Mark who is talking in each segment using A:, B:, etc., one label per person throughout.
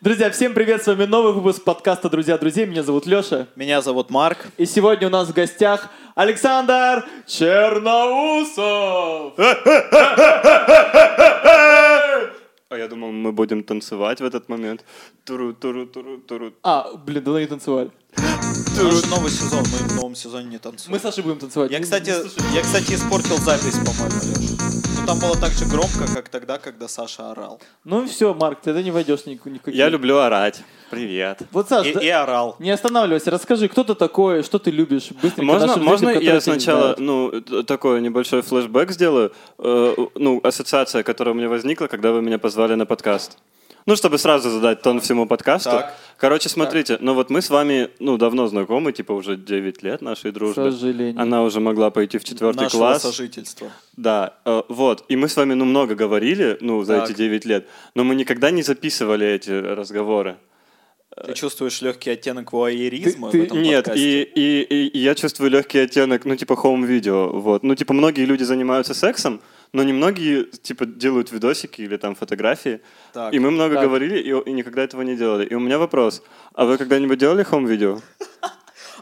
A: Друзья, всем привет, с вами новый выпуск подкаста «Друзья друзей». Меня зовут Леша.
B: Меня зовут Марк.
A: И сегодня у нас в гостях Александр Черноусов.
C: А я думал, мы будем танцевать в этот момент. Туру, туру, туру, туру.
A: А, блин, давно не танцевали.
B: Наш новый сезон, мы в новом сезоне не танцуем.
A: Мы с Сашей будем танцевать.
B: Я,
A: Мы-
B: кстати,
A: мы с Сашей-
B: я, кстати, испортил запись, по-моему, Леша. Ну, там было так же громко, как тогда, когда Саша орал.
A: Ну все, Марк, ты это не войдешь никуда.
C: Я люблю орать. Привет.
A: Вот, Саш,
B: И,
A: да-
B: и орал.
A: не останавливайся, расскажи, кто ты такой, что ты любишь, быстренько
C: Можно,
A: нашим
C: можно
A: зрителям,
C: я
A: которые тебя не
C: сначала,
A: знают.
C: ну, т- такой небольшой флешбэк сделаю? Э, ну, ассоциация, которая у меня возникла, когда вы меня позвали на подкаст. Ну, чтобы сразу задать тон всему подкасту.
B: Так.
C: Короче, смотрите, ну вот мы с вами, ну, давно знакомы, типа уже 9 лет нашей
A: К
C: дружбы.
A: сожалению.
C: Она уже могла пойти в четвертый
B: Нашего
C: класс.
B: сожительства.
C: Да, э, вот. И мы с вами, ну, много говорили, ну, за
B: Так.
C: эти 9 лет, но мы никогда не записывали эти разговоры.
B: Ты чувствуешь легкий оттенок вуайеризма
A: Ты-
B: в
A: ты-
B: этом
C: Э, Нет,
B: подкасте?
C: и, и, и- и я чувствую легкий оттенок, ну, типа, хоум-видео, вот. Ну, типа, многие люди занимаются сексом, но немногие, типа, делают видосики или там фотографии.
B: Так.
C: и мы много
A: так.
C: говорили, и, и никогда этого не делали. И у меня вопрос, а вы когда-нибудь делали хоум-видео?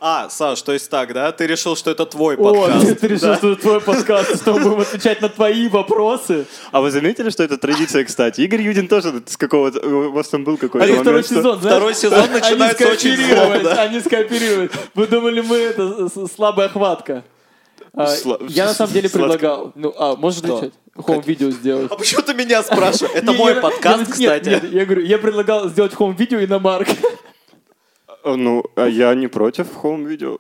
B: А, Саш, то есть так, да? Ты решил, что это твой
A: О,
B: подкаст.
A: ты, ты решил,
B: да?
A: что это твой подкаст, что мы будем отвечать на твои вопросы.
C: А вы заметили, что это традиция, кстати? Игорь Юдин тоже с какого-то... У вас там был какой-то
A: Они второй
C: момент, что-
A: сезон, знаешь?
B: А Второй сезон начинается
A: они
B: очень
A: скооперировались,
B: зло, да.
A: Они скооперировались. Вы думали, мы это с- с- слабая хватка. А,
C: Сла-
A: я на самом деле
C: сладко.
A: предлагал. Ну, а, можешь
B: Что?
A: начать? Хоум-видео сделать.
B: А почему ты меня спрашиваешь? Это
A: Не,
B: мой
A: я-
B: подкаст,
A: я- нет,
B: кстати.
A: Нет, я говорю, я предлагал сделать хоум-видео и на Марк.
C: Э, Ну, а я не против хоум-видео.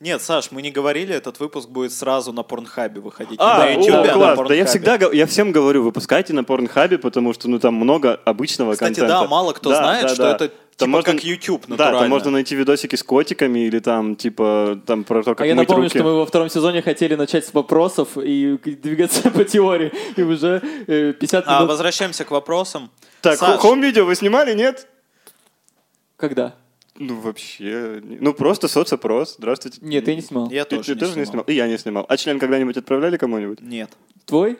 B: Нет, Саш, мы не говорили, этот выпуск будет сразу на порнхабе выходить.
C: А,
B: не на YouTube,
C: о,
B: а на
C: класс. Да
B: Порнхабе.
C: я всегда, го- я всем говорю, выпускайте на Порнхабе, потому что ну там много обычного
B: Кстати,
C: контента.
B: да, мало кто
C: Да,
B: знает,
C: да,
B: что
C: да.
B: это типа
C: Там можно-
B: как YouTube
C: Да,
B: натурально.
C: там можно найти видосики с котиками или там типа там про то, как
A: А я
C: мыть
A: напомню,
C: руки.
A: что мы во втором сезоне хотели начать с вопросов и к- двигаться по теории. И уже э, 50
B: А,
A: минут...
B: возвращаемся к вопросам.
C: Так,
B: Саш,
C: хом-видео вы снимали, нет?
A: Когда?
C: Ну вообще, не- ну просто соцопрос. Здравствуйте.
A: Нет, я не снимал.
B: ну, я
C: Ты,
B: тоже,
C: ты
B: не
C: тоже не
B: снимал.
C: снимал? И я не снимал. А член когда-нибудь отправляли кому-нибудь?
B: Нет.
A: Твой?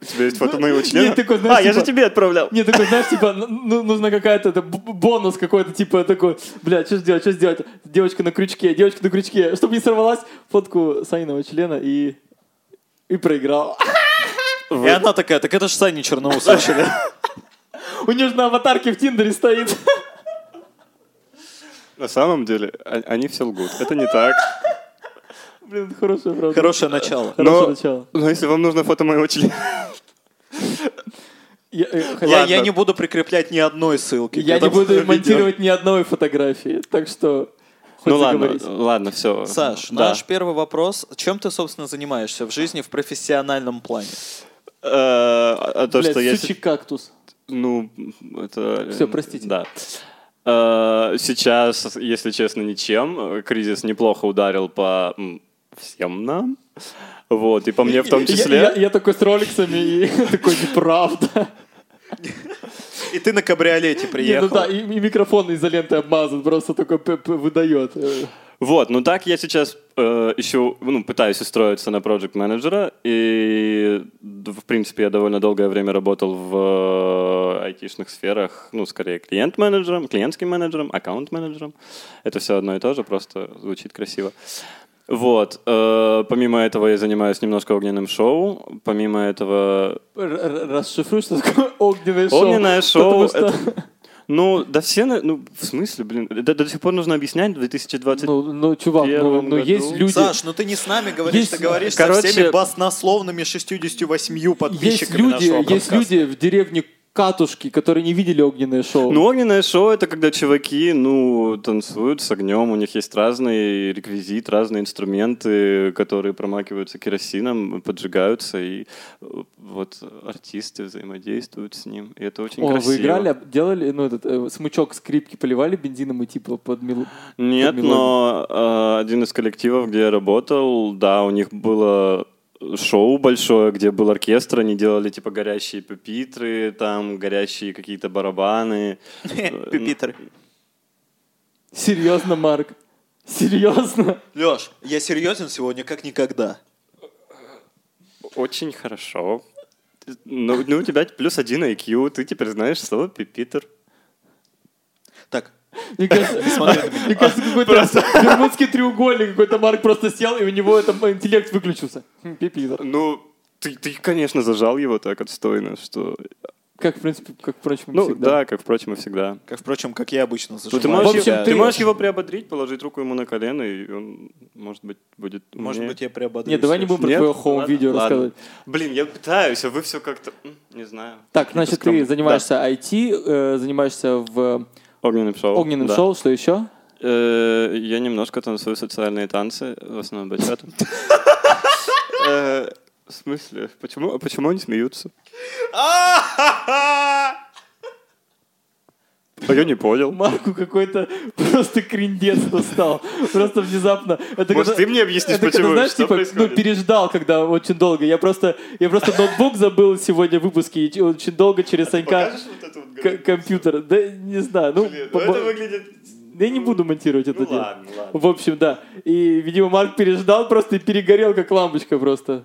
C: У тебя есть фото моего члена?
A: нет, такой, знаешь,
C: а, я же
A: типа-
C: тебе отправлял.
A: Не, такой, знаешь, типа, ну, нужна какая-то это, б- бонус какой-то, типа, такой, бля, что сделать, что сделать? Девочка на крючке, девочка на крючке. Чтобы не сорвалась, фотку Саниного члена и... И проиграл.
B: И она такая, так это же Саня Черноусов.
A: У нее же на аватарке в Тиндере стоит.
C: На самом деле, о- они все лгут. Это не так.
A: Блин, это хорошая правда.
B: Хорошее начало.
A: Хорошее
C: Но-
A: начало.
C: Но если вам нужно фото моего члена,
A: Я, э, хотя-
B: Я,
C: Ладно.
B: я не буду прикреплять ни одной ссылки.
A: я не
B: Потому-
A: буду
C: видео.
A: монтировать ни одной фотографии, так что... хоть
C: Ну ладно,
A: заговорись.
C: ладно, все.
B: Саш, наш первый вопрос. Чем ты, собственно, занимаешься в жизни в профессиональном плане?
C: А то,
A: Блядь,
C: что я...
A: сучий
C: се-
A: кактус.
C: Ну, это...
A: Всё, простите.
C: Да. Э, Сейчас, если честно, ничем. Кризис неплохо ударил по м, всем нам. Вот, и по мне в
A: Я,
C: том
A: я-
C: числе.
A: я такой с роликсами и такой, неправда.
B: И ты на кабриолете
A: Не,
B: приехал.
A: ну да, и, и микрофон изолентой обмазан, просто такой п- п- выдает. э.
C: Вот, ну так я сейчас э, еще ну, пытаюсь устроиться на проект менеджера и, д- в принципе, я довольно долгое время работал в э, айтишных сферах, ну, скорее, клиент-менеджером, клиентским менеджером, аккаунт-менеджером. Это все одно и то же, просто звучит красиво. Вот, э, помимо этого я занимаюсь немножко огненным шоу, помимо этого...
A: Р- р- Расшифруй, что такое огненное шоу.
C: Огненное шоу,
A: Потому что-
C: Ну, да все, на- ну, в смысле, блин, да- до сих пор нужно объяснять в 2020...
A: Ну, ну, чувак, ну,
C: первом
A: ну, есть
C: году.
A: люди...
B: Саш, ну ты не с нами говоришь,
A: Есть-
B: ты говоришь
C: Короче-
B: со всеми баснословными 68
A: Есть
B: подписчиками нашего
A: люди, есть
B: подкаста.
A: люди в деревне Катушки, которые не видели огненное шоу.
C: Ну, огненное шоу это когда чуваки, ну, танцуют с огнем, у них есть разный реквизит, разные инструменты, которые промакиваются керосином, поджигаются, и э, вот артисты взаимодействуют с ним. И это очень
A: О,
C: красиво.
A: вы играли, об- делали, ну, этот э, смычок скрипки поливали бензином и типа под мелу-
C: Нет,
A: под мелодию?
C: но э, один из коллективов, где я работал, да, у них было шоу большое, где был оркестр, они делали типа горящие пюпитры, там горящие какие-то барабаны.
B: Пюпитер.
A: Серьезно, Марк? Серьезно?
B: Леш, я серьезен сегодня как никогда.
C: Очень хорошо. Ну, ну, у тебя плюс один IQ, ты теперь знаешь слово пипитер.
B: Так,
A: Мне кажется,
B: смотри на меня.
A: мне кажется, какой-то бермудский треугольник, какой-то Марк просто сел, и у него там интеллект выключился. Хм, Пипизер.
C: Ну, ты, ты, конечно, зажал его так отстойно, что...
A: Как, в принципе, как, впрочем,
C: Ну,
A: всегда.
C: да, как, впрочем, и всегда.
B: Как, впрочем, как я обычно
C: Ну,
B: зажимаю.
C: ты, можешь,
A: В общем,
C: его-
A: ты-
C: ты можешь его приободрить, положить руку ему на колено, и он, может быть, будет
B: Может
C: умнее.
B: быть, я приободрюсь.
A: Нет, давай не будем про
C: Нет?
A: твое хоум-видео
C: Ладно.
A: рассказывать.
C: Блин, я пытаюсь, а вы все как-то... м, Не знаю.
A: Так, значит, ты
C: скромные.
A: занимаешься IT, э, занимаешься в
C: Огненным шоу.
A: огненном
C: да.
A: шоу, что еще?
C: Э, Я немножко танцую социальные танцы, в основном бачату. Э, В смысле? Почему, а почему они смеются? А я не понял.
A: Марку какой-то просто крендец достал. Просто внезапно. Это когда-
C: Может, ты мне объяснишь,
A: это когда,
C: почему?
A: знаешь,
C: Что
A: типа, ну,
C: происходит?
A: переждал, когда очень долго. Я просто, я просто ноутбук забыл сегодня в выпуске, и очень долго через Санька
C: А Покажешь вот это вот
A: к- компьютер. Да, не знаю, ну,
C: Блин, ну
A: по-
C: это выглядит...
A: я не буду монтировать это
C: Ну
A: дело.
C: ладно, ладно.
A: В общем, да. И, видимо, Марк переждал просто и перегорел, как лампочка просто.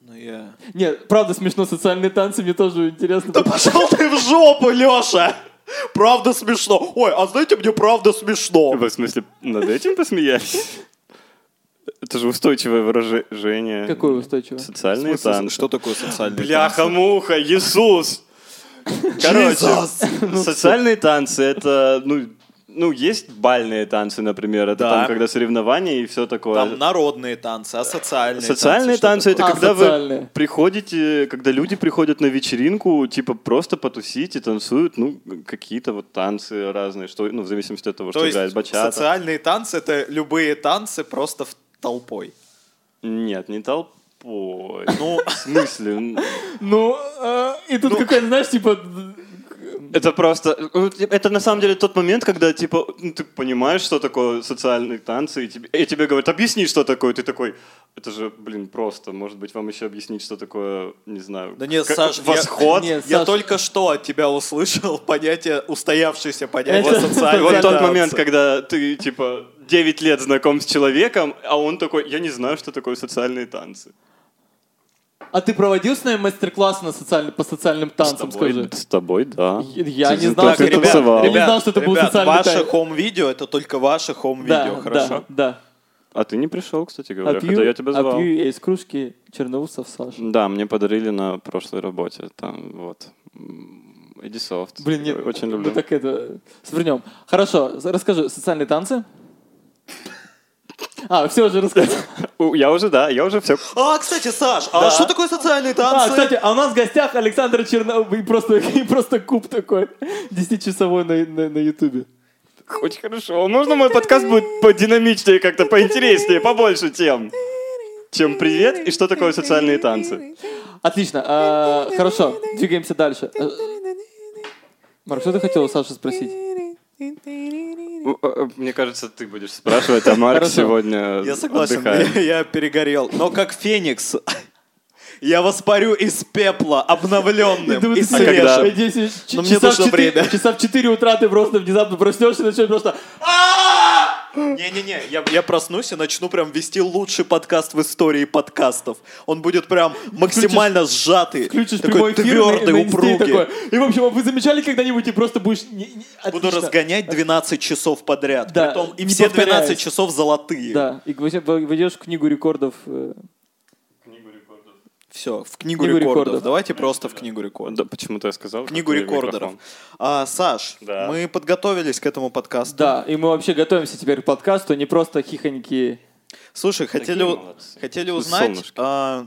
B: Ну я...
A: Нет, правда смешно, социальные танцы, мне тоже интересно.
B: Да пошел ты в жопу, Леша! Правда смешно. Ой, а знаете, мне правда смешно.
C: Вы, в смысле, над этим посмеялись? Это же устойчивое выражение.
A: Какое устойчивое.
C: Социальные
B: В смысле,
C: танцы.
B: Что такое социальный
C: Бляха-муха, Иисус! Короче,
B: Ну,
C: социальные танцы это, ну, ну, есть бальные танцы, например, это
B: Да.
C: там, когда соревнования и все такое.
B: Там народные танцы, а социальные
C: Социальные
B: танцы,
C: танцы,
B: что
A: такое? А,
C: это когда вы
A: социальные.
C: приходите, когда люди приходят на вечеринку, типа просто потусить и танцуют, ну, какие-то вот танцы разные, что, ну, в зависимости от того,
B: То
C: что играет
B: есть
C: бачата.
B: социальные танцы это любые танцы просто в толпой.
C: Нет, не толпой.
B: Ну,
C: В смысле? Ну,
A: Ну, э, и тут какой-то, знаешь, типа...
C: Это просто... ну, Это на самом деле тот момент, когда, типа, ну, ты понимаешь, что такое социальные танцы, и тебе, и тебе говорят, объясни, что такое. Ты такой, это же, блин, просто. Может быть, вам еще объяснить, что такое, не знаю,
B: Да нет,
C: как-
B: Саш, я-
C: восход?
A: Нет,
B: я
A: Саш-
B: только что от тебя услышал понятие, устоявшееся понятие
A: Это-
C: И
B: социального
C: вот тот
B: танца.
C: момент, когда ты, типа, 9 лет знаком с человеком, а он такой, я не знаю, что такое социальные танцы.
A: А ты проводил с нами мастер-класс на социаль- по социальным танцам, скажи?
C: с тобой, да.
A: Я
C: Ты
A: не
C: же
A: знал,
C: только
A: что это
C: танцевал.
A: был- я не знал, что это был
B: ребят,
A: социальный
B: ваше
A: танец.
B: хом-видео это только ваше хом-видео, хорошо?
A: Да,
C: А ты не пришел, кстати
A: да.
C: говоря,
A: А пью,
C: хотя я тебя
A: а
C: звал.
A: пью я из кружки черноусов Саша.
C: Да, мне подарили на прошлой работе, там, вот, м, Эдисофт.
A: Блин, нет,
C: Очень люблю.
A: Мы Ну так это... Свернем. Хорошо, с- расскажи, социальные танцы? А, все уже рассказал.
C: У, Я уже, да, я уже все.
B: А, кстати, Саш, а
A: Да.
B: что такое социальные
A: А,
B: танцы?
A: кстати, а у нас в гостях Александр Чернов... И просто, и просто куб такой, 10-часовой на- на на Ютубе.
C: Очень хорошо. Можно мой подкаст будет подинамичнее, как-то поинтереснее, побольше тем, чем привет и что такое социальные танцы.
A: Отлично, а, хорошо, двигаемся дальше. Э, Марк, что ты хотел у Саши спросить?
C: У, э, э, Мне кажется, ты будешь спрашивать, а Марк
A: Хорошо.
C: сегодня
B: Я согласен,
C: отдыхает.
B: я, я перегорел. Но как Феникс, я воспарю из пепла обновленным
A: Думаю,
B: и
A: ты сидишь,
C: когда?
B: свежим.
A: надеюсь, ч-
B: Но Ну, мне
A: часа в
B: нужно
A: 4
B: время.
A: Часа в 4 утра ты просто внезапно проснешься и начнешь просто...
B: Не-не-не, я, я проснусь и начну прям вести лучший подкаст в истории подкастов. Он будет прям максимально сжатый,
A: Включишь прямой
B: такой
A: эфир на-
B: твердый,
A: на Инсте и
B: упругий.
A: такое. И, в общем, а вы замечали когда-нибудь, и просто будешь... не- не-
B: Буду
A: отлично.
B: разгонять 12 часов подряд.
A: Да,
B: Притом, и
A: не
B: все
A: повторяясь.
B: 12 часов золотые.
A: Да, и войдешь в книгу рекордов. э,
B: Все, в книгу,
A: Книгу
B: рекордов.
A: рекордов.
B: Давайте просто в книгу рекордов.
C: Да, Почему-то я сказал.
B: Книгу
C: как мне
B: рекордеров.
C: микрофон.
B: А, Саш,
C: Да.
B: мы подготовились к этому подкасту.
A: Да, и мы вообще готовимся теперь к подкасту, не просто хихоньки.
B: Слушай, хотели, у-
C: молодцы.
B: хотели
C: Ну,
B: узнать,
C: солнышки.
B: а,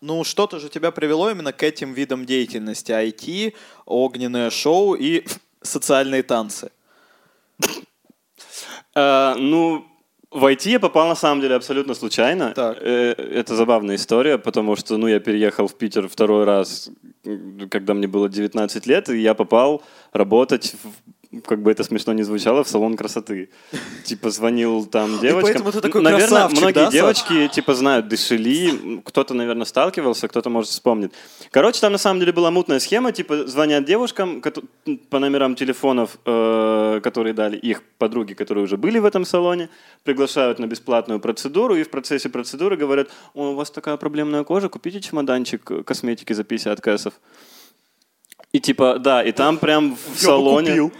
B: ну что-то же тебя привело именно к этим видам деятельности. IT, огненное шоу и социальные танцы.
C: Э, ну, в IT я попал на самом деле абсолютно случайно.
B: Так.
C: Э, Это забавная история, потому что ну, я переехал в Питер второй раз, м, когда мне было 19 лет, и я попал работать в как бы это смешно не звучало, в салон красоты. Типа звонил там девочкам.
B: поэтому ты такой
C: Наверное,
B: красавчик,
C: многие
B: да, Саш?
C: девочки типа знают Дешели, кто-то, наверное, сталкивался, кто-то, может, вспомнит. Короче, там на самом деле была мутная схема, типа звонят девушкам кото- по номерам телефонов, э, которые дали их подруги, которые уже были в этом салоне, приглашают на бесплатную процедуру, и в процессе процедуры говорят, «О, у вас такая проблемная кожа, купите чемоданчик косметики за 50 кэсов. И типа, да, и там прям в салоне...
B: купил.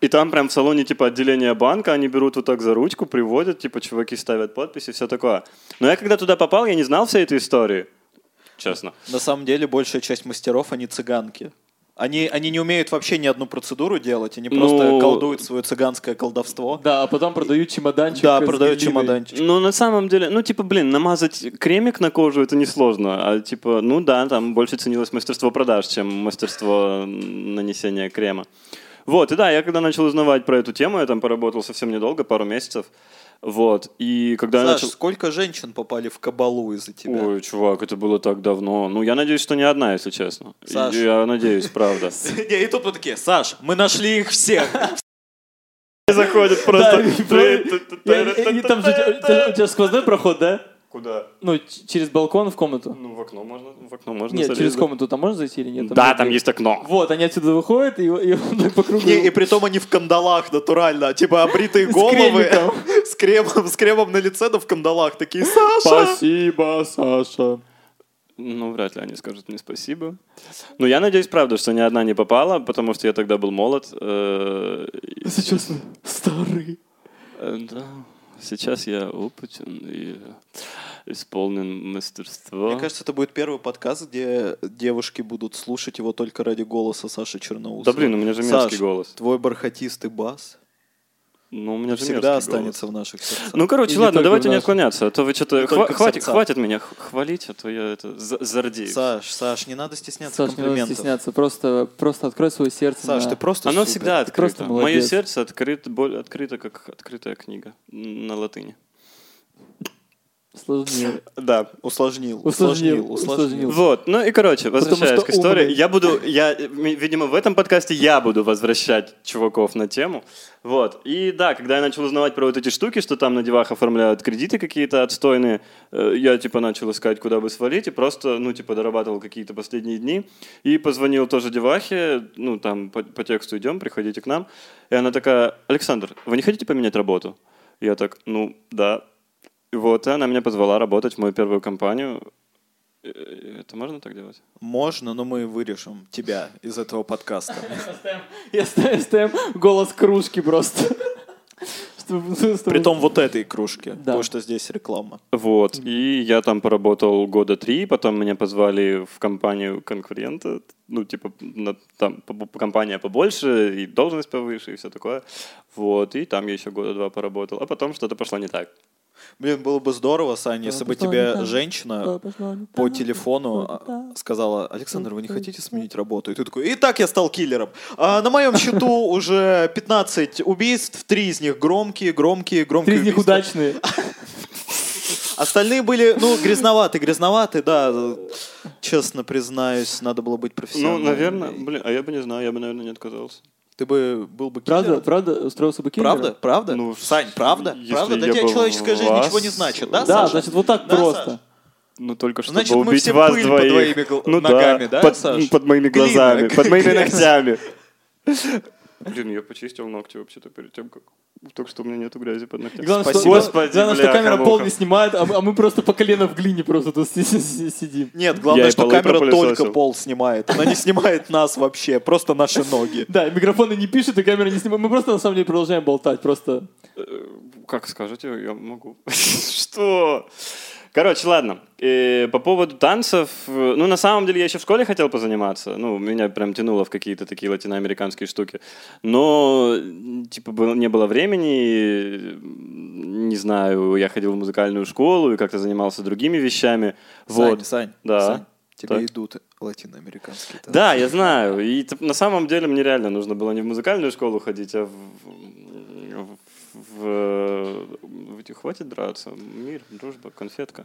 C: И там прям в салоне, типа, отделение банка, они берут вот так за ручку, приводят, типа, чуваки ставят подписи, все такое. Но я когда туда попал, я не знал всей этой истории, честно.
B: На самом деле большая часть мастеров, они цыганки. Они, они не умеют вообще ни одну процедуру делать, они просто
C: Ну,
B: колдуют свое цыганское колдовство.
A: Да, а потом продают чемоданчик.
B: Да,
A: с
B: продают
A: глиной.
B: чемоданчик.
C: Ну, на самом деле, ну, типа, блин, намазать кремик на кожу, это несложно. А, типа, ну да, там больше ценилось мастерство продаж, чем мастерство м, нанесения крема. Вот, и да, я когда начал узнавать про эту тему, я там поработал совсем недолго, пару месяцев. Вот, и когда я
B: Саш,
C: начал...
B: сколько женщин попали в кабалу из-за тебя?
C: Ой, чувак, это было так давно. Ну, я надеюсь, что не одна, если честно.
B: Саш.
C: Я надеюсь, правда.
B: Не, И тут мы такие, Саш, мы нашли их всех.
C: Заходит
A: Да,
C: просто...
A: я- я- я- там же у тебя- у тебя- у тебя сквозной проход, да?
C: Куда?
A: Ну, ч- через балкон в комнату.
C: Ну, в окно можно, в окно можно
A: Нет,
C: залезть.
A: через комнату там можно зайти или нет?
C: Да,
A: нет
C: там
A: дверей.
C: есть окно.
A: Вот, они отсюда выходят, и, и он так по кругу.
B: Не, и притом они в кандалах натурально, типа обритые
A: С
B: головы,
A: кремиком.
B: с кремом, с кремом на лице, но в кандалах такие, Саша!
A: Спасибо, Саша.
C: Ну, вряд ли они скажут мне спасибо. Но я надеюсь, правда, что ни одна не попала, потому что я тогда был молод. э, и-
A: Сейчас мы старый.
C: э, Да. Сейчас я опытен и э, исполнен мастерства.
B: Мне кажется, это будет первый подкаст, где девушки будут слушать его только ради голоса Саши Черноусова.
C: Да блин, ну у меня же мерзкий
B: Саш,
C: голос.
B: твой бархатистый бас
C: Ну, у меня же мерзкий
B: всегда
C: голос.
B: останется в наших сердцах.
C: Ну, короче,
A: И не
C: ладно,
A: только
C: давайте
A: в
C: не
A: наших.
C: отклоняться, а то вы что-то...
B: Не только в
C: хватит,
B: сердцах.
C: хватит меня х- хвалить, а то я это за- зардею.
B: Саш, Саш, не надо стесняться
A: Саш, не надо
B: комплиментов.
A: стесняться, просто, просто открой свое сердце.
B: Саш,
A: на-
B: ты просто
C: Оно
B: супер.
C: всегда
A: просто
C: открыто.
A: молодец.
C: Мое сердце открыто, боль, открыто, как открытая книга м, на латыни.
A: сложнее.
C: Да.
B: усложнил,
A: Усложнил,
B: усложнил,
A: усложнил.
B: усложнил.
C: Вот, ну и короче, возвращаясь
A: что
C: к истории,
A: умный.
C: я буду, я, м, видимо, в этом подкасте я буду возвращать чуваков на тему, вот. И да, когда я начал узнавать про вот эти штуки, что там на девах оформляют кредиты какие-то отстойные, э, я типа начал искать, куда бы свалить, и просто, ну типа дорабатывал какие-то последние дни, и позвонил тоже девахе, ну там по, по тексту идем, приходите к нам, и она такая, Александр, вы не хотите поменять работу? Я так, ну да. Вот, и она меня позвала работать в мою первую компанию. Э, Это можно так делать?
B: Можно, но мы вырежем тебя из этого подкаста.
A: Я ставим, ставим голос кружки просто. Чтобы- чтобы-
B: Притом вот этой кружки,
A: Да.
B: потому что здесь реклама.
C: Вот. И я там поработал года три, потом меня позвали в компанию конкурента, ну, типа, на- там по- по- компания побольше, и должность повыше, и все такое. Вот. И там я еще года два поработал. А потом что-то пошло не так.
B: Блин, было бы здорово, Саня, если бы тебе женщина по телефону а, сказала, Александр, вы не хотите сменить работу? И ты такой, и так я стал киллером. А на моем счету уже 15 убийств, три из них громкие, громкие, громкие
A: Три из них
B: убийства.
A: удачные.
B: Остальные были, ну, грязноваты, грязноваты, да. Честно признаюсь, надо было быть
C: Ну,
B: профессионалом.
C: наверное, блин, а я бы не знаю, я бы, наверное, не отказался.
B: Ты бы был бы
A: Правда,
B: киллером.
A: правда, устроился бы киллером?
B: Правда? Правда?
C: Ну,
B: Сань, правда?
C: если
B: Правда? Для
C: я
B: тебя
C: бы
B: человеческая жизнь
C: вас-
B: ничего не значит, да,
A: Да,
B: Саша?
A: значит, вот так
B: Да,
A: просто.
B: Саша?
C: Ну, только чтобы
B: Значит, мы
C: убить
B: все
C: вас
B: пыль под
C: двоих.
B: твоими гл-
C: ну,
B: ногами, да,
C: под,
B: Саш?
C: под моими
B: Глина,
C: глазами, под моими
B: конечно.
C: ногтями. Блин, я почистил ногти вообще-то перед тем, как... Только что у меня нету грязи под ногтями.
A: Главное, что,
B: Спасибо.
C: Господи,
A: главное, что
C: бляха,
A: камера
C: муха.
A: пол не снимает, а мы, а мы просто по колено в глине просто тут си- си- си- сидим.
B: Нет,
C: Я
B: главное,
C: и
B: что
C: полы
B: камера
C: пропылесосил.
B: только пол снимает. Она не снимает нас вообще, просто наши ноги.
A: Да, микрофоны не пишет, и камера не снимает. Мы просто на самом деле продолжаем болтать. Просто
C: Э, Как скажете, я могу. Что? Короче, ладно. Э, По поводу танцев, э, ну, на самом деле, я еще в школе хотел позаниматься. Ну, меня прям тянуло в какие-то такие латиноамериканские штуки. Но, м, типа, было- не было времени, э, не знаю, я ходил в музыкальную школу и как-то занимался другими вещами.
B: Сань,
C: Вот.
B: Сань,
C: Да.
B: Сань, тебе
C: Так.
B: идут латиноамериканские танцы.
C: Да, я знаю. И т- на самом деле мне реально нужно было не в музыкальную школу ходить, а в... в- в- в эти- Хватит драться. Мир, дружба, конфетка.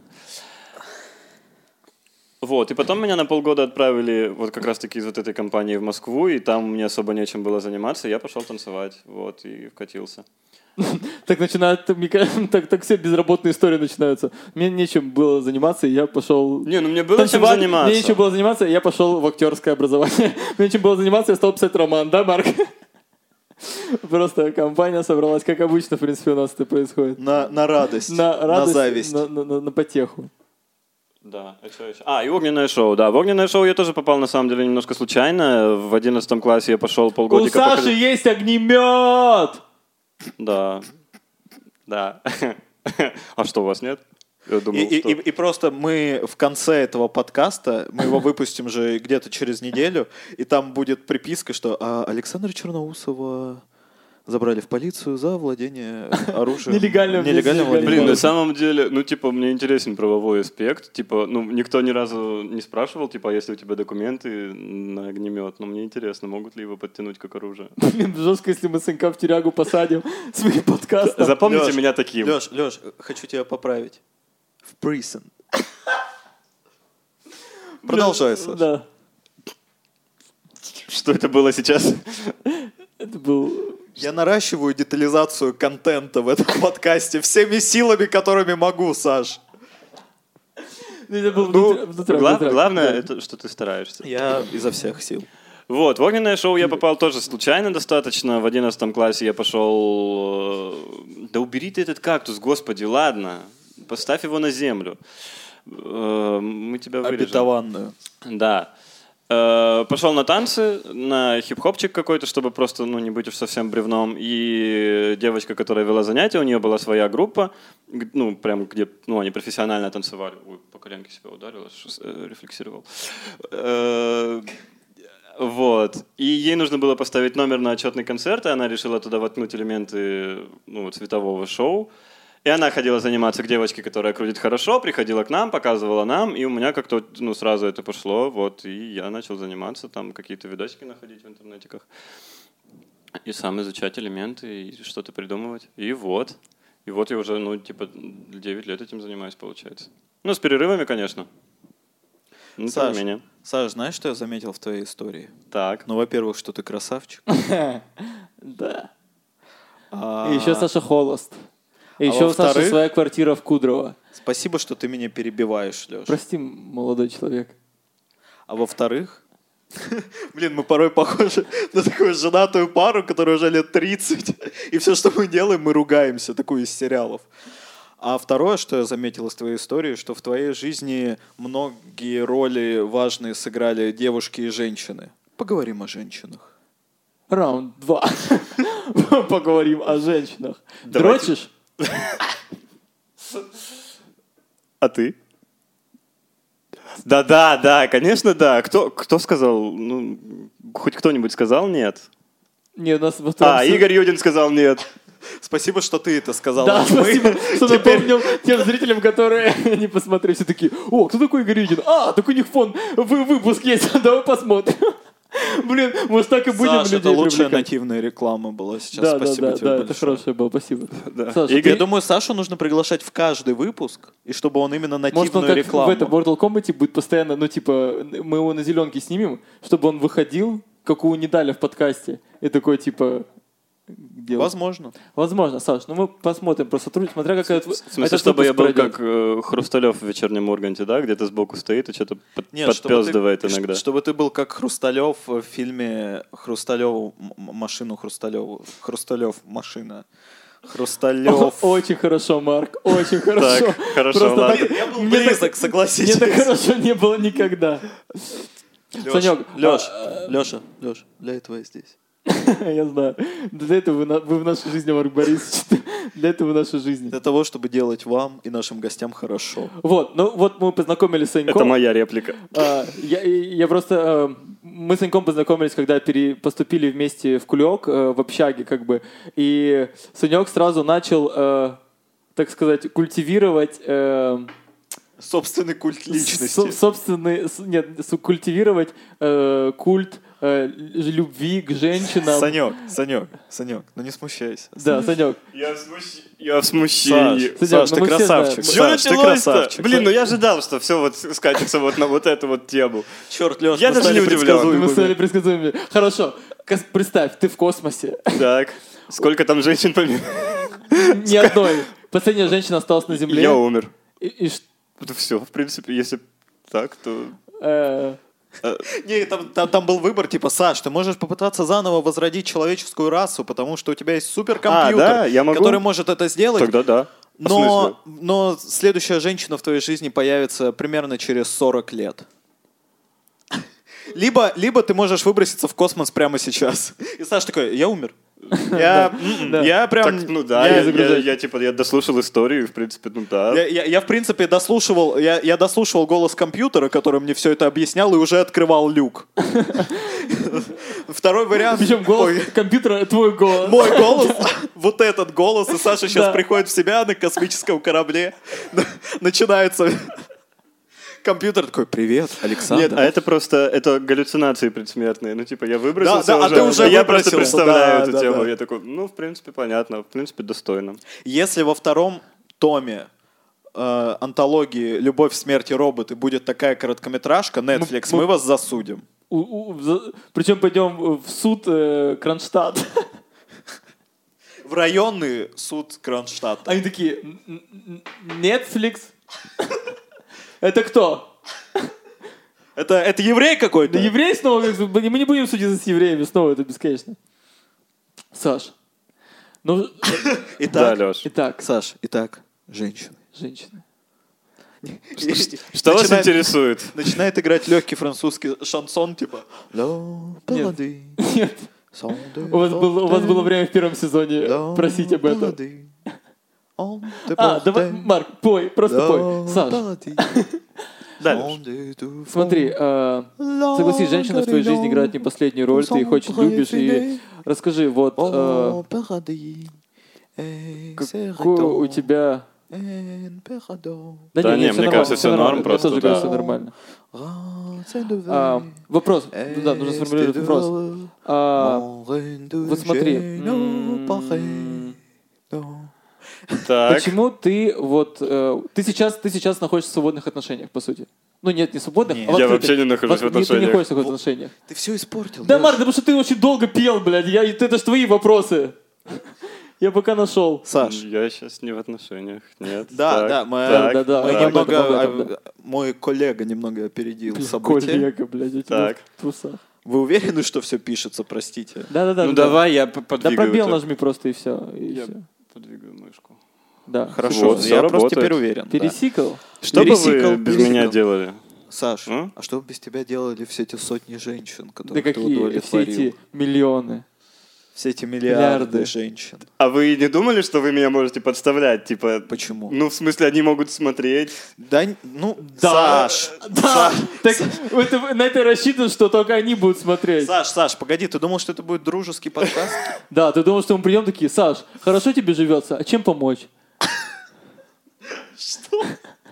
C: Вот, и потом меня на полгода отправили вот как раз-таки из вот этой компании в Москву, и там мне особо нечем было заниматься, и я пошел танцевать, вот, и вкатился.
A: Так начинает, мне кажется, так, так все безработные истории начинаются. Мне нечем было заниматься, и я пошел...
C: Не, ну мне было чем
A: танцевать.
C: заниматься.
A: Мне нечем было заниматься, и я пошел в актерское образование. Мне нечем было заниматься, я стал писать роман, да, Марк? Просто компания собралась, как обычно, в принципе, у нас это происходит.
B: На, на радость,
A: На радость,
B: зависть.
A: на- на- на- на потеху.
C: Да, а что еще? А, и огненное шоу, да. В огненное шоу я тоже попал, на самом деле, немножко случайно. В 11 классе я пошел
A: У
C: полгодика...
A: Саши
C: походить-
A: есть огнемет!
C: Да. Да. А что, у вас нет? Я думал,
B: И, и-
C: что-
B: и- и просто мы в конце этого подкаста, мы его выпустим же где-то через неделю, и там будет приписка, что а, Александра Черноусова забрали в полицию за владение оружием.
A: Нелегальным,
B: Нелегальным
A: нелегальным.
B: владением
C: Блин, на
B: оружием.
C: самом деле, ну, типа, мне интересен правовой аспект. Типа, ну, никто ни разу не спрашивал, типа, а если у тебя документы на огнемет. Но мне интересно, могут ли его подтянуть как оружие.
A: Блин, жестко, если мы сынка в тюрягу посадим своим подкастом.
C: Запомните
B: Лёш,
C: меня таким.
B: Лёш, Лёш, хочу тебя поправить. В prison. Продолжай, Саш.
A: Да.
C: Что это было сейчас?
A: Это был...
B: Я наращиваю детализацию контента в этом подкасте всеми силами, которыми могу, Саш.
A: Ну, Это был внутри- внутри-
C: Ну, Глав-
A: внутри-
C: главное,
A: да.
C: это что ты стараешься.
B: Я изо всех сил.
C: Вот, в огненное шоу я попал тоже случайно достаточно. В 11 классе я пошел... э, Да убери ты этот кактус, господи, ладно. Поставь его на землю. Э, Мы тебя вырежем.
B: Обетованную.
C: Да. Э, Пошел на танцы, на хип-хопчик какой-то, чтобы просто ну, не быть уж совсем бревном. И девочка, которая вела занятия, у нее была своя группа, г- ну, прям где, ну, они профессионально танцевали. Ой, по коленке себя ударил, аж, э, рефлексировал. Э, вот. И ей нужно было поставить номер на отчетный концерт, и она решила туда воткнуть элементы ну, цветового шоу. И она ходила заниматься к девочке, которая крутит хорошо, приходила к нам, показывала нам, и у меня как-то ну, сразу это пошло, вот, и я начал заниматься, там какие-то видосики находить в интернетиках, и сам изучать элементы, и что-то придумывать. И вот. И вот я уже, ну, типа, 9 лет этим занимаюсь, получается. Ну, с перерывами, конечно. Ну, тем не
B: Саш,
C: менее.
B: Саш, знаешь, что я заметил в твоей истории?
C: Так.
B: Ну, во-первых, что ты красавчик.
A: Да.
B: А,
A: И еще Саша холост.
C: А
A: И еще у Саши
B: во-вторых-
A: своя квартира в Кудрово.
B: Спасибо, что ты меня перебиваешь, Леш.
A: Прости, молодой человек.
B: А во-вторых... Блин, мы порой похожи на такую женатую пару, которая уже лет 30, и все, что мы делаем, мы ругаемся, такую из сериалов. А второе, что я заметил из твоей истории, что в твоей жизни многие роли важные сыграли девушки и женщины. Поговорим о женщинах.
A: Раунд 2. Поговорим о женщинах.
C: Давайте.
A: Дрочишь?
C: А ты? Да, да, да, конечно, да. Кто, кто сказал? Ну, хоть кто-нибудь сказал нет.
A: Не, у нас во втором...
C: А,
A: се-
C: Игорь Юдин сказал нет.
B: Спасибо, что ты это сказал.
A: Да,
B: Мы
A: спасибо, что
B: теперь-
A: напомнил тем зрителям, которые не посмотрели. Все такие, о, кто такой Игорь Юдин? А, так у них фон, вы- выпуск есть, давай посмотрим. Блин, может так и будем
B: Саш,
A: людей
B: это лучшая
A: привлекать.
B: нативная реклама была сейчас.
A: Да, да,
B: Спасибо
A: да,
B: тебе
A: да, это
B: большое.
A: хорошее было, спасибо.
C: Да.
A: Саша,
B: Я
C: Игорь-
B: думаю, Сашу нужно приглашать в каждый выпуск, и чтобы он именно нативную
A: Может, он как
B: рекламу.
A: в этом Mortal Kombat будет постоянно, ну, типа, мы его на зеленке снимем, чтобы он выходил, какую не дали в подкасте, и такой, типа, где он?
B: Возможно.
A: Возможно, Саш, ну мы посмотрим про сотрудничество, смотря как этот,
C: В смысле,
A: этот
C: чтобы я
A: выпуск
C: был
A: пройдет.
C: как э, Хрусталев в вечернем Урганте, да, где-то сбоку стоит и что-то под,
B: Нет, чтобы ты-
C: подпёздывает
B: ш-
C: иногда.
B: Чтобы ты был как Хрусталев в фильме Хрусталев машину Хрусталеву. Хрусталев машина. Хрусталев.
A: Очень хорошо, Марк, очень хорошо.
C: Так, хорошо,
A: Просто
C: ладно.
A: так-
B: Я был
A: мне так-
B: близок,
A: Мне
B: согласись.
A: так хорошо не было никогда. Санёк, а,
B: Леш, Леша, Леш, для этого я здесь.
A: Я знаю. Для этого вы, на- вы в нашей жизни, Марк Борисович. Для этого в нашей жизни.
B: Для того, чтобы делать вам и нашим гостям хорошо.
A: Вот, ну вот мы познакомились с
C: Это
A: Саньком.
C: моя реплика.
A: А, я, я просто... э, Мы с Саньком познакомились, когда пере- поступили вместе в Кулек, э, в общаге, как бы. И Санек сразу начал, э, так сказать, культивировать... э,
B: Собственный культ
A: со- собственный... с- Нет, с- культивировать э, культ э, любви к женщинам.
B: Санек, Санек, Санек, ну не смущайся.
A: Да, Санек.
C: Я в смущении. Я в смущении.
A: Саш,
B: Саш,
A: ну
B: ты
A: мы все
B: красавчик.
A: знаем.
C: Всё
B: Саш, ты
C: началось-то?
B: красавчик.
C: Блин, ну я ожидал, что все вот скатится вот на вот эту вот тему.
B: Черт, Леш,
C: Я даже не удивлен.
A: Мы стали предсказуемыми. Хорошо. Кос- Представь, ты в космосе.
C: Так, сколько там женщин помимо?
A: Ни одной. Последняя женщина осталась на Земле.
C: Я умер.
A: И- и ш-
C: Все, в принципе, если так, то...
A: э,
B: Не, там, там, там был выбор, типа, Саш, ты можешь попытаться заново возродить человеческую расу, потому что у тебя есть суперкомпьютер,
C: А, да, я могу?
B: который может это сделать,
C: Тогда да. А в
B: но,
C: смысле?
B: но следующая женщина в твоей жизни появится примерно через 40 лет. Либо, либо ты можешь выброситься в космос прямо сейчас. И Саш такой, я умер. Я, м-м,
A: Да.
B: я прям...
C: Так, ну да,
B: я-
C: я, я,
A: загружаюсь.
C: я, типа, я дослушал историю, и, в принципе, ну
A: А?
C: да.
B: Я, я- я, в принципе, дослушивал, я, я дослушивал голос компьютера, который мне все это объяснял, и уже открывал люк. Второй вариант.
A: Причем голос
B: Ой,
A: компьютера твой голос.
B: Мой голос, вот этот голос, и Саша сейчас
A: Да.
B: приходит в себя на космическом корабле. Начинается... Компьютер такой, привет,
C: Нет, а
B: Александр.
C: это просто, это галлюцинации предсмертные. Ну, типа, я выбросился
B: Да, да, а
C: уже,
B: ты уже
C: я просто
B: выбросился.
C: представляю
B: Да,
C: эту
B: да,
C: тему.
B: да.
C: Я такой, ну, в принципе, понятно, в принципе, достойно.
B: Если во втором томе э, антологии «Любовь, смерть и роботы» будет такая короткометражка, Netflix,
A: Ну, мы-
B: мы вас засудим.
A: У- у- за- Причем пойдем в суд э, Кронштадт.
B: В районный суд Кронштадта.
A: Они такие, «Н- н- н- Netflix? Это кто?
B: Это, это еврей какой-то?
A: Да еврей снова? как бы, Мы не будем судиться с евреями, снова это бесконечно. Саш, ну,
C: Да,
B: Итак,
C: Леш.
A: итак,
B: Саш, итак, женщины.
A: женщины.
C: Что вас
B: Начинает-
C: интересует?
B: Начинает играть легкий французский шансон, типа...
A: Нет, у вас, было, у вас было время в первом сезоне просить об этом. А, давай, Марк, пой, просто пой. Саш,
C: Дальше.
A: смотри, э, согласись, женщина в твоей жизни играет не последнюю роль, ты их очень любишь, и расскажи, вот, э, какое у тебя...
C: Да не, мне кажется, всё
A: нормально,
C: норм просто,
A: Мне тоже
C: да.
A: кажется, нормально. А, вопрос, ну да, нужно сформулировать вопрос. А, вот смотри, м,
C: Так.
A: почему ты вот... э, ты, сейчас, ты сейчас находишься в свободных отношениях, по сути. Ну нет, не свободных,
B: Нет.
A: а в
C: Я
A: открытых.
C: вообще не нахожусь в
A: Нет, Ты не
C: отношениях.
A: находишься в отношениях.
B: Ты все испортил.
A: Да,
B: Лёш.
A: Марк, да потому что ты очень долго пел, блядь. Я, это, это ж твои вопросы. Я пока нашел.
B: Саш,
C: Я сейчас не в отношениях, нет.
B: Да,
C: так,
B: да, мы-
C: так, Э,
A: Да-да-да,
C: так.
A: я не могу-
B: немного,
A: об этом,
B: а,
A: да.
B: мой коллега немного опередил события.
A: Коллега, блядь, у тебя
C: Так.
A: в трусах.
B: Вы уверены, что все пишется, простите?
A: Да-да-да.
C: Ну
A: да.
C: давай я п-
A: Да
C: подвигаю.
A: пробел
C: это.
A: нажми просто и все. И
C: Я
A: всё.
C: подвигаю мышку.
A: Да.
B: Хорошо,
C: Вот, всё
B: я просто
C: работает.
B: теперь уверен. да.
A: Пересикал?
C: Что бы
B: Пересикал,
C: вы без
B: пересикал.
C: меня делали?
B: Саш,
C: М?
B: а что бы без тебя делали все эти сотни женщин,
A: Да
B: которые ты
A: какие все
B: удовлетворил?
A: эти миллионы.
B: Все эти миллиарды,
A: Миллиарды.
B: женщин.
C: А вы не думали, что вы меня можете подставлять? Типа,
B: Почему?
C: ну, в смысле, они могут смотреть.
B: Да, н- ну,
A: Да.
B: Саш,
A: Да! Так это- на это рассчитано, что только они будут смотреть.
B: Саш, Саш, погоди, ты думал, что это будет дружеский подкаст?
A: Да, ты думал, что мы придем такие, Саш, хорошо тебе живется, а чем помочь?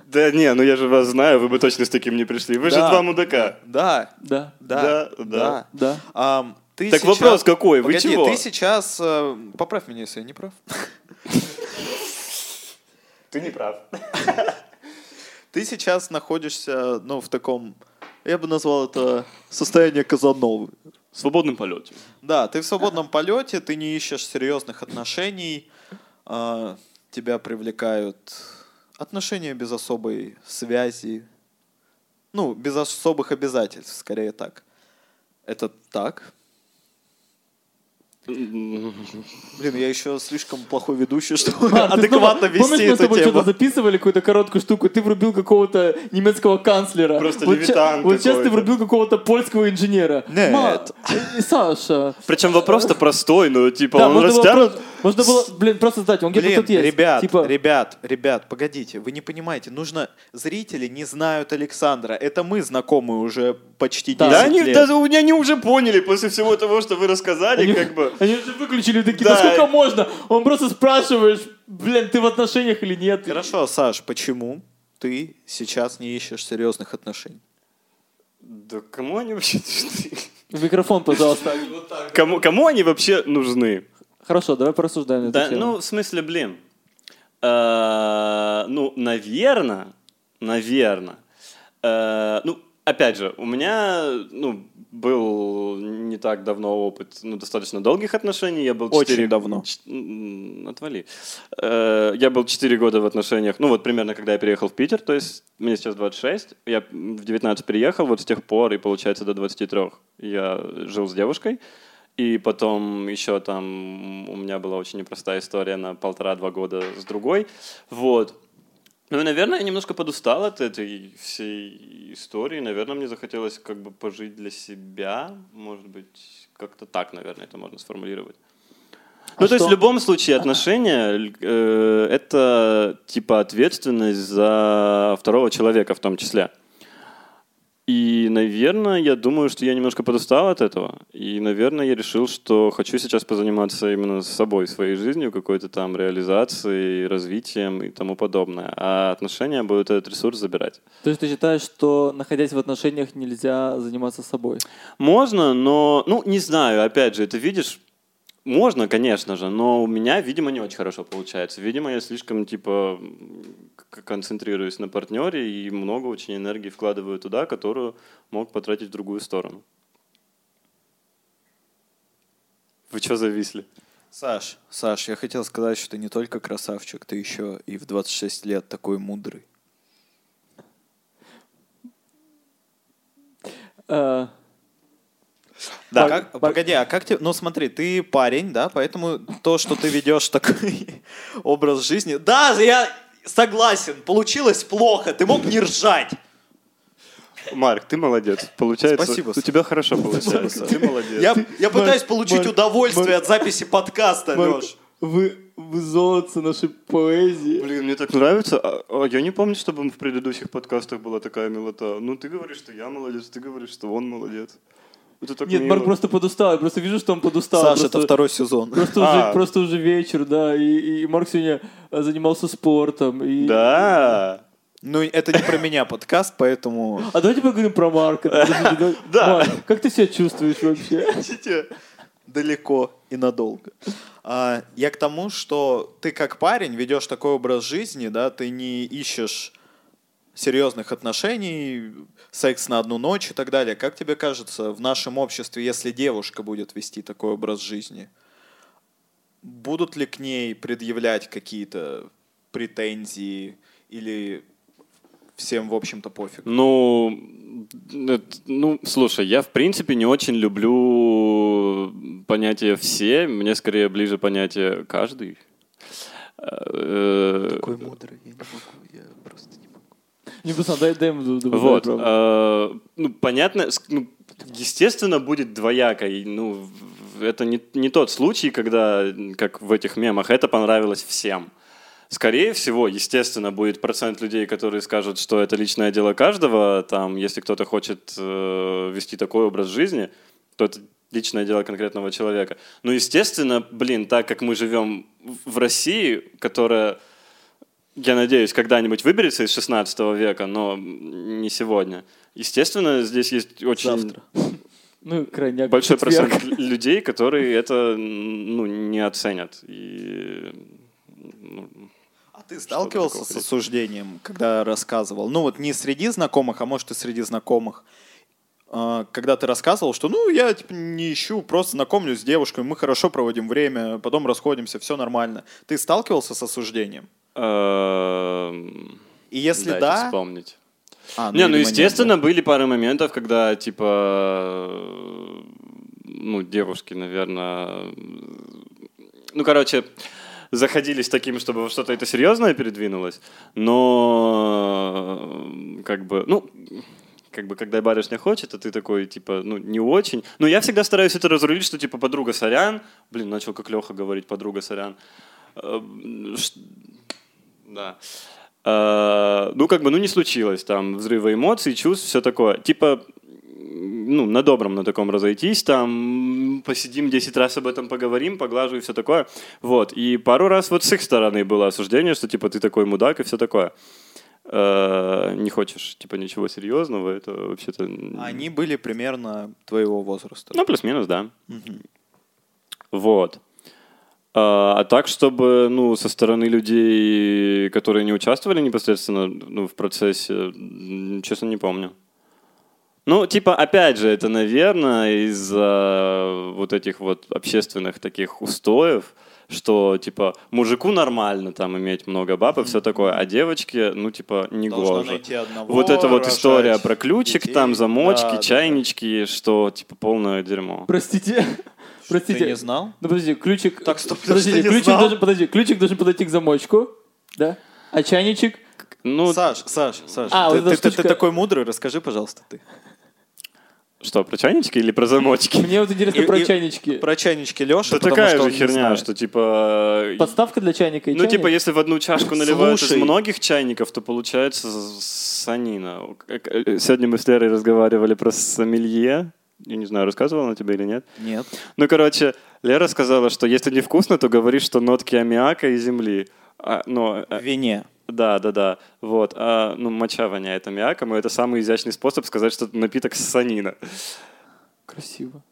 C: Да не, ну я же вас знаю, вы бы точно с таким не пришли. Вы же
B: Да.
C: два мудака.
B: Да,
A: Да,
B: да,
C: Да, да.
B: да.
A: да.
B: Ам, ты
C: Так
B: сейчас-
C: вопрос какой? Вы
B: Погоди,
C: чего?
B: ты сейчас... э, Поправь меня, если я не прав.
C: Ты не прав.
B: Ты сейчас находишься, ну, в таком, я бы назвал это состояние Казановы.
C: В свободном полете.
B: Да, ты в свободном полете, ты не ищешь серьезных отношений, а, тебя привлекают отношения без особой связи, ну, без особых обязательств, скорее так. Это так? Блин, я еще слишком плохой ведущий, чтобы
A: Марк, ты снова-
B: адекватно
A: Помнишь,
B: вести
A: мы с
B: эту
A: тобой что-то
B: тему.
A: записывали, какую-то короткую штуку, ты врубил какого-то немецкого канцлера.
C: Просто
A: Вот ща-
C: левитан
A: Вот сейчас ты
C: какой-то.
A: врубил какого-то польского инженера.
B: Нет.
A: Ма, э, Саша.
C: Причем вопрос-то простой, но типа
A: Да,
C: он
A: можно было,
C: растянут.
A: просто- можно было, блин, просто сдать, он где-то
B: Блин,
A: тут есть.
B: ребят,
A: Типа,
B: ребят, ребят, погодите, вы не понимаете, нужно... Зрители не знают Александра, это мы знакомы уже почти 10
A: Да.
C: Да, они,
B: лет.
C: даже у меня они уже поняли после всего того, что вы рассказали,
A: Они-
C: как бы.
A: Они уже выключили такие,
C: Да.
A: да сколько можно? Он просто спрашиваешь, блин, ты в отношениях или нет?
B: Хорошо, Саш, почему ты сейчас не ищешь серьезных отношений?
C: Да кому они вообще нужны?
A: В микрофон, пожалуйста.
C: Кому, кому они вообще нужны?
A: Хорошо, давай порассуждаем на эту
C: Да,
A: тему.
C: ну, в смысле, блин. Э, Ну, наверное, наверное. Ну, опять же, у меня, ну, был не так давно опыт, ну, достаточно долгих отношений. Я был
B: Очень
C: 4
B: давно.
C: Ч- м, Отвали. Э, Я был 4 года в отношениях, ну вот примерно, когда я переехал в Питер, то есть мне сейчас 26, я в 19 переехал, вот с тех пор и получается до 23 я жил с девушкой. И потом еще там у меня была очень непростая история на полтора-два года с другой. Вот. Ну, и, наверное, я немножко подустал от этой всей истории. Наверное, мне захотелось как бы пожить для себя. Может быть, как-то так, наверное, это можно сформулировать. ну, то есть
A: что-
C: в любом случае отношения л- э, это типа ответственность за второго человека в том числе. И, наверное, я думаю, что я немножко подустал от этого. И, наверное, я решил, что хочу сейчас позаниматься именно собой, своей жизнью, какой-то там реализацией, развитием и тому подобное. А отношения будут этот ресурс забирать.
A: То есть ты считаешь, что находясь в отношениях нельзя заниматься собой?
C: Можно, но, ну, не знаю, опять же, ты видишь, можно, конечно же, но у меня, видимо, не очень хорошо получается. Видимо, я слишком, типа, м, к- концентрируюсь на партнере и много очень энергии вкладываю туда, которую мог потратить в другую сторону. Вы что зависли?
B: Саш, Саш, я хотел сказать, что ты не только красавчик, ты еще и в 26 лет такой мудрый.
A: Э,
C: Да.
B: А как-
A: пог-
B: погоди, а как тебе... Ну смотри, ты парень, да, поэтому то, что ты ведешь такой образ жизни... Да, я согласен, получилось плохо, ты мог не ржать.
C: Марк, ты молодец. Получается,
B: Спасибо,
C: у
B: Саш.
C: тебя хорошо получается. Ты молодец.
B: Я, я пытаюсь получить
A: Марк,
B: удовольствие
A: Марк.
B: от записи подкаста,
A: Марк,
B: Леш.
A: вы, вы золото нашей поэзии.
C: Блин, мне так нравится. А- а я не помню, чтобы в предыдущих подкастах была такая милота. Ну, ты говоришь, что я молодец, ты говоришь, что он молодец. Это так
A: Нет,
C: мило.
A: Марк просто подустал. Я просто вижу, что он подустал.
B: Саш,
A: Просто-
B: это второй сезон.
A: Просто,
C: А.
A: уже, просто уже вечер, да, и, и Марк сегодня э, занимался спортом. И...
C: Да.
B: Ну, это не про меня подкаст, поэтому...
A: А давайте поговорим про Марка. Подождите, давай-
C: Да.
A: Марк, как ты себя чувствуешь вообще?
B: Видите? Далеко и надолго. А, я к тому, что ты как парень ведешь такой образ жизни, да, ты не ищешь серьезных отношений, секс на одну ночь и так далее. Как тебе кажется, в нашем обществе, если девушка будет вести такой образ жизни, будут ли к ней предъявлять какие-то претензии или всем, в общем-то, пофиг?
C: Ну, э, ну, слушай, я в принципе не очень люблю понятие все, мне скорее ближе понятие каждый. Э,
B: Такой мудрый, я не могу, я просто не могу.
A: Не, пацан, дай, дай ему ду- ду-
C: Вот.
A: дай, правда.
C: э, Ну, понятно, ск- ну, естественно, будет двояко. и, Ну, в- в- это не, не тот случай, когда, м, как в этих мемах, это понравилось всем. Скорее всего, естественно, будет процент людей, которые скажут, что это личное дело каждого. Там, если кто-то хочет э, вести такой образ жизни, то это личное дело конкретного человека. Ну, естественно, блин, так как мы живем в- в России, которая я надеюсь, когда-нибудь выберется из 16 века, но не сегодня. Естественно, здесь есть очень
B: Завтра.
A: Ну, крайняк.
C: большой
A: четверг.
C: процент л- людей, которые это ну, не оценят. И, ну,
B: А ты
C: такого
B: сталкивался с
C: хрена?
B: осуждением, когда рассказывал? Ну вот не среди знакомых, а может и среди знакомых. А, Когда ты рассказывал, что ну я типа не ищу, просто знакомлюсь с девушкой, мы хорошо проводим время, потом расходимся, все нормально. Ты сталкивался с осуждением?
C: эм,
B: И если
C: дайте
B: да...
C: вспомнить.
B: А,
C: не, ну
B: видимо,
C: естественно,
B: да.
C: были пары моментов, когда типа э, ну девушки, наверное, ну короче заходили с таким, чтобы во что-то это серьезное передвинулось, но э, как бы ну как бы, когда барышня хочет, а ты такой, типа, ну, не очень. Но я всегда стараюсь это разрулить, что, типа, подруга сорян. Блин, начал как Леха говорить, подруга сорян. Э, ш- Да. Э, Ну, как бы, ну, не случилось там взрыва эмоций, чувств, все такое. Типа, ну, на добром на таком разойтись, там, посидим 10 раз об этом поговорим, поглажу и все такое. Вот, и пару раз вот с их стороны было осуждение, что, типа, ты такой мудак и все такое. Э, э, не хочешь, типа, ничего серьезного, это вообще-то... м,
B: Они были примерно твоего возраста.
C: Ну, плюс-минус, да. Вот. А а так, чтобы, ну, со стороны людей, которые не участвовали непосредственно ну, в процессе, м, честно, не помню. Ну, типа, опять же, это, наверное, из-за вот этих вот общественных таких устоев, что, типа, мужику нормально там иметь много баб и все такое, а девочке, ну, типа, не
B: Должна
C: гоже.
B: найти одного,
C: Вот эта вот
B: рожать
C: история про ключик,
B: детей.
C: там, замочки,
B: Да, да, да.
C: чайнички, что, типа, полное дерьмо.
A: Простите. Простите.
B: Ты не знал?
A: Ну подожди, ключик.
B: Так, стоп, ты
A: подожди,
B: что, не
A: ключик
B: знал?
A: должен, подожди, ключик должен подойти к замочку, да? А чайничек?
C: Ну,
B: Саш, Саш, Саш,
A: А,
B: ты,
A: вот эта
B: ты- ты- ты
A: штучка.
B: такой мудрый, расскажи, пожалуйста, ты.
C: Что, про чайнички или про замочки?
A: Мне вот интересно
B: И-
A: про
B: и-
A: чайнички.
B: Про чайнички Леши,
C: Это такая же херня, что типа... э,
A: Подставка для чайника и
C: Ну, типа,
A: чайник?
C: если в одну чашку наливают из
B: Слушай.
C: многих чайников, то получается с- санина. Как- э, Сегодня мы с Лерой разговаривали про сомелье. Я не знаю, рассказывала она тебе или нет.
B: Нет.
C: Ну, короче, Лера сказала, что если невкусно, то говоришь, что нотки аммиака и земли. А, но,
B: В
C: э,
B: вине.
C: да, да, да. Вот. А, ну, моча воняет аммиаком, и это самый изящный способ сказать, что напиток санина.
A: Красиво.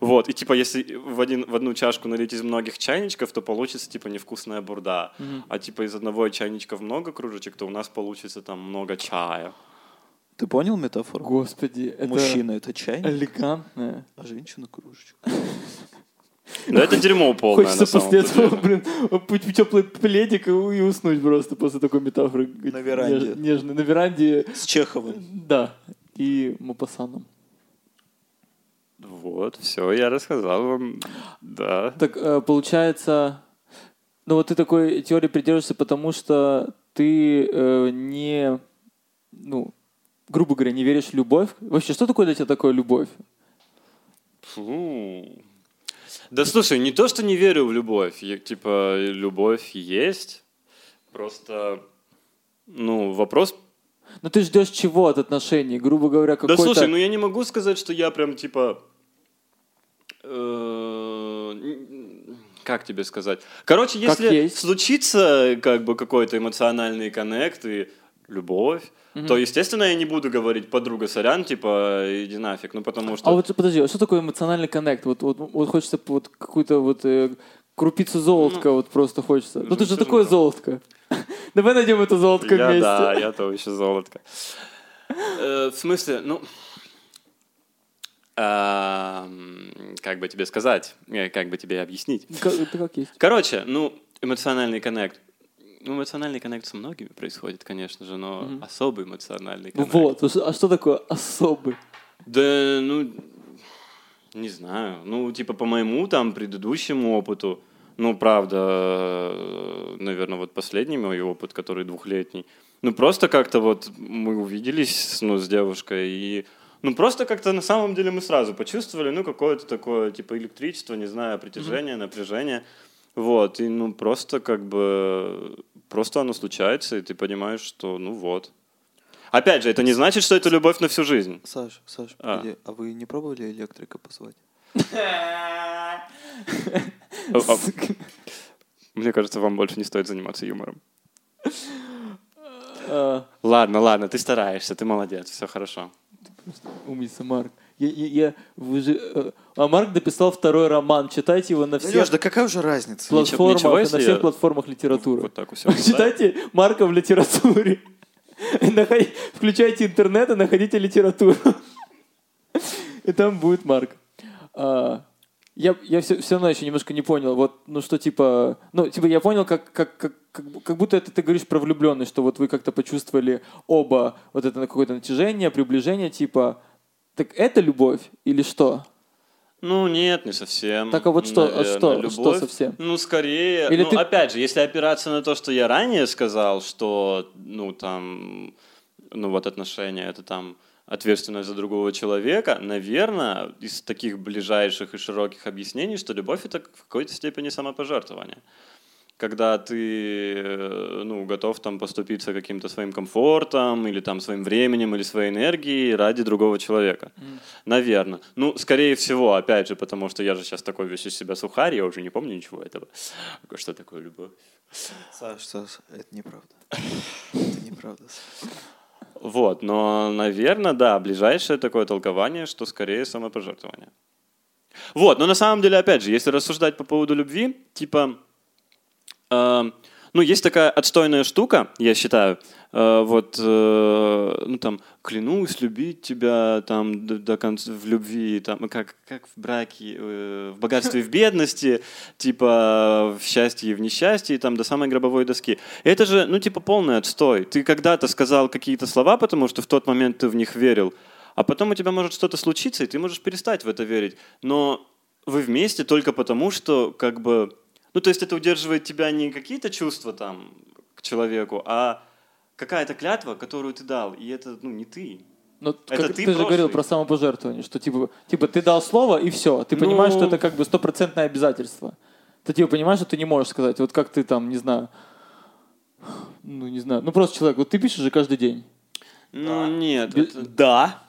C: Вот, и типа, если в, один, в одну чашку налить из многих чайничков, то получится, типа, невкусная бурда. А типа из одного чайничка в много кружечек, то у нас получится там много чая.
B: Ты понял метафору?
A: Господи, это
B: Мужчина это чайник,
A: элегантное.
B: а женщина кружечка.
C: Да это дерьмо полное на
A: Хочется
C: самом
A: после этого,
C: деле.
A: блин, путь теплый пледик и, у- и уснуть просто после такой метафоры.
B: На веранде.
A: Неж- нежной. На веранде,
B: С Чеховым.
A: да. И мопассаном.
C: Вот, все, я рассказал вам. Да.
A: Так э, получается, ну вот ты такой теории придерживаешься, потому что ты э, не, ну, грубо говоря, не веришь в любовь. Вообще, что такое для тебя такое любовь?
C: Фу. Да слушай, не то, что не верю в любовь. Я, типа, любовь есть. Просто, ну, вопрос
A: Ну ты ждешь чего от отношений, грубо говоря,
C: Да
A: какой-то...
C: слушай, ну я не могу сказать, что я прям типа... э, н- Как тебе сказать? Короче,
A: Как
C: если
A: есть.
C: случится как бы какой-то эмоциональный коннект и любовь, то, естественно, я не буду говорить подруга сорян, типа, иди нафиг, ну потому что...
A: А вот подожди, а что такое эмоциональный коннект? Вот, вот, вот хочется вот какую-то вот э, крупицу золотка, вот просто хочется. Ну ты же
C: звучит
A: такое
C: здорово.
A: золотко. Давай найдем это золотко
C: я,
A: вместе.
C: Да, я то еще золотко. Э, В смысле, ну... эм, Как бы тебе сказать, э, как бы тебе объяснить?
A: Ну, Как, это как есть.
C: Короче, ну, эмоциональный коннект. Ну, эмоциональный коннект со многими происходит, конечно же, но особый эмоциональный коннект.
A: Вот, а что- а что такое особый?
C: Да, ну, не знаю. Ну, типа, по моему там предыдущему опыту, ну, правда, наверное, вот последний мой опыт, который двухлетний, ну, просто как-то вот мы увиделись ну, с девушкой и... Ну, просто как-то на самом деле мы сразу почувствовали, ну, какое-то такое, типа, электричество, не знаю, притяжение, напряжение. Вот, и, ну, просто как бы... Просто оно случается, и ты понимаешь, что, ну, вот. Опять же, это не значит, что это любовь на всю жизнь.
B: Саш, Саш,
C: А.
B: погоди, а вы не пробовали электрика позвать?
C: А- а- Мне кажется, вам больше не стоит заниматься юмором.
A: Э,
C: Ладно, ладно, ты стараешься, ты молодец, все хорошо.
A: Умница, Марк. Я, я, я- вы же, э, а Марк дописал второй роман. Читайте его на всех
B: Леш, да какая уже разница?
C: Ло-
A: платформах,
C: ничего, если
A: на
C: я-
A: всех платформах литературы.
C: Вот так все.
A: Читайте Марка в литературе. Наход- Включайте интернет и находите литературу. И там будет Марк. А, Я, я все, равно еще немножко не понял, вот, ну что, типа, ну, типа, я понял, как, как, как, как, бу- как будто это ты говоришь про влюбленность, что вот вы как-то почувствовали оба вот это какое-то натяжение, приближение, типа, так это любовь или что?
C: Ну нет, не совсем.
A: Так, а вот что- а что- что совсем?
C: Ну скорее,
A: Или
C: ну
A: ты-
C: опять же, если опираться на то, что я ранее сказал, что ну там, ну вот отношения это там ответственность за другого человека, наверное, из таких ближайших и широких объяснений, что любовь это в какой-то степени самопожертвование. когда ты э, ну, готов там поступиться каким-то своим комфортом или там своим временем или своей энергией ради другого человека. Mm. Наверное. Ну, скорее всего, опять же, потому что я же сейчас такой весь из себя сухарь, я уже не помню ничего этого. Что такое любовь?
B: Саш, Саш, это неправда. Это неправда, Саш.
C: Вот, но, наверное, да, ближайшее такое толкование, что скорее самопожертвование. Вот, но на самом деле, опять же, если рассуждать по поводу любви, типа, э, ну, есть такая отстойная штука, я считаю, э, вот, э, ну, там, клянусь любить тебя, там, до, до конца, в любви, там, как, как в браке, э, в богатстве и в бедности, типа, в счастье и в несчастье, там, до самой гробовой доски. Это же, ну, типа, полный отстой. Ты когда-то сказал какие-то слова, потому что в тот момент ты в них верил, а потом у тебя может что-то случиться, и ты можешь перестать в это верить. Но вы вместе только потому, что как бы... Ну, то есть это удерживает тебя не какие-то чувства там к человеку, а какая-то клятва, которую ты дал, и это, ну, не ты.
A: Но
C: Это
A: как
C: ты
A: ты же
C: прошлый.
A: говорил про самопожертвование, что типа, типа ты дал слово и все. Ты
C: Ну-
A: понимаешь, что это как бы стопроцентное обязательство. Ты типа понимаешь, что ты не можешь сказать. Вот как ты там, не знаю, ну не знаю, ну просто человек, вот ты пишешь же каждый день.
C: Ну, нет.
A: Бе-
C: это- Да.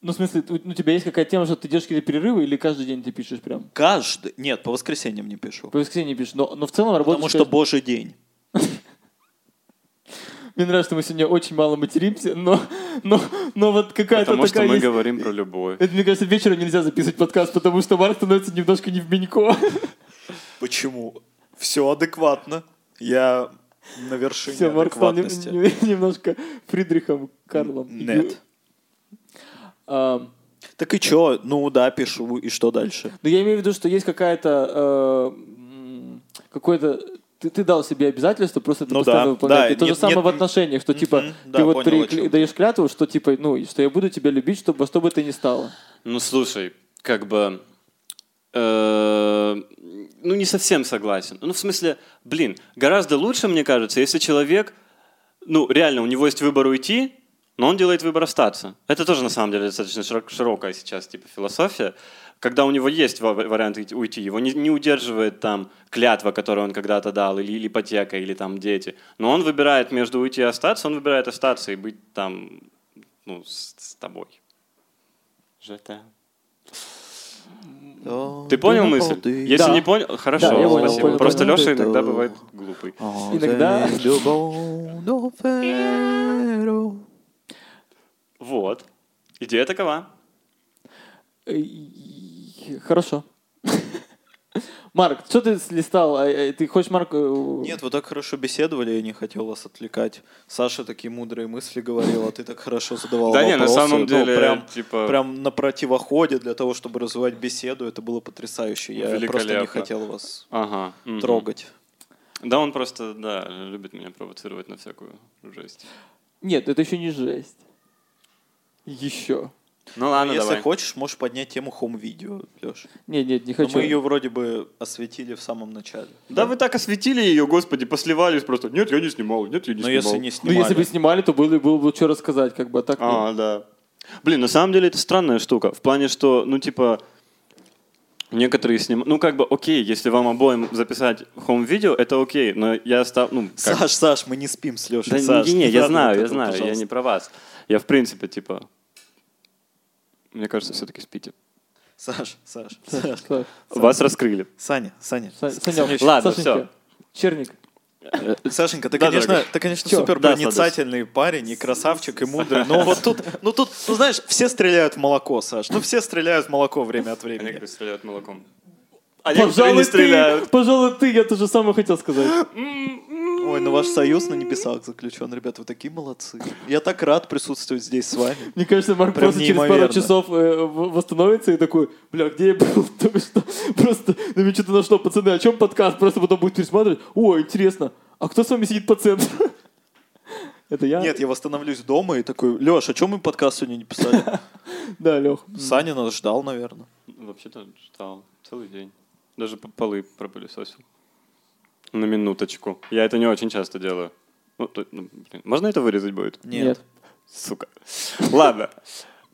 A: Ну, в смысле, у ну, у тебя есть какая-то тема, что ты делаешь какие-то перерывы или каждый день ты пишешь прям?
B: Каждый... Нет, по воскресеньям не пишу.
A: По воскресенье пишешь, но, но в целом работаешь...
B: Потому что
A: каждый-
B: божий день.
A: Мне нравится, что мы сегодня очень мало материмся, но, но, но вот какая-то
C: Потому что
A: такая
C: мы
A: есть-
C: говорим про любовь.
A: Это, мне кажется, вечером нельзя записывать подкаст, потому что Марк становится немножко не в менько.
B: Почему? Все адекватно. Я на вершине
A: Все, Марк стал нем-
B: адекватности.
A: нем- немножко Фридрихом Карлом.
B: Нет.
A: А,
B: Так и чё? Ну да, пишу. И что дальше?
A: Но ну, я имею в виду, что есть какая-то... э, м, Какое-то... Ты, ты дал себе обязательство, просто ты
B: Ну да,
A: постоянно выполняешь.
B: да,
A: И то
B: нет-
A: же самое
B: нет,
A: в отношениях, что типа
B: мгм,
A: ты
B: да,
A: вот
B: понял, о
A: прикли-
B: чём.
A: даешь клятву, что типа, ну, и что я буду тебя любить, чтобы, во что бы ты ни стало.
C: Ну, слушай, как бы... э, Ну, не совсем согласен. Ну, в смысле, блин, гораздо лучше, мне кажется, если человек, ну, реально, у него есть выбор уйти, но он делает выбор остаться. Это тоже, на самом деле, достаточно широк- широкая сейчас, типа, философия. Когда у него есть ва- вариант идти- уйти, его не, не удерживает там клятва, которую он когда-то дал, или, или ипотека, или там дети. Но он выбирает между уйти и остаться, он выбирает остаться и быть там, ну, с, с тобой. Жета. Ты понял мысль? Если
A: Да.
C: не понял, хорошо,
A: я понял,
C: спасибо.
A: понял,
C: Просто
A: понял.
C: Леша
B: Это- А.
C: иногда бывает глупый.
A: Иногда-
C: Вот. Идея такова.
A: Э, и- Хорошо. Марк, что ты слистал? А, э, Ты хочешь, Марк... э,
B: Нет, вы так хорошо беседовали, я не хотел вас отвлекать. Саша такие мудрые мысли говорил, а ты так хорошо задавал
C: да
B: вопросы.
C: не, на самом
B: Ну,
C: деле,
B: прям,
C: типа,
B: прям на противоходе для того, чтобы развивать беседу, это было потрясающе. Я просто не
C: Великолепно.
B: хотел вас
C: ага, мгм.
B: трогать.
C: Да, он просто, да, любит меня провоцировать на всякую жесть.
A: Нет, это еще не жесть. Еще.
C: Ну ладно,
B: Если
C: давай.
B: хочешь, можешь поднять тему хом-видео, Леш.
A: Нет, нет, не
B: Но
A: хочу.
B: Мы ее вроде бы осветили в самом начале.
C: Да вы так осветили ее, господи, посливались просто. Нет, я не снимал, нет, я не
B: Но
C: снимал.
B: если не
A: Ну,
B: снимали.
A: если бы снимали, то было, было бы что рассказать, как бы, а так... нет.
C: А, да. Блин, на самом деле это странная штука. В плане, что, ну, типа, некоторые снимают... Ну, как бы, окей, если вам обоим записать хом-видео, это окей, но я стал... Ну, как...
B: Саш, Саш, мы не спим с Лешей.
C: Да
B: Саш,
C: не, не,
B: не надо вот
C: я знаю, я
B: этого,
C: знаю, я
B: пожалуйста.
C: не про вас. Я в принципе, типа, мне кажется, все-таки спите.
B: Саш, Саш,
A: Саша,
B: Саш.
A: Саш,
C: Вас раскрыли.
B: Саня, Саня.
A: Са- Санёк,
B: Санёч.
C: Ладно,
A: Сашенька, Черник.
B: Сашенька, ты,
C: Да,
B: конечно,
C: дорогой.
B: ты, конечно,
A: Чё?
B: супер
C: Да,
B: проницательный парень, и красавчик, и мудрый. Но вот тут, ну тут, ну знаешь, все стреляют в молоко, Саш. Ну все стреляют в молоко время от времени.
C: стреляют молоком. А
A: Пожалуй,
C: не
A: ты,
C: стреляют.
A: пожалуй, ты, я то же самое хотел сказать.
B: Ой, ну ваш союз на небесах заключен, ребята, вы такие молодцы. Я так рад присутствовать здесь с вами.
A: Мне кажется, Марк
B: Прям
A: просто через пару
B: неимоверно.
A: часов э, в- восстановится и такой, бля, где я был только что? Просто на меня что-то нашло, пацаны, о чем подкаст? Просто потом будет пересматривать. О, интересно, а кто с вами сидит по центру? Это я?
B: Нет, я восстановлюсь дома и такой, Леш, о чем мы подкаст сегодня не писали?
A: Да, Лех.
B: Саня нас ждал, наверное.
C: Вообще-то ждал целый день. Даже п- полы пропылесосил. На минуточку. Я это не очень часто делаю. Ну, то- ну, блин, Можно это вырезать будет?
A: Нет.
C: Сука. Ладно.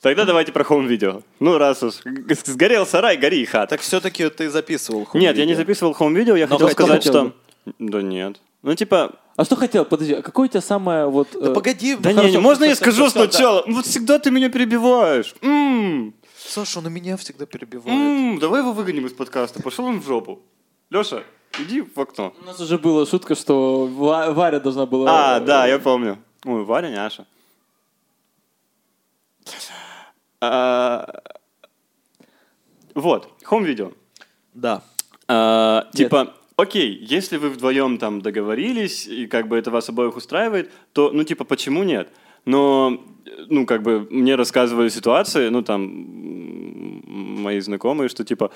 C: Тогда давайте про хоум-видео. Ну, раз уж г- сгорел сарай, гори и хата.
B: Так все-таки ты записывал хум
C: Нет, я не записывал хоум-видео, я
B: Но
C: хотел
B: хотел
C: сказать,
A: бы.
C: что... Да нет. Ну, типа,
A: А что хотел? Подожди, а какое у тебя самое вот... э,
B: Да погоди,
C: да
B: ну,
C: не,
B: хорошо,
C: можно
B: всё,
C: я
B: всё,
C: скажу
B: всё, всё,
C: сначала? Ну, Вот всегда ты меня перебиваешь. М,
B: Саша, он и меня всегда перебивает.
C: м, м-м, Давай его выгоним из подкаста, пошел он в жопу. Леша, иди в окно.
A: У нас уже была шутка, что Ва- Варя должна была... э,
C: А, да, я помню. Ой, Варя, Няша. А, Вот, хом-видео.
B: Да.
C: А,
A: Нет.
C: Типа, окей, если вы вдвоем там договорились, и как бы это вас обоих устраивает, то, ну, типа, почему нет? Но, э, ну, как бы мне рассказывали ситуации, ну, там, м, мои знакомые, что, типа,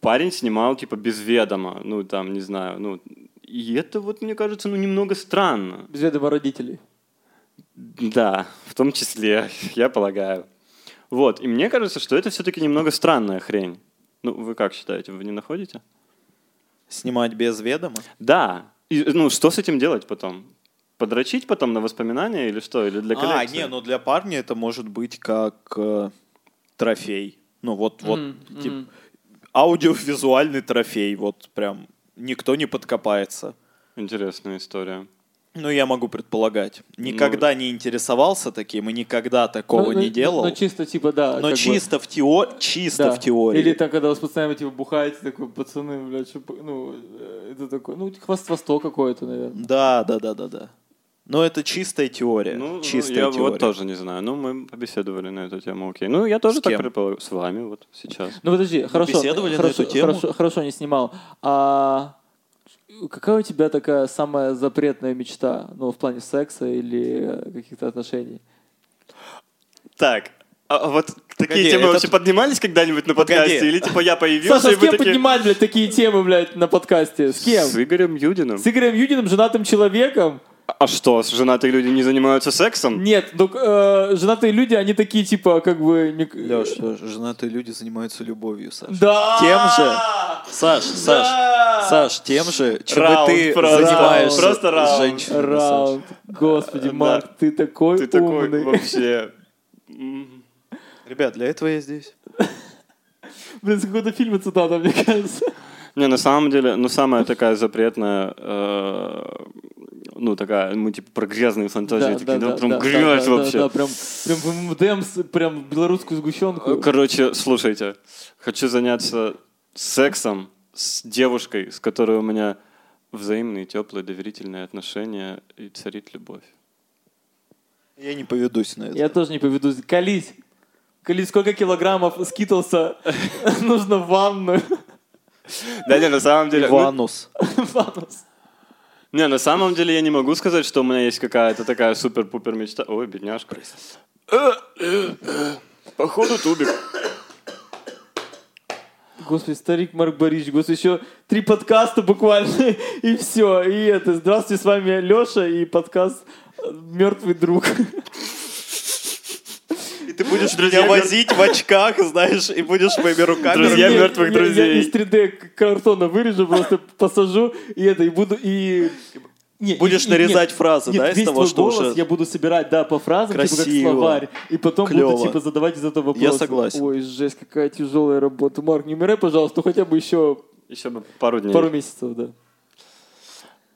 C: парень снимал, типа, без ведома, ну, там, не знаю, ну, и это вот, мне кажется, ну, немного странно.
A: Без ведома родителей.
C: Да, в том числе, я полагаю. Вот, и мне кажется, что это все-таки немного странная хрень. Ну, вы как считаете, вы не находите?
B: Снимать без ведома?
C: Да. И, ну, что с этим делать потом? Подрочить потом на воспоминания или что? Или для
B: а,
C: коллекции?
B: не, ну для парня это может быть как э, трофей. Ну вот, вот,
A: М,
B: тип-
A: м.
B: аудиовизуальный трофей, вот прям никто не подкопается.
C: Интересная история.
B: Ну, я могу предполагать. Никогда не интересовался таким и никогда такого
A: Ну, ну,
B: не делал.
A: Ну, чисто, типа, да.
B: но
A: как бы,
B: чисто в теории, чисто
A: да.
B: в теории.
A: Или там, когда вы с пацанами, типа, бухаете, такой, пацаны, блядь, что... по- Ну, э, это такое, ну, хвастовство какое-то, наверное.
B: Да, да, да, да, да. Но это чистая теория.
C: Ну,
B: э, чистая
C: я
B: теория.
C: вот тоже не знаю. Ну, мы побеседовали на эту тему, окей. Ну, я тоже
B: С
C: так
B: кем?
C: предполагаю. С вами вот сейчас.
A: Ну, подожди, хорошо.
B: беседовали на
A: хорошо,
B: эту тему?
A: Хорошо, хорошо, не снимал. А какая у тебя такая самая запретная мечта? Ну, в плане секса или э, каких-то отношений?
C: Так, а вот такие
B: Погоди,
C: темы
B: это-
C: вообще поднимались когда-нибудь на
B: Погоди.
C: подкасте? Или типа я появился,
A: Саша,
C: и
A: с
C: вы
A: кем
C: такие...
A: поднимать, блядь, такие темы, блядь, на подкасте? С кем?
C: С Игорем Юдиным.
A: С Игорем Юдиным, женатым человеком?
C: А что, с- женатые люди не занимаются сексом?
A: Нет, ну, э, женатые люди, они такие, типа, как бы... не-
B: Лёш, Лёш, женатые люди занимаются любовью, Саш.
A: Да!
B: Тем же, Саш, Саш, Саш, тем же, чем
C: Раунд
B: ты
C: просто,
B: занимаешься
C: раунд, просто
B: с
C: раунд.
B: женщинами, Саш.
A: Раунд. Господи,
C: Да.
A: Марк, ты такой
C: Ты такой
A: умный.
C: вообще... М.
B: Ребят, для этого я здесь.
A: Блин, с какого-то фильма цитата, мне кажется.
C: Не, на самом деле, ну, самая такая запретная, э, ну, такая, мы, типа, про грязные фантазии, такие, да, прям грязь
A: да,
C: вообще.
A: да, прям, прям в МДМ, с- прям белорусскую
C: Э,
A: сгущенку.
C: Короче, слушайте, хочу заняться сексом с девушкой, с которой у меня взаимные, теплые, доверительные отношения и царит любовь.
B: Я не поведусь на это.
A: Я тоже не поведу. Колись. Колись, сколько килограммов скитлса нужно в ванну.
C: Да не, на самом деле... ну,
B: Ванус.
A: Ванус.
C: Не, на самом деле я не могу сказать, что у меня есть какая-то такая супер-пупер мечта. Ой, бедняжка. Э, э, э. Походу тубик.
A: Господи, старик Марк Борисович, господи, еще три подкаста буквально, и все. И это, здравствуйте, с вами Леша и подкаст «Мертвый друг».
B: И ты будешь
C: Друзья,
B: меня
C: мер-
B: возить в очках, знаешь, и будешь моими руками.
C: Друзья,
A: Не,
B: рулить.
C: мертвых
A: я- Я
C: друзей.
A: из 3D картона вырежу, просто посажу, и это, и буду, и... Не, и-
B: Будешь
A: и-
B: нарезать
A: нет,
B: фразы,
A: нет,
B: да, из
A: весь
B: того,
A: твой
B: что
A: голос
B: уже...
A: я буду собирать, да, по фразам, типа как
B: Красиво.
A: словарь, и потом буду,
B: Клёво.
A: типа, задавать из этого вопросы.
B: Я согласен.
A: Ой, жесть, какая тяжелая работа. Марк, не умирай, пожалуйста, ну хотя бы еще
C: Еще бы пару дней.
A: пару месяцев, да.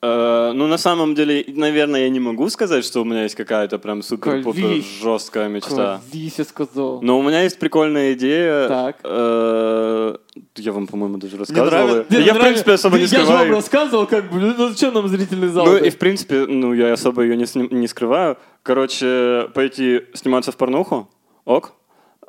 C: Э, Ну, на самом деле, наверное, я не могу сказать, что у меня есть какая-то прям супер-пупер
A: Кали.
C: жесткая мечта.
A: Колись, я сказал.
C: Но у меня есть прикольная идея.
A: Так.
C: Э, Я вам, по-моему, даже рассказывал.
B: нравится-
A: Мне
C: Я, в
A: нравится-
C: принципе, особо не
A: Я же вам
C: скрываю.
A: рассказывал, как бы, ну, зачем нам зрительный зал?
C: Ну, и, в принципе, ну, я особо ее не сни- не скрываю. Короче, пойти сниматься в порнуху, ок,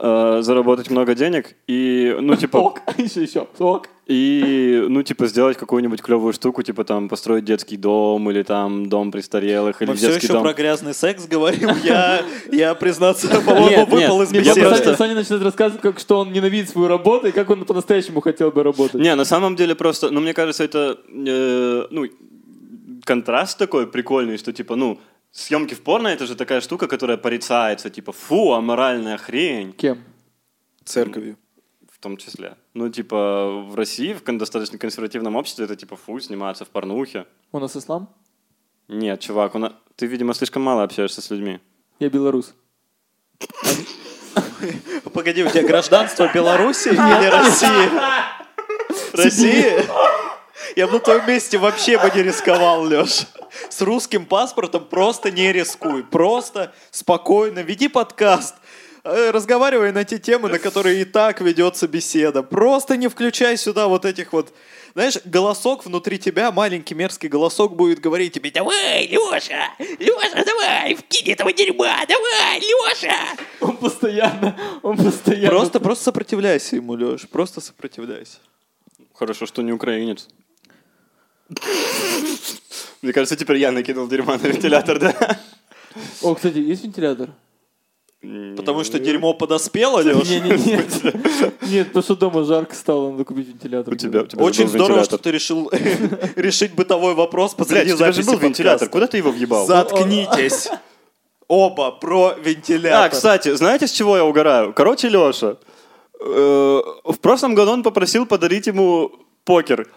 C: Э, заработать много денег и, ну, типа,
A: Ок, еще, еще, ок.
C: и, ну, типа, сделать какую-нибудь клевую штуку, типа, там, построить детский дом или там дом престарелых или
B: Мы все
C: детский
B: еще
C: дом.
B: про грязный секс говорим. Я, я признаться,
C: Нет,
B: по-моему, выпал
C: нет,
B: из
A: Мне
C: Я
A: Саня,
B: беседы.
C: просто-
A: Саня начинает рассказывать, как, что он ненавидит свою работу и как он по-настоящему хотел бы работать.
C: Не, на самом деле просто, ну, мне кажется, это, э, ну, контраст такой прикольный, что, типа, ну, съемки в порно — это же такая штука, которая порицается, типа, фу, аморальная хрень,
A: Кем?
B: Церковью.
C: в том числе. Ну, типа, в России, в кон- достаточно консервативном обществе, это, типа, фу, сниматься в порнухе.
A: У нас ислам?
C: Нет, чувак, у на- ты, видимо, слишком мало общаешься с людьми.
A: Я белорус.
B: Погоди, у тебя гражданство Беларуси или России? России? Я бы на твоем месте вообще бы не рисковал, Леш. С русским паспортом просто не рискуй. Просто спокойно веди подкаст. Э, Разговаривай на те темы, на которые и так ведется беседа. Просто не включай сюда вот этих вот... Знаешь, голосок внутри тебя, маленький мерзкий голосок будет говорить тебе «Давай, Леша! Леша, давай! Вкинь этого дерьма! Давай, Леша!»
A: Он постоянно, он постоянно...
B: Просто, просто сопротивляйся ему, Леш. Просто сопротивляйся.
C: Хорошо, что не украинец. Мне кажется, теперь я накинул дерьма на вентилятор, да?
A: О, кстати, есть вентилятор?
B: Потому что дерьмо подоспело, Леша.
A: Не, не, нет. Нет, потому что дома жарко стало, надо купить вентилятор.
C: У тебя, у тебя
B: Очень
C: же был
B: здорово, что
C: вентилятор.
B: ты решил решить бытовой вопрос
C: Блядь,
B: посреди
C: у тебя же
B: записи
C: был вентилятор,
B: подкаста.
C: куда ты его въебал?
B: Заткнитесь. Оба про вентилятор.
C: А, кстати, знаете, с чего я угораю? Короче, Леша, в прошлом году он попросил подарить ему покер.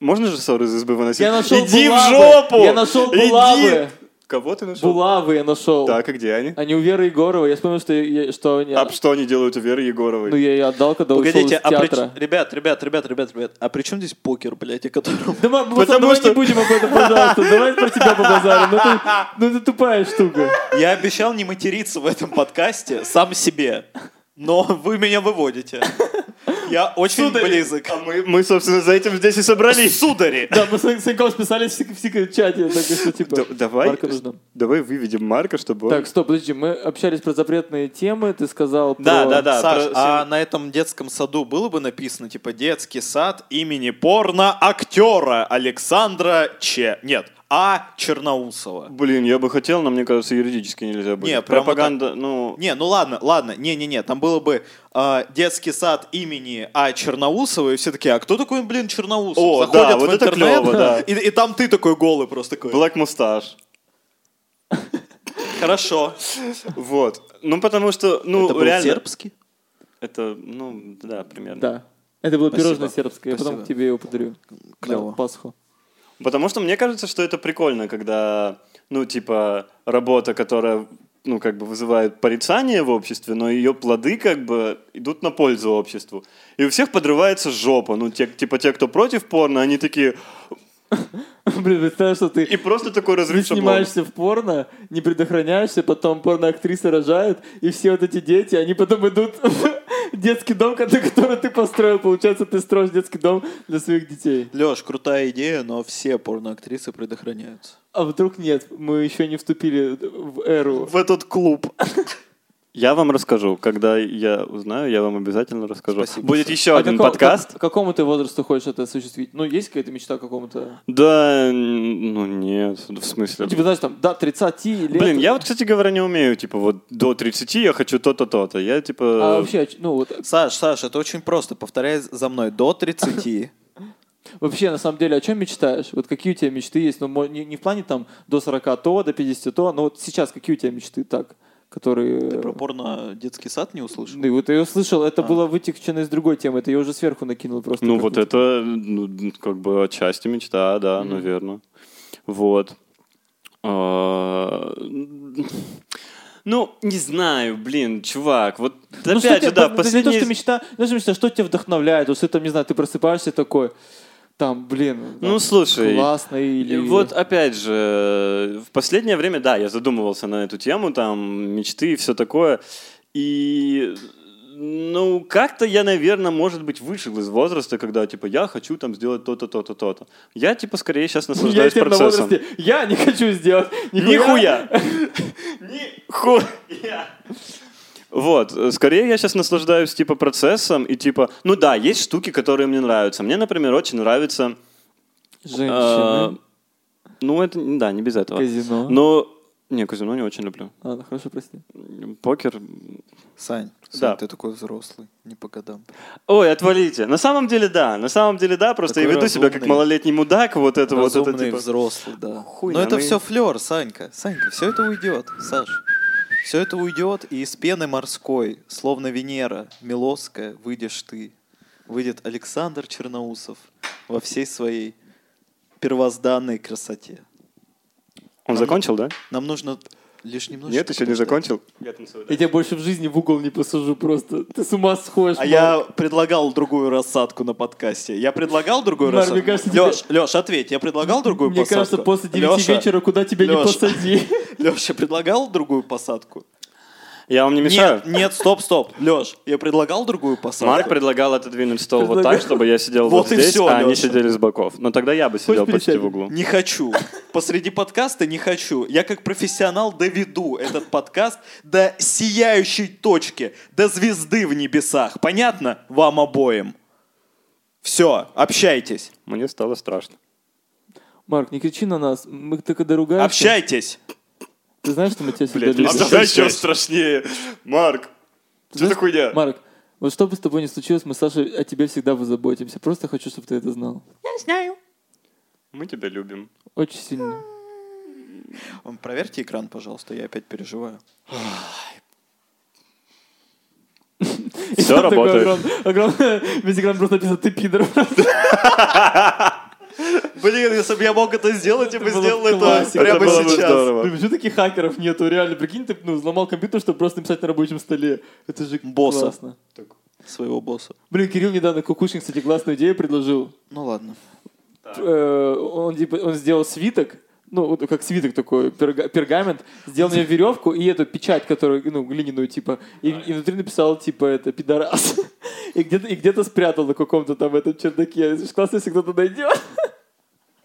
C: Можно же ссоры из избы выносить?
A: Я нашел
C: Иди в
A: булавы.
C: жопу!
A: Я нашел
C: Иди!
A: булавы.
C: Кого ты нашел?
A: Булавы я нашел.
C: Так, и где они?
A: Они у Веры Егоровой. Я вспомнил, что, я- что они...
C: А что они делают у Веры Егоровой?
A: Ну, я ее отдал, когда
B: Погодите,
A: ушел
B: а
A: из
B: при...
A: театра.
B: ребят, ребят, ребят, ребят, ребят, а при чем здесь покер, блядь, о котором...
A: Да, ма-
C: Потому
A: пацан, давай
C: что-
A: не будем об этом, пожалуйста. Давай про тебя побазарим. Ну, ты- Ну, это тупая штука.
B: Я обещал не материться в этом подкасте сам себе, но вы меня выводите. Я очень
C: Сударь,
B: близок.
C: А мы, мы, собственно, за этим здесь и собрались. Судари!
A: Да, мы с Саньком списались в сик- в сик-чате, так что, типа,
C: давай, э,
A: Марка нужна.
C: давай выведем Марка, чтобы он-
A: Так, стоп, подожди, мы общались про запретные темы, ты сказал про...
C: Да, да, да.
B: Саш,
C: про-
B: а на этом детском саду было бы написано, типа, детский сад имени порно актера Александра Че. Нет, А. Черноусова.
C: Блин, я бы хотел, но мне кажется, юридически нельзя будет.
B: Не, прямо
C: пропаганда, ну...
B: Не, ну ладно, ладно, не-не-не, там было бы э, детский сад имени А. Черноусова, и все такие, а кто такой, блин, Черноусов?
C: О,
B: Заходят
C: да,
B: в
C: вот это
B: интернет,
C: клёво, да.
B: И, и там ты такой голый просто такой.
C: Black Mustache.
B: Хорошо.
C: Вот. Ну, потому что, ну,
B: это был
C: реально...
B: сербский?
C: Это, ну, да, примерно.
A: Да. Это было
B: Спасибо.
A: пирожное сербское, я потом
B: Спасибо.
A: тебе его подарю.
B: Клёво.
A: На Пасху.
C: Потому что мне кажется, что это прикольно, когда, ну, типа, работа, которая, ну, как бы вызывает порицание в обществе, но ее плоды, как бы, идут на пользу обществу. И у всех подрывается жопа. Ну, те, типа, те, кто против порно, они такие...
A: Блин, представь, что ты
C: И просто такой
A: Ты
C: разрыв шаблона.
A: снимаешься в порно, не предохраняешься, потом порно-актриса рожает, и все вот эти дети, они потом идут в детский дом, ко- который ты построил. Получается, ты строишь детский дом для своих детей.
B: Леш, крутая идея, но все порноактрисы предохраняются.
A: А вдруг нет, мы еще не вступили в эру.
B: В этот клуб.
C: Я вам расскажу. Когда я узнаю, я вам обязательно расскажу.
B: Спасибо,
C: Будет
B: Саш.
C: еще
A: А
C: один
A: какого-
C: подкаст.
A: как- какому ты возрасту хочешь это осуществить? Ну, есть какая-то мечта какому-то?
C: Да, н- ну нет, в смысле.
A: Ну, типа, знаешь, там, до 30 лет.
C: Блин, я вот, кстати говоря, не умею, типа, вот до 30 я хочу то-то, то-то. Я,
A: А
C: типа...
A: вообще, ну вот,
B: Саш, Саш, это очень просто. Повторяй за мной. До 30.
A: вообще, на самом деле, о чем мечтаешь? Вот какие у тебя мечты есть? Ну, мо- не, не в плане там до 40 то, до 50 то, но вот сейчас какие у тебя мечты так, которые...
B: Ты про порно детский сад не услышал?
A: Ну, и вот я услышал, это было вытекчено из другой темы, это я уже сверху накинул просто.
C: А. Ну,
A: как
C: вот
A: будто.
C: это, ну, как бы, отчасти мечта, да, наверное. Вот. А, Ну, не знаю, блин, чувак, вот
A: Ну, что
C: опять же,
A: тебя-
C: да,
A: да не
C: в
A: то, что
C: последние...
A: мечта, знаешь, мечта, что тебя вдохновляет? Вот что там, не знаю, ты просыпаешься такой, там, блин,
C: Ну,
A: там,
C: слушай,
A: классно или...
C: Э, Вот опять же, э, в последнее время, да, я задумывался на эту тему, там, мечты и все такое. И, ну, как-то я, наверное, может быть, вышел из возраста, когда, типа, я хочу там сделать то-то, то-то, то-то. Я, типа, скорее сейчас
A: я
C: наслаждаюсь
A: теперь на
C: процессом.
A: возрасте, я не хочу сделать
C: Нихуя! Нихуя! Вот, э, скорее я сейчас наслаждаюсь, типа, процессом и, типа, ну да, есть штуки, которые мне нравятся. Мне, например, очень нравится... э, А,
A: Женщины,
C: Ну, это, да, не без этого.
A: казино.
C: Но... Не, казино не очень люблю.
A: Ладно, хорошо, прости.
C: Покер...
B: Сань,
C: Да.
B: Сань, ты такой взрослый, не по годам.
C: Ой, отвалите. На самом деле, да. На самом деле, да. Просто я
B: Такой
C: веду себя как
B: разумный.
C: малолетний мудак. Вот это вот это
B: Разумный,
C: типа.
B: взрослый, да.
C: Хуйня,
B: Но это
C: ну и-
B: все флер, Санька. Санька, все это уйдет, Саш. Все это уйдет, и из пены морской, словно Венера, Милоская, выйдешь ты. Выйдет Александр Черноусов во всей своей первозданной красоте.
C: Он закончил, да?
B: Нам нужно Лишь немножечко.
D: Нет, еще не закончил?
C: Я танцую, да.
A: Я тебя больше в жизни в угол не посажу просто. Ты с ума сходишь.
B: А
A: Марк.
B: я предлагал другую рассадку на подкасте. Я предлагал другую
A: Марк,
B: рассадку?
A: мне кажется, тебе-
B: Леш, Леш, ответь, я предлагал другую
A: Мне
B: посадку?
A: кажется, после 9
B: Лёша,
A: вечера куда тебя не
B: Лёша.
A: посади.
B: Лёш, я предлагал другую посадку?
C: Я вам не мешаю.
B: Нет, нет, стоп, стоп. Леш, я предлагал другую посадку?
C: Марк предлагал отодвинуть стол вот
A: Предлагал.
C: так, чтобы я сидел
B: Вот
C: вот,
B: и
C: здесь,
B: всё,
C: а они
B: Лёша.
C: сидели с боков. Но тогда я бы сидел почти
A: пересядем?
C: в углу.
B: Не хочу. Посреди подкаста не хочу. Я как профессионал доведу этот подкаст до сияющей точки, до звезды в небесах. Понятно вам обоим? Все, общайтесь.
C: Мне стало страшно.
A: Марк, не кричи на нас. Мы так когда ругаемся.
B: Общайтесь.
A: Ты знаешь, что мы тебя всегда любим?
B: Лиза, обсуждай, чё
C: страшнее. Марк,
A: Знаешь,
C: за хуйня?
A: Марк, вот что бы с тобой ни случилось, мы, Саша, о тебе всегда заботимся. Просто хочу, чтобы ты это знал.
C: Мы тебя любим.
A: Очень сильно.
B: М, Проверьте экран, пожалуйста, я опять переживаю.
A: И
C: Всё
A: там такой
C: работает.
A: огромный- огромный- Весь экран просто написано «Ты пидор».
B: Блин, если бы я мог это сделать, я
A: Это
B: бы
A: было
B: сделал
A: бы
B: это
A: классика.
B: прямо
C: Это было бы
B: сейчас.
C: здорово.
A: Блин, почему таких хакеров нету? Реально, прикинь, ты ну, взломал компьютер, чтобы просто написать на рабочем столе. Это же
B: Босса.
A: классно.
B: Своего босса.
A: Блин, Кирилл недавно Кукушин, кстати, классную идею предложил.
B: Ну ладно.
A: Э, он, типа, он сделал свиток, ну, вот как свиток такой, перга- пергамент, сделал мне веревку и эту печать, которую, ну, глиняную, типа, и, и внутри написал, типа, это, пидорас. И где-то и где-то спрятал на каком-то там этом чердаке. Это же классно, если кто-то найдет.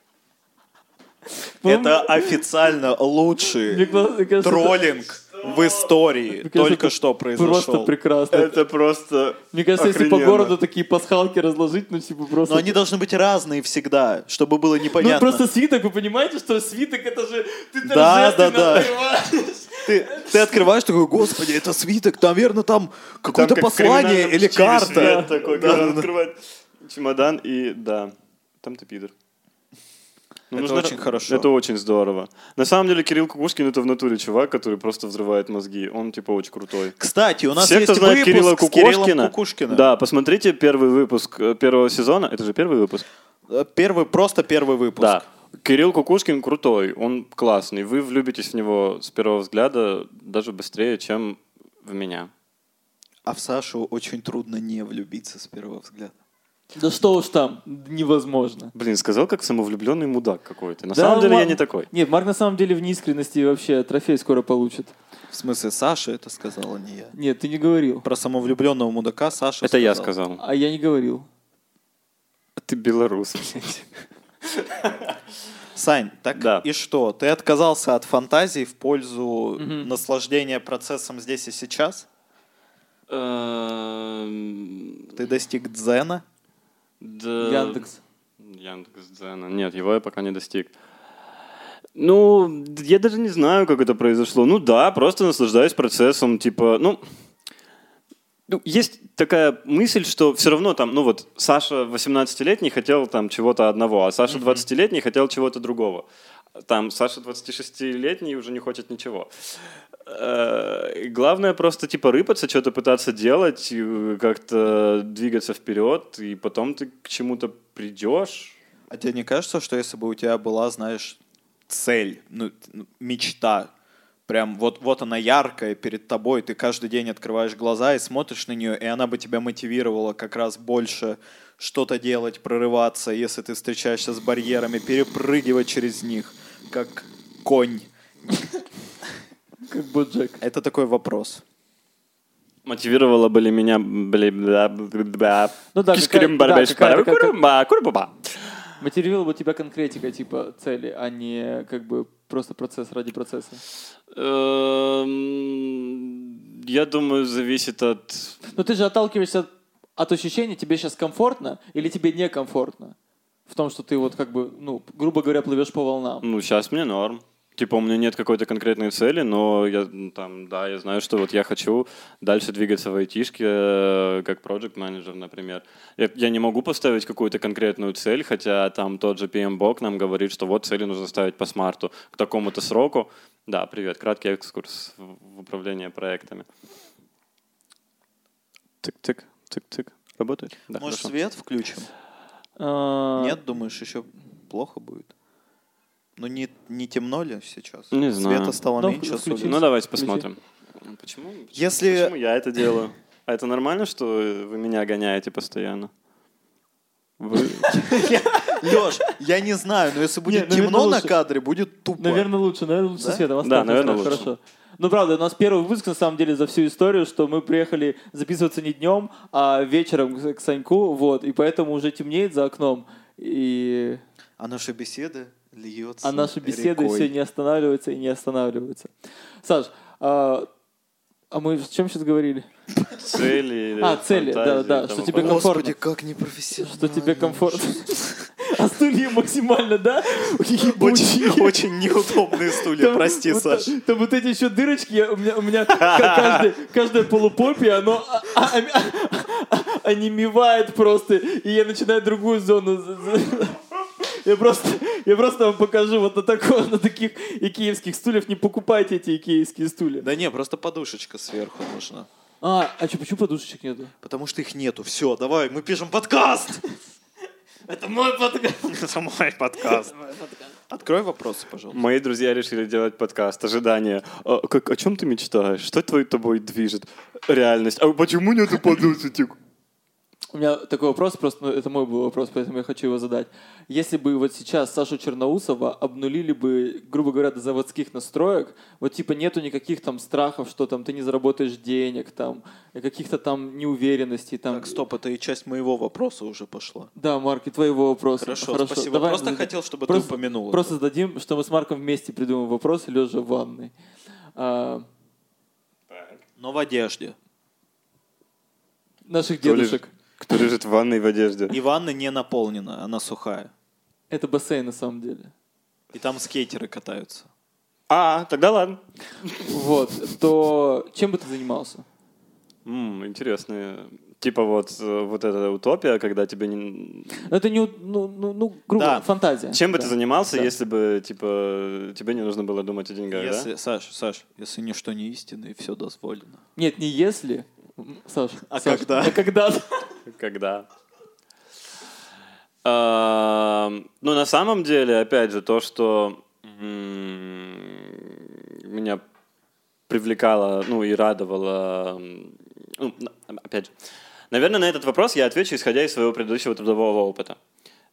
B: Это официально лучший
A: Мне классно, мне кажется, это-
B: троллинг в истории
A: кажется,
B: только
A: это
B: что
A: Просто
B: произошел.
A: прекрасно.
C: Это просто...
A: Э, Мне кажется, если по
C: охрененно.
A: городу такие пасхалки разложить, ну, типа, просто...
B: Но они должны быть разные всегда, чтобы было
A: Ну,
B: непонятно.
A: просто свиток, вы понимаете, что свиток это же... Ты
B: Да, да, да.
A: торжественно
B: ты, ты открываешь такой, господи, это свиток, наверное, там какое-то
C: как в
B: послание
C: криминальном
B: или
C: чтиве
B: карта.
C: свет такой, когда он открывает чемодан и да, там ты пидор. Ну,
B: Это очень хорошо.
C: Это очень здорово. На самом деле Кирилл Кукушкин это в натуре чувак, который просто взрывает мозги. Он типа очень крутой.
B: Кстати, у нас
C: Все,
B: есть
C: кто знает
B: выпуск
C: Кирилла
B: с Кириллом
C: Кукушкина,
B: Кукушкиным.
C: да, посмотрите первый выпуск э, первого сезона. Это же первый выпуск.
B: Э, Первый, просто первый выпуск.
C: Да. Кирилл Кукушкин крутой, он классный. Вы влюбитесь в него с первого взгляда даже быстрее, чем в меня.
B: А в Сашу очень трудно не влюбиться с первого взгляда.
A: Да что уж там, невозможно.
C: Блин, сказал как самовлюбленный мудак какой-то. На
A: Да,
C: самом
A: ну
C: деле я
A: ладно.
C: не такой.
A: Нет, Марк на самом деле в неискренности вообще трофей скоро получит.
B: В смысле, Саша это сказала, не я.
A: Нет, ты не говорил.
B: Про самовлюбленного мудака Саша
C: Это я сказал.
A: А я не говорил.
C: Ты белорус, блядь.
B: Сань, так
C: Да.
B: и что? Ты отказался от фантазии в пользу
A: Мгм.
B: наслаждения процессом здесь и сейчас?
C: Эм,
B: Ты достиг дзена?
C: да-
A: Яндекс.
C: Яндекс Дзена. Нет, его я пока не достиг. Ну, я даже не знаю, как это произошло. Ну да, просто наслаждаюсь процессом, типа, ну... ну, есть такая мысль, что все равно там, ну вот, Саша 18-летний хотел там чего-то одного, а Саша 20-летний хотел чего-то другого. Там Саша 26-летний уже не хочет ничего. Э, Главное просто типа рыпаться, что-то пытаться делать, и как-то двигаться вперед, и потом ты к чему-то придешь.
B: А тебе не кажется, что если бы у тебя была, знаешь, цель, ну, т- ну, мечта, прям вот, вот она яркая перед тобой, ты каждый день открываешь глаза и смотришь на нее, и она бы тебя мотивировала как раз больше что-то делать, прорываться, если ты встречаешься с барьерами, перепрыгивать через них, как конь.
A: Как Боджек.
B: Это такой вопрос.
C: Мотивировала бы ли меня... бли- бля- бля- бля-
A: Ну да,
C: Кишкарим
A: какая- да,
C: барбаш
A: какая-то
C: пара-
A: как-
C: курумба, курумба.
A: Мотивировала бы тебя конкретика, типа, цели, а не как бы просто процесс ради процесса.
C: Эм, Я думаю, зависит от...
A: Но ты же отталкиваешься от, от ощущения, тебе сейчас комфортно или тебе некомфортно? В том, что ты вот как бы, ну, грубо говоря, плывешь по волнам.
C: Ну, сейчас мне норм. Типа у меня нет какой-то конкретной цели, но я ну, там, да, я знаю, что вот я хочу дальше двигаться в айтишке, э, как project менеджер, например. Я, я не могу поставить какую-то конкретную цель, хотя там тот же PMBOK нам говорит, что вот цели нужно ставить по смарту к такому-то сроку. Да, привет, краткий экскурс в в управление проектами. Тык-тык, тык-тык. Работает? Да,
B: Может,
C: хорошо.
B: свет включим?
A: А,
B: Нет, думаешь, еще плохо будет? Ну не, не темно ли сейчас?
C: Не знаю.
B: Света стало
A: Да,
B: меньше.
A: включи.
B: особенно.
C: Ну, давайте
A: Включи.
C: посмотрим. Почему?
B: Если
C: Почему я это делаю? А это нормально, что вы меня гоняете постоянно? Вы...
B: Леш, я не знаю, но если будет
A: Не, наверное,
B: темно на
A: лучше.
B: кадре, будет тупо.
A: Наверное, лучше, наверное, лучше а
B: Да?
A: света.
C: Да, наверное, лучше.
A: Хорошо. Ну, правда, у нас первый выпуск, на самом деле, за всю историю, что мы приехали записываться не днем, а вечером к к Саньку, вот, и поэтому уже темнеет за окном, и
B: А наши беседы льется.
A: а наши беседы
B: рекой.
A: все не останавливаются и не останавливаются. Саш, а, а мы с чем сейчас говорили?
C: Цели.
A: А, цели, да,
C: фантазии
A: да,
C: и тому
A: что тебе
C: подобное.
B: Господи, как непрофессионально.
A: Что тебе комфортно? А стулья максимально, да? Ебучие.
B: Очень, очень неудобные стулья,
A: Там
B: прости,
A: вот
B: Саш.
A: та- Там вот эти еще дырочки, я- у меня, у меня к- каждое, каждое полупопие, оно а- а- а- а- онемевает просто, и я начинаю другую зону. за- за- Я просто, я просто вам покажу вот на, таком, на таких икеевских стульях. Не покупайте эти икеевские стулья.
B: Да не, просто подушечка сверху нужна.
A: А, а чё, почему подушечек нету?
B: Потому что их нету. Все, давай, мы пишем подкаст.
A: Это мой подкаст.
B: Это мой подкаст. Открой вопросы, пожалуйста.
C: Мои друзья решили делать подкаст. Ожидание. А, как, о чем ты мечтаешь? Что твой тобой движет? Реальность. А почему нету подушечек?
A: У меня такой вопрос, просто ну, это мой был вопрос, поэтому я хочу его задать. Если бы вот сейчас Сашу Черноусова обнулили бы, грубо говоря, до заводских настроек, вот типа нету никаких там страхов, что там ты не заработаешь денег, там каких-то там неуверенностей, там.
B: Так, стоп, это и часть моего вопроса уже пошла.
A: Да, Марк, и твоего вопроса.
B: Хорошо, спасибо.
A: давай
B: Просто
A: зададим-
B: хотел, чтобы
A: Просто-
B: ты упомянула.
A: Просто зададим, что мы с Марком вместе придумаем вопрос, и Лежа в ванной. А,
B: Но в одежде.
A: наших
C: Кто
A: дедушек.
C: лежит- Кто лежит в ванной в одежде?
B: И ванна не наполнена, она сухая.
A: Это бассейн на самом деле.
B: И там скейтеры катаются.
C: А, тогда ладно.
A: Вот, то чем бы ты занимался?
C: М, интересные. Типа вот, э, вот эта утопия, когда тебе не...
A: Ну, Это не, у- ну, ну, ну, грубо
B: Да.
A: фантазия.
C: Чем бы
A: Да.
C: ты занимался,
A: Да.
C: если бы, типа, тебе не нужно было думать о деньгах,
B: Если,
C: да?
B: Саш, Саш, если ничто не истинно и все дозволено.
A: Нет, не если, М, Саш.
B: А
A: Саш,
B: когда?
A: А когда?
C: Когда? А, Ну, на самом деле, опять же, то, что м, меня привлекало, ну, и радовало... м, ну, на- опять же, наверное, на этот вопрос я отвечу, исходя из своего предыдущего трудового опыта.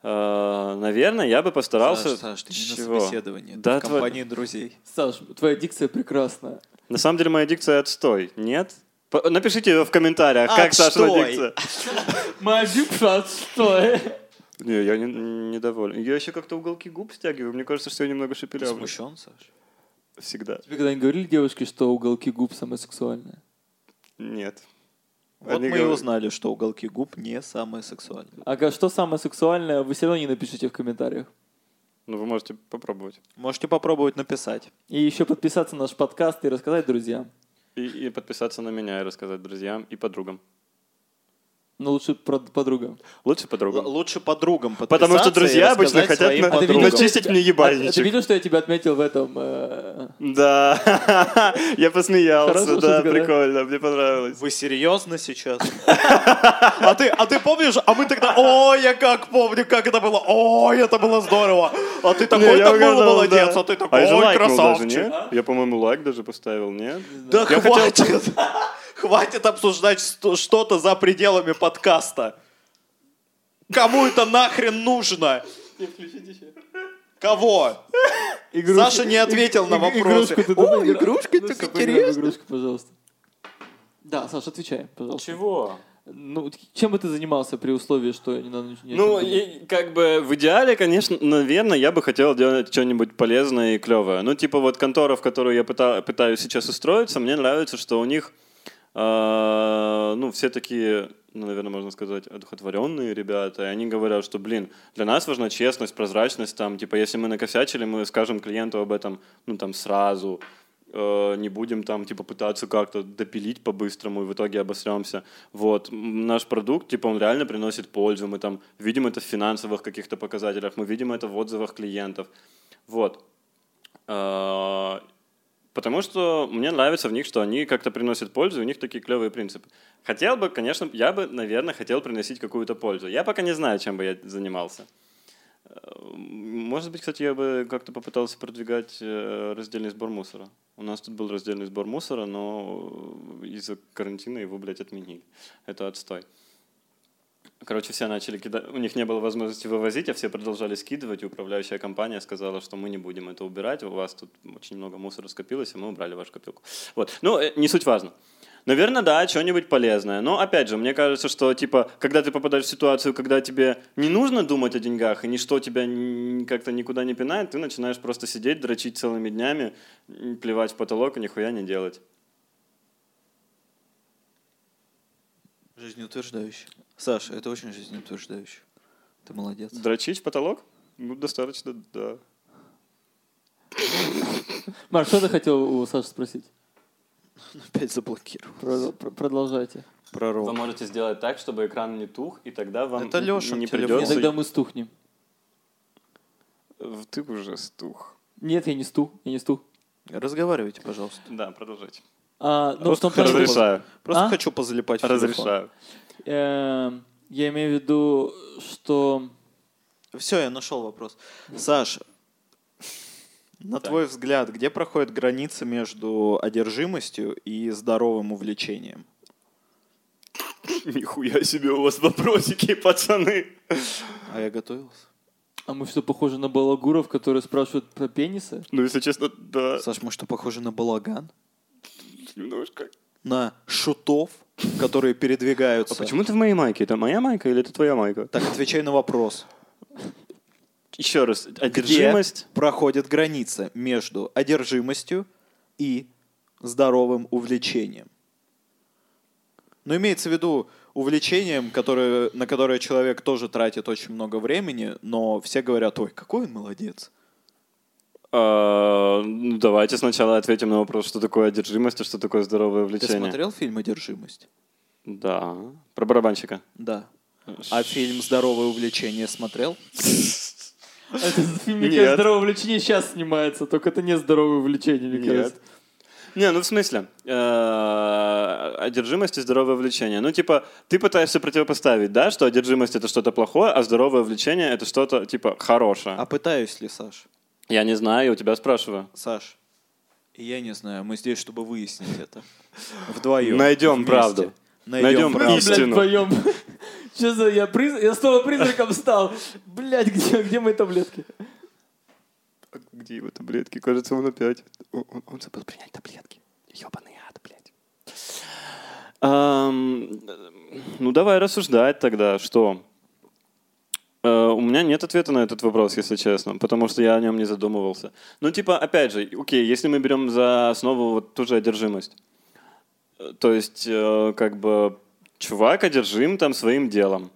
C: А, Наверное, я бы постарался...
B: Саш, Саш, ты не
C: Чего?
B: на собеседовании, ты
C: Да,
B: в
C: тво-
B: компании друзей.
A: Саш, твоя дикция прекрасная.
C: На самом деле моя дикция отстой, нет? П- Напишите в комментариях, как Сашина
B: Отстой.
C: дикция.
A: Моя дикция, что?
C: Не, я не- недоволен. Я еще как-то уголки губ стягиваю, мне кажется, что я немного
B: Ты
C: шепелявлю.
B: смущен, Саш?
C: Всегда.
A: Тебе когда-нибудь говорили девушки, что уголки губ самые сексуальные?
C: Нет.
B: Вот
C: Они
B: мы и
C: говорят-
B: узнали, что уголки губ не самые сексуальные.
A: А га- что самое сексуальное, вы все равно не напишите в комментариях.
C: Ну, вы можете попробовать.
B: Можете попробовать написать.
A: И еще подписаться на наш подкаст и рассказать друзьям.
C: И, и подписаться на меня, и рассказать друзьям и подругам.
A: Но Ну, лучше про- подругам.
C: Лучше
B: Л-
C: подругам.
B: лучше подругам подписаться
C: Потому что друзья
B: и
C: обычно
B: рассказать
C: хотят
B: своим
C: на-
A: подругам.
C: начистить мне
A: А ты
C: ебальничек.
A: видел, что я тебя отметил в этом? э,
C: Да, я посмеялся,
A: Хорошая
C: да,
A: шутка, да?
C: прикольно, мне понравилось.
B: Вы серьезно сейчас? А ты, а ты помнишь? А мы тогда, о, я как помню, как это было. Ой, это было здорово. А ты
C: Не,
B: такой,
C: я
B: такой
C: угадал,
B: молодец,
C: да.
B: а ты
C: я же
B: такой
C: лайкнул даже,
B: красавчик.
C: нет? Я, по-моему, лайк даже поставил, нет?
B: Да
C: Я хотел-
B: хватит. Хватит обсуждать что- что-то за пределами подкаста. Кому это нахрен нужно? Кого?
A: игрушку-
B: Саша не ответил на
A: иг-
B: вопросы.
A: игрушку ты
B: О,
A: добавил?
B: игрушка,
A: Ну
B: так
A: всё, поиграем в
B: интересно.
A: игрушку, пожалуйста. Да, Саша, отвечай, пожалуйста.
C: Чего?
A: Ну, чем бы ты занимался при условии, что не надо ничего
C: Ну, и, как бы в идеале, конечно, наверное, я бы хотел делать что-нибудь полезное и клевое. Ну, типа вот контора, в которую я пыта- пытаюсь сейчас устроиться, мне нравится, что у них, э, ну, все такие, ну, наверное, можно сказать, одухотворенные ребята, и они говорят, что, блин, для нас важна честность, прозрачность, там, типа, если мы накосячили, мы скажем клиенту об этом, ну, там, сразу, э, не будем там типа пытаться как-то допилить по-быстрому и в итоге обосремся. Вот М, наш продукт, типа он реально приносит пользу, мы там видим это в финансовых каких-то показателях, мы видим это в отзывах клиентов. Вот. Э, Потому что мне нравится в них, что они как-то приносят пользу, и у них такие клевые принципы. Хотел бы, конечно, я бы, наверное, хотел приносить какую-то пользу. Я пока не знаю, чем бы я занимался. Э, Может быть, кстати, я бы как-то попытался продвигать э, раздельный сбор мусора. У нас тут был раздельный сбор мусора, но из-за карантина его, блядь, отменили. Это отстой. Короче, все начали кидать. У них не было возможности вывозить, а все продолжали скидывать. И управляющая компания сказала, что мы не будем это убирать. У вас тут очень много мусора скопилось, и мы убрали вашу копилку. Вот. Ну, э, не суть важно. Наверное, да, что-нибудь полезное. Но опять же, мне кажется, что типа, когда ты попадаешь в ситуацию, когда тебе не нужно думать о деньгах, и ничто тебя н- как-то никуда не пинает, ты начинаешь просто сидеть, дрочить целыми днями, м, плевать в потолок и нихуя не делать.
B: Жизнеутверждающе. Саша, это очень жизнеутверждающе. Ты молодец.
C: Дрочить в потолок? Ну, достаточно, да.
A: Марк, что ты хотел у Саши спросить?
B: Опять заблокировал.
A: Про- про- Продолжайте.
B: Про
C: Вы
B: рок.
C: можете сделать так, чтобы экран не тух, и тогда вам
B: Это Лёшин
C: не
B: телефон.
A: И
B: Просто-
A: тогда
C: придется...
A: мы стухнем.
C: Ты уже стух.
A: Нет, я не стух, я не стух.
B: Разговаривайте, пожалуйста.
C: Да, продолжайте.
A: А, ну, в
B: Просто
A: том плане,
B: хорошо.
C: Разрешаю.
B: Просто
A: А?
B: хочу позалипать в телефон.
C: Разрешаю.
A: эм, я имею в виду, что...
B: Все, я нашел вопрос. Саш, на
C: Так.
B: твой взгляд, где проходит граница между одержимостью и здоровым увлечением?
C: Нихуя себе у вас вопросики, пацаны.
B: А я готовился.
A: А мы что, похожи на балагуров, которые спрашивают про пенисы?
C: Ну, если честно, да,
B: А Саш, мы что, похожи на балаган?
C: немножко.
B: На шутов, которые передвигаются?
C: А почему ты в моей майке? Это моя майка или это твоя майка?
B: Так, отвечай на вопрос.
C: Еще раз, одержимость.
B: Где проходит граница между одержимостью и здоровым увлечением? Но имеется в виду увлечением, которое, на которое человек тоже тратит очень много времени, но все говорят, ой, какой он молодец.
C: А, ну, Давайте сначала ответим на вопрос, что такое одержимость и что такое здоровое
B: Ты
C: влечение.
B: смотрел фильм «Одержимость»?
C: Да. Про барабанщика.
B: Да. А фильм «Здоровое увлечение» смотрел?
A: Это фильм, мне
C: Нет.
A: кажется, здоровое влечение сейчас снимается, только это не здоровое влечение, мне
C: Нет.
A: кажется.
C: Не, ну в смысле, э, одержимость и здоровое влечение. Ну, типа, ты пытаешься противопоставить, да, что одержимость это что-то плохое, а здоровое влечение это что-то, типа, хорошее.
B: А пытаюсь ли, Саш?
C: Я не знаю, я у тебя спрашиваю.
B: Саш, я не знаю, мы здесь, чтобы выяснить это. Вдвоем.
C: Найдем
B: вместе.
C: правду. Найдем
B: Найдем
A: Мы,
B: правду.
A: блядь,
C: Истину.
A: вдвоем. Что за... Я, приз- я снова призраком стал. Блядь, где, где мои таблетки?
C: А Где его таблетки? Кажется, он опять. Он, забыл принять таблетки. Ёбаный ад, блядь. ну, давай рассуждать тогда, что... Э, У меня нет ответа на этот вопрос, если честно, потому что я о нем не задумывался. Ну, типа, опять же, окей, если мы берем за основу вот ту же одержимость. Э, То есть, э, как бы, чувак одержим там своим делом.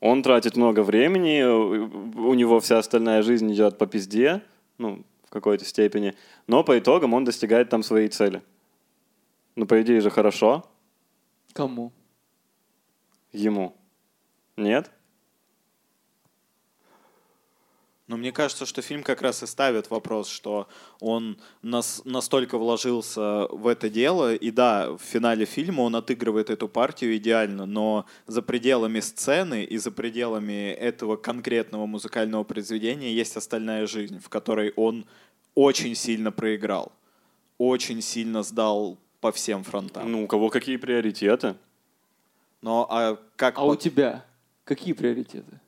C: Он тратит много времени, э, у у него вся остальная жизнь идет по пизде, ну, в какой-то степени, но по итогам он достигает там своей цели. Ну, по идее же, хорошо
A: Кому?
C: ему. Нет?
B: Но мне кажется, что фильм как раз и ставит вопрос, что он нас, настолько вложился в это дело, и да, в финале фильма он отыгрывает эту партию идеально, но за пределами сцены и за пределами этого конкретного музыкального произведения есть остальная жизнь, в которой он очень сильно проиграл, очень сильно сдал по всем фронтам.
C: Ну, у кого какие приоритеты?
B: Но а как...
A: А у
B: по-
A: тебя какие приоритеты?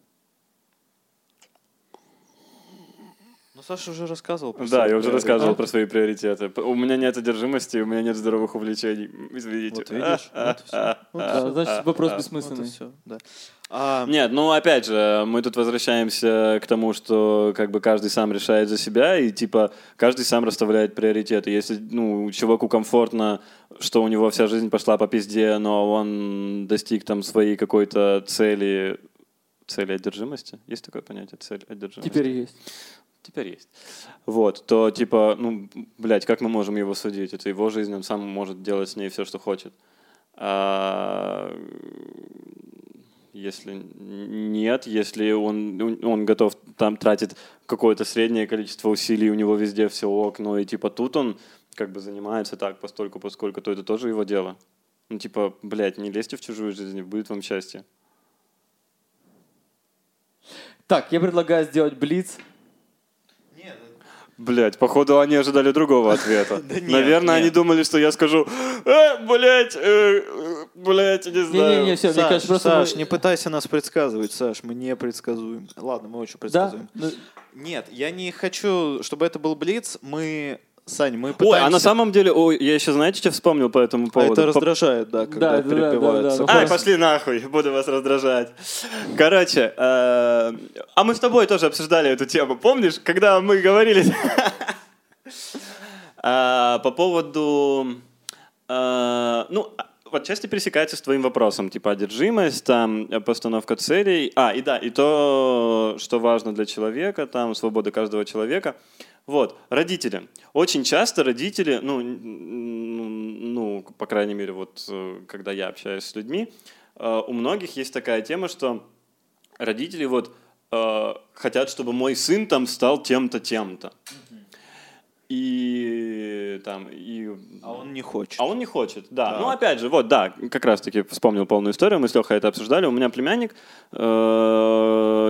B: Ну, э, Саша уже рассказывал. про
C: Да,
B: свои
C: я уже
B: приоритеты.
C: рассказывал про свои приоритеты. П- У меня нет одержимости, у меня нет здоровых увлечений. М, Извините.
B: Вот видишь, вот всё, вот
A: А,
B: всё.
A: значит, вопрос
B: Вот и
A: бессмысленный.
B: всё, да. А,
C: Нет, ну опять же, мы тут возвращаемся к тому, что как бы каждый сам решает за себя, и типа каждый сам расставляет приоритеты. Если ну, чуваку комфортно, что у него вся жизнь пошла по пизде, но он достиг там своей какой-то цели, цели одержимости. Есть такое понятие, цель одержимости?
A: Теперь есть.
C: Теперь есть. Вот, то типа, ну, блядь, как мы можем его судить? Это его жизнь, он сам может делать с ней все, что хочет. А, Если нет, если он, он готов, там тратит какое-то среднее количество усилий, у него везде все ок, но и типа тут он как бы занимается так постольку, поскольку, то это тоже его дело. Ну типа, блядь, не лезьте в чужую жизнь, будет вам счастье.
A: Так, я предлагаю сделать блиц.
C: Блять, походу они ожидали другого ответа.
B: Да нет,
C: Наверное,
B: нет.
C: они думали, что я скажу, э, блять, э, блять, не знаю.
A: Не-не-не, все, мне
B: Саш,
A: кажется, просто...
B: Саш,
A: мы-
B: не пытайся нас предсказывать, Саш, мы не предсказуем. Ладно, мы очень
A: Да?
B: предсказуем.
A: Ну,
B: Нет, я не хочу, чтобы это был блиц. Мы, Сань, мы
C: Ой,
B: пытаемся...
C: а на самом деле, ой, я еще, знаете, что вспомнил по этому
B: А
C: поводу?
B: это
C: По-
B: раздражает, да, когда
A: да, да, да,
B: перебиваются.
A: да, да.
C: Ай, пошли нахуй, буду вас раздражать. Короче, э, а мы с тобой тоже обсуждали эту тему, помнишь, когда мы говорили А, по поводу, э, ну, а- вот части пересекается с твоим вопросом, типа одержимость, там э, постановка целей, а и да, и то, что важно для человека, там свобода каждого человека. Вот, родители. Очень часто родители, ну, н- н- ну, по крайней мере, вот э, когда я общаюсь с людьми, э, у многих есть такая тема, что родители вот э, хотят, чтобы мой сын там стал тем-то, тем-то. И там, и...
B: А он не хочет.
C: А он не хочет, да.
B: Так.
C: Ну, опять же, вот, да, как раз-таки вспомнил полную историю, мы с Лехой это обсуждали. У меня племянник, э,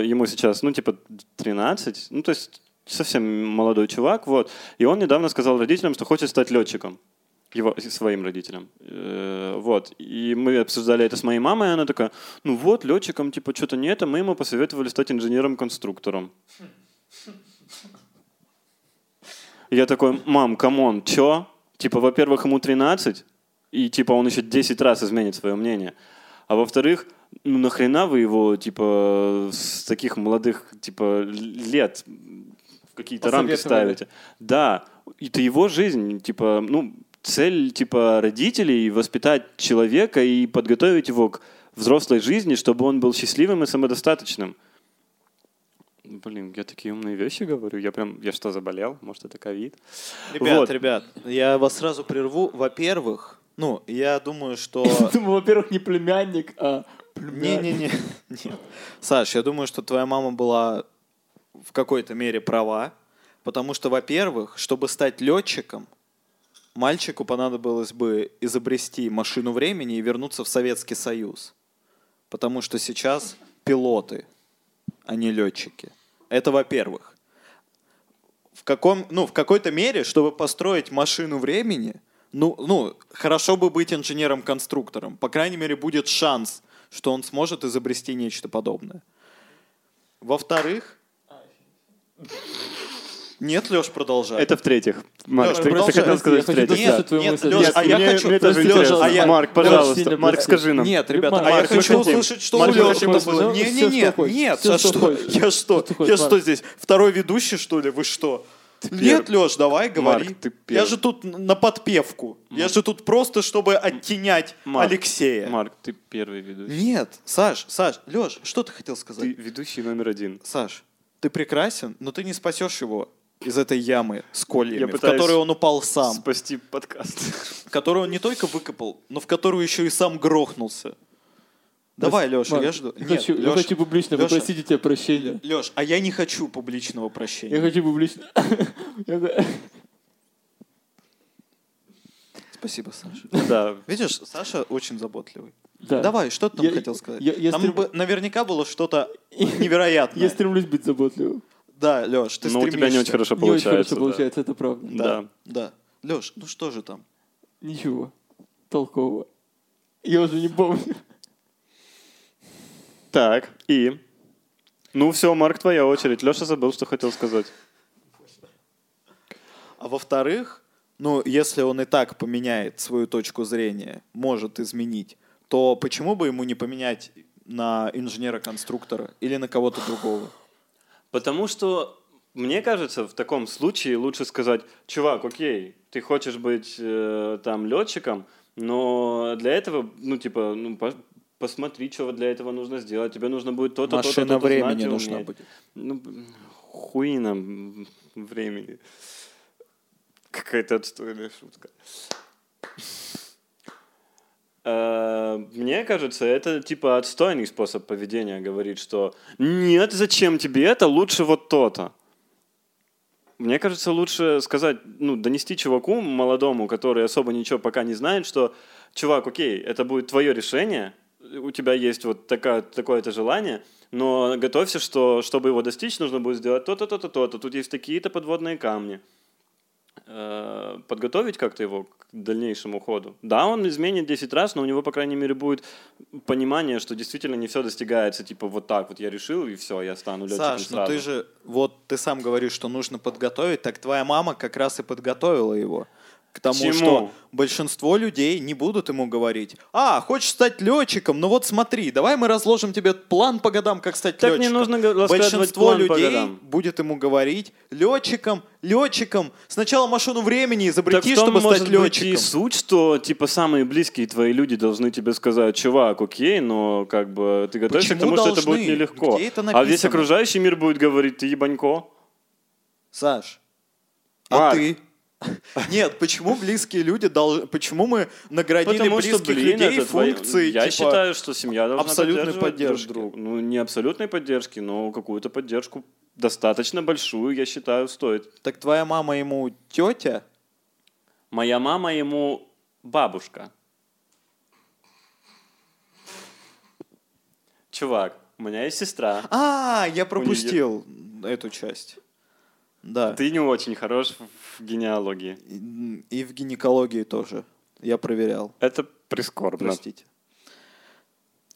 C: ему сейчас, ну, типа 13, ну, то есть совсем молодой чувак, вот. И он недавно сказал родителям, что хочет стать летчиком. Его, своим родителям. Э, вот. И мы обсуждали это с моей мамой, и она такая, ну вот, летчиком, типа, что-то не это, мы ему посоветовали стать инженером-конструктором. Я такой, мам, камон, чё? Типа, во-первых, ему 13, и типа он еще 10 раз изменит свое мнение. А во-вторых, ну нахрена вы его, типа, с таких молодых, типа, л- лет в какие-то рамки
A: Посоветовали.
C: ставите? Да, это его жизнь, типа, ну, цель, типа, родителей воспитать человека и подготовить его к взрослой жизни, чтобы он был счастливым и самодостаточным. Блин, я такие умные вещи говорю. Я прям, я что, заболел? Может, это ковид?
B: Ребят,
C: Вот.
B: ребят, я вас сразу прерву. Во-первых, ну, я думаю, что...
A: Думаю, во-первых, не племянник, а племянник.
B: Не-не-не. Нет. Саш, я думаю, что твоя мама была в какой-то мере права, потому что, во-первых, чтобы стать летчиком, мальчику понадобилось бы изобрести машину времени и вернуться в Советский Союз. Потому что сейчас пилоты, а не летчики. Это во-первых. В, каком, ну, в какой-то мере, чтобы построить машину времени, ну, ну, хорошо бы быть инженером-конструктором. По крайней мере, будет шанс, что он сможет изобрести нечто подобное. Во-вторых... Нет, Леш, продолжай.
C: Это в-третьих. Марк,
B: Лёш,
C: ты, ты
B: продолжай.
C: хотел сказать
A: Я хочу дослушать
B: Нет,
C: в-третьих. да.
A: твою
B: нет,
A: мысль.
B: Лёш,
A: Нет,
B: а я
C: мне,
B: хочу...
C: мне тоже
B: Лёш,
C: интересно.
B: а я-
C: Марк,
A: Лёш,
C: пожалуйста,
A: сильно
C: Марк,
A: прости.
C: скажи нам.
B: Нет, ребята,
A: Марк,
B: а я
A: мы
B: хочу
C: хотим.
B: услышать, что
A: Марк,
B: у Лёши
A: что хочешь?
B: было.
A: Ну,
B: Не, не,
A: всё,
B: не,
A: что хочешь.
B: нет,
A: Всё,
B: Саш,
A: что
B: что?
A: хочешь.
B: Я
A: Всё,
B: что?
A: что
B: Я
A: хочешь,
B: что
A: Марк.
B: здесь? Второй ведущий, что ли? Вы что? Нет, Лёш, давай, говори.
C: Марк, ты
B: Я
C: первый.
B: же тут на подпевку. Я же тут просто, чтобы оттенять
C: Марк,
B: Алексея.
C: Марк, ты первый ведущий.
B: Нет, Саш, Саш, Лёш, что ты хотел сказать?
C: Ты ведущий номер один.
B: Саш, ты прекрасен, но ты не спасешь его из этой ямы с
C: Я
B: кольями, в
C: пытаюсь
B: которую он упал сам,
C: Спасти подкаст.
B: в которую он не только выкопал, но в которую еще и сам грохнулся. Давай, Леша,
A: Марк,
B: я жду.
A: я
B: Нет,
A: хочу, я
B: Лёш,
A: хочу публично
B: Лёша.
A: попросить у тебя прощения.
B: Лёш, а я не хочу публичного прощения.
A: Я хочу публично... Я г-
B: Спасибо, Саша.
C: Да.
B: Видишь, Саша очень заботливый.
A: Да.
B: Давай, что ты там
A: Я-
B: хотел сказать?
A: я- я
B: там
A: стрем-
B: бы наверняка было что-то невероятное.
A: Я стремлюсь быть заботливым.
B: Да, Лёш, ты
C: Но Ну, у тебя не
B: стремишься.
C: очень хорошо
A: Не очень
C: получается.
A: хорошо
C: да.
A: получается, это правда.
B: Да,
C: Да.
B: да. Лёш, ну что же там?
A: Ничего толкового. Я уже не помню.
C: Так, и... Ну все, Марк, твоя очередь. Леша забыл, что хотел сказать.
B: А во-вторых, ну, если он и так поменяет свою точку зрения, может изменить, то почему бы ему не поменять на инженера-конструктора или на кого-то другого?
C: Потому что, мне кажется, в таком случае лучше сказать, чувак, окей, ты хочешь быть э, там летчиком, но для этого, ну, типа, ну, пос- посмотри, что для этого нужно сделать. Тебе нужно будет то-то, то-то,
B: Машина
C: то-то знать и
B: времени нужна
C: уметь».
B: будет.
C: Ну, б- хуина м, времени. Какая-то отстойная шутка. Э, Мне кажется, это типа отстойный способ поведения говорит, что нет, зачем тебе это, лучше вот то-то. Мне кажется, лучше сказать, ну, донести чуваку молодому, который особо ничего пока не знает, что, чувак, окей, это будет твое решение, у тебя есть вот такая, такое-то желание, но готовься, что чтобы его достичь, нужно будет сделать то-то, то-то, то-то. Тут есть такие-то подводные камни. Э, Подготовить как-то его к дальнейшему ходу. Да, он изменит 10 раз, но у него, по крайней мере, будет понимание, что действительно не все достигается, типа вот так вот я решил, и все, я стану летчиком
B: Саш, ну
C: сразу.
B: ты же, вот ты сам говоришь, что нужно подготовить, так твоя мама как раз и подготовила его. К тому,
C: чему?
B: что большинство людей не будут ему говорить, а, хочешь стать летчиком, ну вот смотри, давай мы разложим тебе план по годам, как стать
C: Так не
B: летчиком.
C: нужно г- раскладывать
B: Большинство
C: план по
B: людей
C: годам.
B: будет ему говорить, летчиком, летчиком, сначала машину времени
C: Так
B: изобрети,
C: в том,
B: чтобы
C: может
B: стать
C: быть,
B: летчиком.
C: и суть, что типа самые близкие твои люди должны тебе сказать, чувак, окей, но как бы ты готовишься
B: Почему
C: к тому, что это
B: должны?
C: будет нелегко.
B: Где это
C: а весь
B: написано?
C: окружающий мир будет говорить, ты ебанько.
B: Саш, а
C: Марк.
B: ты? Нет, почему близкие люди должны... Почему мы наградили
C: Потому что,
B: близких
C: блин,
B: людей
C: это твои-
B: функции,
C: Я
B: типа,
C: считаю, что семья должна
B: абсолютной
C: поддерживать
B: поддержки.
C: друг друга. Ну, не абсолютной поддержки, но какую-то поддержку достаточно большую, я считаю, стоит.
B: Так твоя мама ему тетя?
C: Моя мама ему бабушка. Чувак, у меня есть сестра.
B: А, я пропустил эту часть. Да.
C: Ты не очень хорош в- в генеалогии.
B: И и в гинекологии тоже. Я проверял.
C: Это прискорбно.
B: Простите.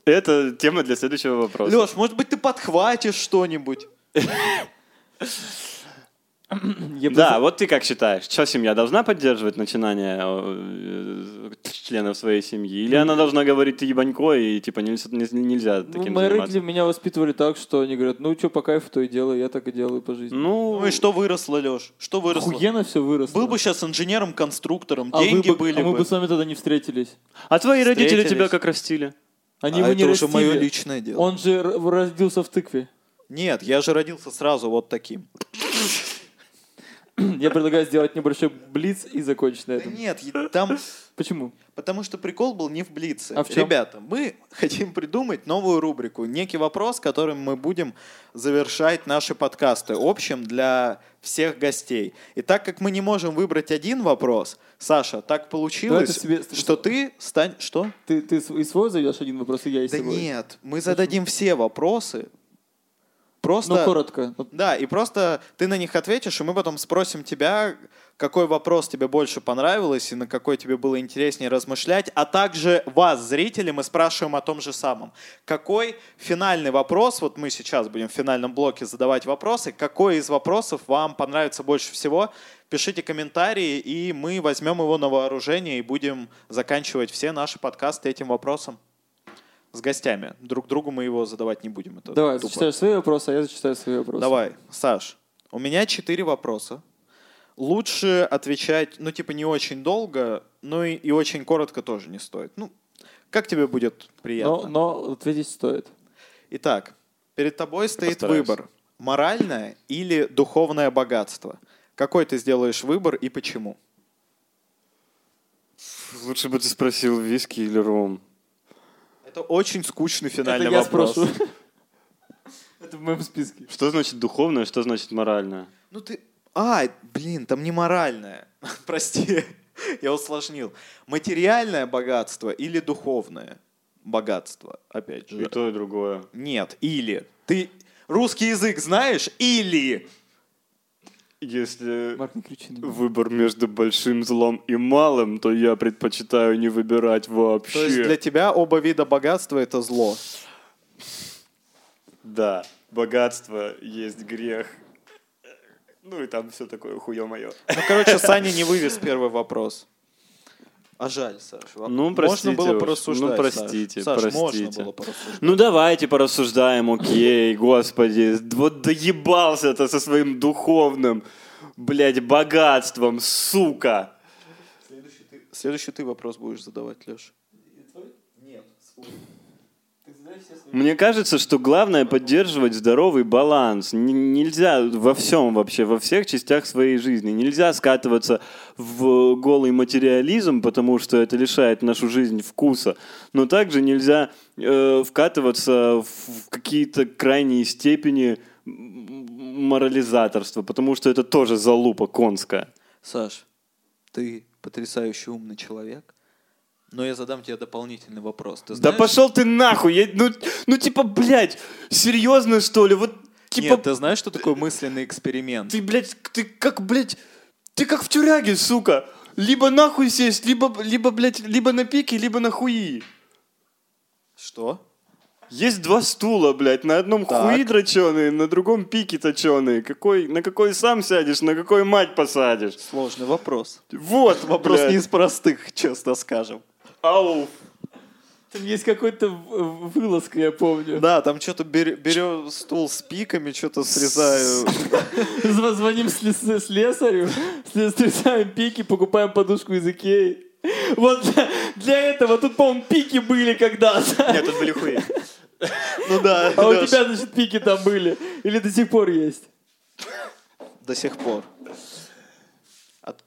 C: Это тема для следующего вопроса.
B: Леш, может быть, ты подхватишь что-нибудь?
A: Я
C: да, вот ты как считаешь, что семья должна поддерживать начинание э, членов своей семьи? Или она должна говорить, ты ебанько, и типа нельзя, не- нельзя
A: Ну,
C: таким
A: мои
C: заниматься?
A: родители меня воспитывали так, что они говорят, ну что, по кайфу, то и делай, я так и делаю по жизни.
C: Ну,
B: Ну и что выросло, Леш? Что выросло?
A: Охуенно все выросло.
B: Был бы сейчас инженером-конструктором,
A: а вы
B: деньги
A: бы-
B: были
A: а мы
B: бы.
A: бы с вами тогда не встретились.
C: а твои родители тебя
B: встретились.
C: как растили?
A: Они
B: А
A: его
B: это
A: не
B: уже мое
A: растили.
B: личное дело.
A: Он же р- родился в тыкве.
B: Нет, я же родился сразу вот таким.
A: Я предлагаю сделать небольшой блиц и закончить на
B: Да
A: этом.
B: нет, е- там...
A: Почему?
B: Потому что прикол был не в Блице.
A: А в чем?
B: Ребята, мы хотим придумать новую рубрику, некий вопрос, которым мы будем завершать наши подкасты общим для всех гостей. И так как мы не можем выбрать один вопрос, Саша, так получилось,
A: себе-
B: что ты стань... Что?
A: Ты, ты св- и свой зовешь один вопрос, и я Ну, и
B: Да
A: свой.
B: нет, мы зададим все вопросы. Просто...
A: Ну, коротко. Вот
B: Да, и просто ты на них ответишь, и мы потом спросим тебя, какой вопрос тебе больше понравилось и на какой тебе было интереснее размышлять. А также вас, зрители, мы спрашиваем о том же самом. Какой финальный вопрос, вот мы сейчас будем в финальном блоке задавать вопросы, какой из вопросов вам понравится больше всего? Пишите комментарии, и мы возьмем его на вооружение и будем заканчивать все наши подкасты этим вопросом с гостями. Друг другу мы его задавать не будем. Это
A: Давай,
B: тупо.
A: зачитаешь свои вопросы, а я зачитаю свои вопросы.
B: Давай, Саш, у меня четыре вопроса. Лучше отвечать, ну, типа, не очень долго, но и, и очень коротко тоже не стоит. Ну, как тебе будет
A: Но,
B: приятно?
A: но ответить стоит.
B: Итак, перед тобой стоит
C: постараюсь.
B: выбор. Моральное или духовное богатство? Какой ты сделаешь выбор и почему?
C: Лучше бы ты спросил, виски или ром.
B: Это очень скучный финальный
A: Это я
B: вопрос.
A: спрошу. Это в моем списке.
C: Что значит духовное, что значит моральное?
B: Ну ты... А, блин, там не моральное. Прости, я усложнил. Материальное богатство или духовное богатство, опять
C: И
B: же.
C: то, и другое.
B: Нет, или. Ты русский язык знаешь? Или.
C: Если
A: Марк, не кричи на меня.
C: выбор между большим злом и малым, то я предпочитаю не выбирать вообще.
B: То есть для тебя оба вида богатства это зло.
C: Да, богатство есть грех. Ну и там все такое хуе мое.
B: Ну, короче, Саня не вывез первый вопрос. А жаль, Саш. воп-
C: Ну, простите
B: Можно было
C: уж.
B: порассуждать,
C: Ну,
B: Саш.
C: простите,
B: Саш, можно
C: простите.
B: было порассуждать.
C: Ну давайте порассуждаем, окей, господи. Вот доебался-то со своим духовным, блядь, богатством, сука.
B: Следующий ты вопрос будешь задавать, Леша.
C: Мне кажется, что главное поддерживать здоровый баланс. Н- нельзя во всем вообще, во всех частях своей жизни. Нельзя скатываться в голый материализм, потому что это лишает нашу жизнь вкуса. Но также нельзя э, вкатываться в какие-то крайние степени м- морализаторства, потому что это тоже залупа конская.
B: Саш, ты потрясающе умный человек, Но я задам тебе дополнительный вопрос. Ты
D: Да
B: знаешь,
D: пошел ты нахуй! я- ну, ну, типа, блядь, серьезно, что ли? Вот, типа,
B: Нет, ты знаешь, что такое мысленный эксперимент?
D: ты, блядь, ты как, блядь, ты как в тюряге, сука! Либо нахуй сесть, либо, либо, блядь, либо на пике, либо на хуи.
B: Что?
D: Есть два стула, блядь, на одном
B: Так.
D: хуи дроченые, на другом пики точеные. Какой, на какой сам сядешь, на какой мать посадишь?
B: Сложный вопрос.
D: Вот
B: Вопрос
D: блядь.
B: не из простых, честно скажем.
D: Ау.
A: Там есть какой-то в- в- вылазка, я помню.
B: Да, там что-то берем стул с пиками, что-то срезаю.
A: Зв- Звоним с лес- слесарю, сле- срезаем пики, покупаем подушку из Икеи. Вот для, для этого тут, по-моему, пики были когда-то.
D: Нет, тут были хуи.
B: Ну да.
A: А у
B: да,
A: тебя, значит, пики там были. Или до сих пор есть.
B: До сих пор. От-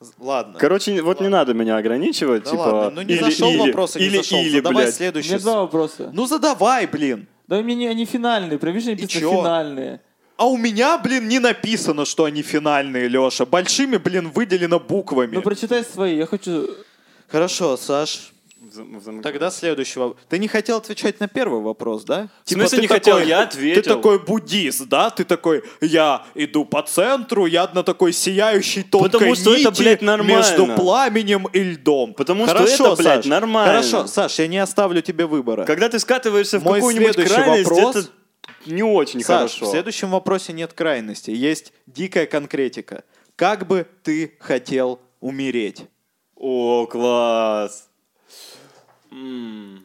B: з- Ладно.
C: Короче, вот не надо меня ограничивать,
B: Да
C: типа...
B: ладно, ну не
C: или-
B: зашел
C: или-
B: вопрос, и не Ну,
C: или,
B: зашел.
C: Или,
B: Задавай
C: блядь.
A: У
B: следующий.
A: меня два вопроса.
B: Ну задавай, блин.
A: Да у меня не- они финальные, прям видишь, написано
B: чё?
A: финальные.
B: А у меня, блин, не написано, что они финальные, Леша. Большими, блин, выделено буквами.
A: Ну прочитай свои, я хочу... э,
B: Хорошо, Саш.
C: В зам- в зам-
B: Тогда следующий вопрос. Ты не хотел отвечать на первый вопрос, да? Типа,
C: В смысле
B: ты
C: не хотел?
B: такой-
C: Я ответил.
B: Ты такой буддист, да? Ты такой, я иду по центру, я на такой сияющей тонкой
C: Потому что это,
B: нити
C: блядь, нормально.
B: между пламенем и льдом.
C: Потому что
B: Хорошо,
C: это, блядь,
B: Саш.
C: нормально.
B: Хорошо, Саш, я не оставлю тебе выбора.
C: Когда ты скатываешься в
B: Мой
C: какую-нибудь
B: следующий
C: крайность,
B: вопрос-
C: это не очень
B: Саш,
C: хорошо.
B: в следующем вопросе нет крайности, есть дикая конкретика. Как бы ты хотел умереть?
C: О, класс. М.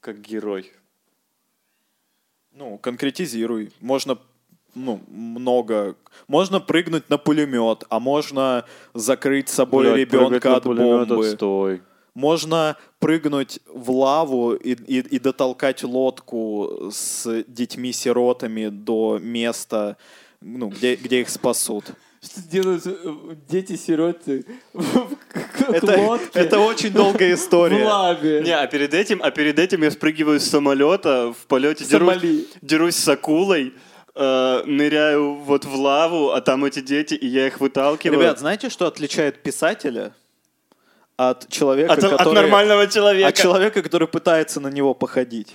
C: Как герой.
B: Ну, конкретизируй. Можно, ну, много. Можно прыгнуть на пулемет, а можно закрыть с собой
C: Блядь, прыгать
B: ребенка
C: на
B: от
C: пулемет,
B: бомбы.
C: Отстой.
B: Можно прыгнуть в лаву и, и, и дотолкать лодку с детьми-сиротами до места, ну, где, где их спасут.
A: Что делают э, дети-сироты в к- к-
B: Это,
A: лодке
B: это очень долгая
A: в
B: история.
A: лабе?
C: Не, а перед этим, а перед этим я спрыгиваю с самолета, в полете дерусь,
A: Сомали.
C: дерусь с акулой, э, ныряю вот в лаву, а там эти дети, и я их выталкиваю.
B: Ребят, знаете, что отличает писателя от человека,
C: от, от
B: который...
C: нормального человека.
B: от человека, который пытается на него походить?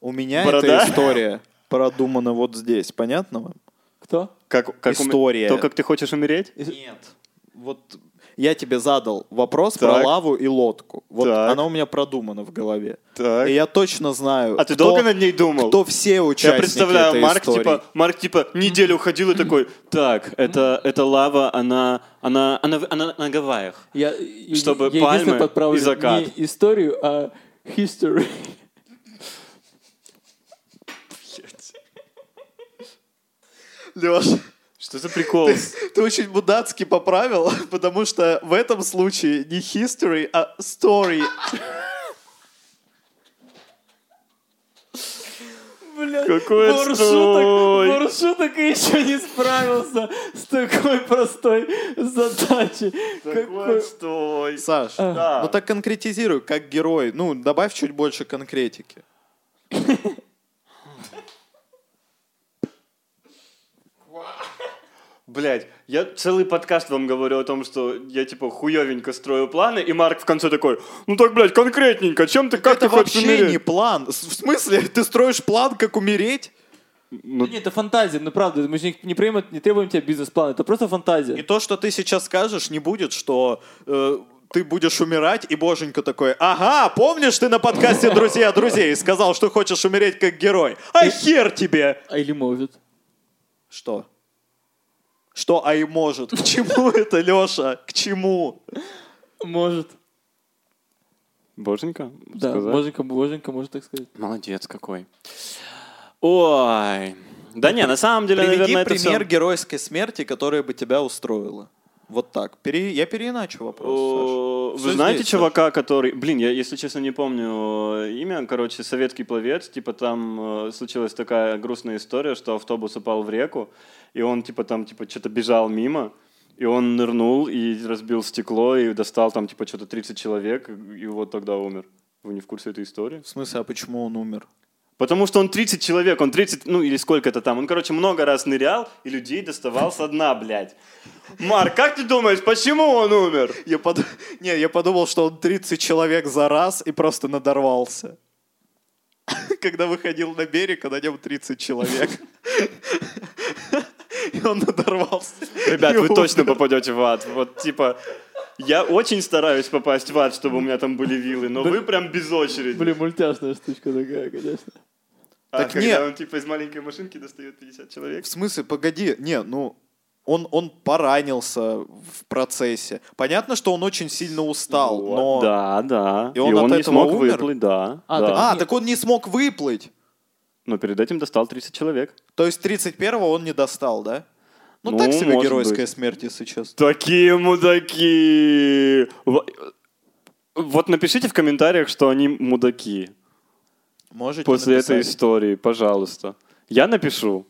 B: У меня
C: Борода?
B: эта история продумана вот здесь, понятно вам?
A: Кто?
C: Как, как уме-
B: История.
C: То, как ты хочешь умереть?
B: Нет. Вот я тебе задал вопрос
C: Так.
B: про лаву и лодку. Вот
C: Так.
B: она у меня продумана в голове.
C: Так.
B: И я точно знаю,
C: А ты
B: кто-
C: долго над ней думал?
B: кто все
C: Я
B: участники
C: представляю,
B: этой
C: Марк
B: истории.
C: типа, Марк типа неделю ходил и такой, так, это, это лава, она, она, она, в- она на Гавайях.
A: Я, я-
C: Чтобы
A: я единственное
C: пальмы
A: подправлю
C: и закат.
A: Не историю, а history.
B: Лёш,
C: Что за прикол?
B: ты очень мудацки поправил, потому что в этом случае не history, а story.
A: Блядь,
C: Какой
A: вор
C: отстой.
A: шуток, вор шуток и еще не справился с такой простой задачей. Какой-
C: отстой.
B: Саш,
C: Да.
B: ну так конкретизируй, как герой. Ну, добавь чуть больше конкретики.
C: Блять, я целый подкаст вам говорю о том, что я типа хуёвенько строю планы, и Марк в конце такой, ну так, блядь, конкретненько, чем ты, как
B: Это
C: ты хочешь
B: вообще не
C: умереть?
B: план. С- В смысле, ты строишь план, как умереть?
C: Ну,
A: Нет, это фантазия, ну правда, мы же не- не, требуем, не требуем тебя бизнес-план, это просто
B: И
A: фантазия.
B: то, что ты сейчас скажешь, не будет, что э, ты будешь умирать, и боженька такой, ага, помнишь, ты на подкасте «Друзья друзей» сказал, что хочешь умереть как герой? А хер тебе!
A: А или может.
B: Что? Что, а и может? К чему это, Леша? К чему?
A: Может.
C: боженька,
A: Да,
C: сказать?
A: боженька, боженька, может так сказать.
C: Молодец какой. Ой. Да не, на самом деле,
B: Ну, Приведи
C: наверное, это всё-
B: пример геройской смерти, которая бы тебя устроила. Вот так. Пере- Я переиначу вопрос,
C: О,
B: Саш.
C: Вы
B: Всё
C: знаете
B: здесь,
C: чувака, который... Блин, я, если честно, не помню э, имя. Короче, советский пловец. Типа там э, случилась такая грустная история, что автобус упал в реку, и он типа там типа что-то бежал мимо, и он нырнул и разбил стекло, и достал там типа что-то 30 человек, и вот тогда умер. Вы не в курсе этой истории?
B: Саш. В смысле, а почему он умер?
C: Потому что он 30 человек, он 30, ну или сколько это там. Он, короче, много раз нырял и людей доставал со дна, блядь. Марк, как ты думаешь, почему он умер?
B: Я под- Не, я подумал, что он 30 человек за раз и просто надорвался. Когда выходил на берег, а на нем 30 человек. И он надорвался.
C: Ребят,
B: И
C: вы
B: умер.
C: точно попадете в ад. Вот типа, я очень стараюсь попасть в ад, чтобы у меня там были виллы, но вы прям без очереди.
A: Блин, мультяшная штучка такая, конечно.
C: а
B: так
C: когда
B: нет.
C: он типа из маленькой машинки достает 50 человек.
B: В смысле, погоди, не, ну, он, он поранился в процессе. Понятно, что он очень сильно устал,
C: Вот.
B: но...
C: Да, да.
B: И он от
C: не
B: этого
C: смог
B: умер?
C: выплыть, да.
A: А,
C: да.
A: так-
B: А,
A: Нет.
B: так он не смог выплыть.
C: Но перед этим достал 30 человек.
B: То есть 31-го он не достал, да? Ну,
C: Ну,
B: так себе
C: может
B: геройская смерть, если честно.
C: Такие мудаки! Во- Вот напишите в комментариях, что они мудаки
B: Можете
C: после этой
B: написать
C: истории, пожалуйста. Я напишу.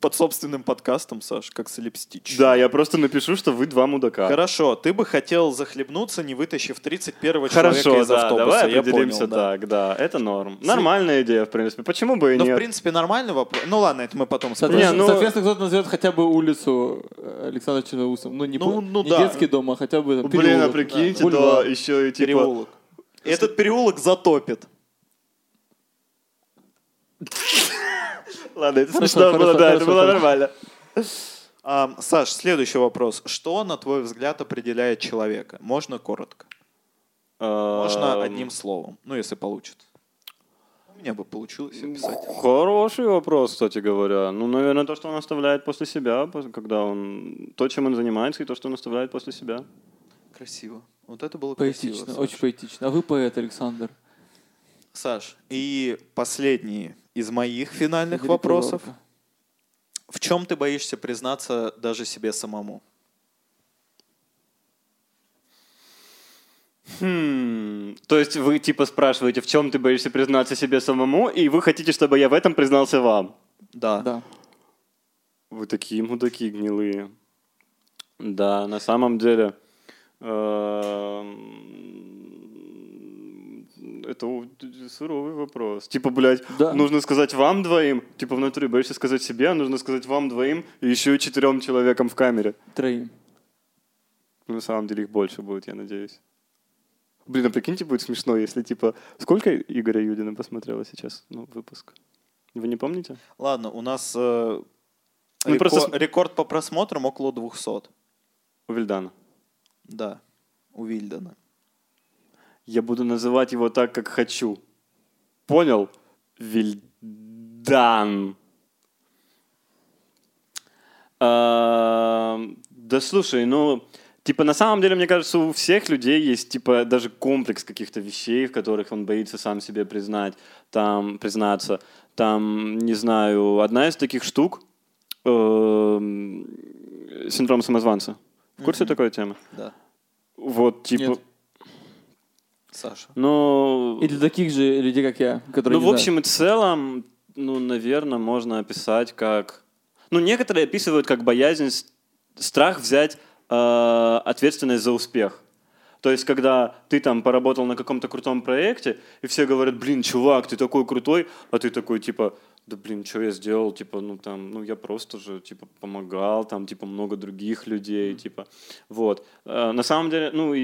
B: под собственным подкастом, Саш, как солипстич.
C: Да, я просто напишу, что вы два мудака.
B: Хорошо, ты бы хотел захлебнуться, не вытащив 31-го человека
C: Хорошо,
B: из
C: да,
B: автобуса.
C: давай
B: я
C: определимся
B: понял, да.
C: так, да, это норм. Нормальная идея, в принципе. Почему бы и
B: Ну, в
C: нет?
B: принципе, нормальный вопрос. Ну, ладно, это мы потом
A: Соответственно,
C: Не, ну-
A: соответственно, кто-то назовет хотя бы улицу э, Александра Черноусом. Ну, не,
B: Ну,
A: по-
B: ну
A: не
B: да.
A: детский дом, а хотя бы там,
C: Блин, а
A: переулок.
C: прикиньте,
A: Бульвар.
C: да, еще и типа...
B: переулок. Этот переулок затопит.
C: Ладно, это
A: Хорошо,
C: смешно
A: хорошо,
C: было, да, это
A: хорошо,
C: было
A: хорошо.
C: нормально.
B: А, Саш, следующий вопрос. Что, на твой взгляд, определяет человека? Можно коротко. Можно
C: Эм,
B: одним словом. Ну, если получится. У меня бы получилось описать.
C: Хороший вопрос, кстати говоря. Ну, наверное, то, что он оставляет после себя, пос- когда он... То, чем он занимается, и то, что он оставляет после себя.
B: Красиво. Вот это было
A: Поэтично,
B: красиво.
A: очень
B: Саш.
A: поэтично. А вы поэт, Александр.
B: Саш, и последний из моих финальных
A: Федерик
B: вопросов.
A: Проворка.
B: В чем ты боишься признаться даже себе самому?
C: Хм. То есть вы типа спрашиваете, в чем ты боишься признаться себе самому, и вы хотите, чтобы я в этом признался вам?
B: Да.
A: Да.
C: Вы такие мудаки гнилые. Да, на самом деле... эм, Это у- суровый вопрос. Типа, блядь,
A: Да.
C: нужно сказать вам двоим, типа внутри боишься сказать себе, а нужно сказать вам двоим и еще и четырем человекам в камере.
A: Троим.
C: Ну, на самом деле их больше будет, я надеюсь. Блин, а прикиньте, будет смешно, если типа... Сколько Игоря Юдина посмотрело сейчас, ну, выпуск? Вы не помните?
B: Ладно, у нас э,
C: Ну,
B: реко-
C: просто с-
B: рекорд по просмотрам около 200.
C: У Вильдана.
B: Да, у Вильдена.
C: Я буду называть его так, как хочу. Понял? Вильдан. Эм, Да слушай, ну, типа, на самом деле, мне кажется, у всех людей есть, типа, даже комплекс каких-то вещей, в которых он боится сам себе признать, там, признаться. Там, не знаю, одна из таких штук эм, синдром самозванца. В курсе такой темы?
B: Да,
C: Вот, типа...
A: Нет.
B: Саша.
C: Ну,
A: И для таких же людей, как я, которые
C: ну,
A: не
C: в
A: знают.
C: общем и целом, ну, наверное, можно описать как... Ну, некоторые описывают как боязнь, с- страх взять э, ответственность за успех. То есть, когда ты там поработал на каком-то крутом проекте, и все говорят, блин, чувак, ты такой крутой, а ты такой, типа, да блин, что я сделал, типа, ну там, ну я просто же, типа, помогал, там, типа, много других людей, типа, вот. Э, на самом деле, ну и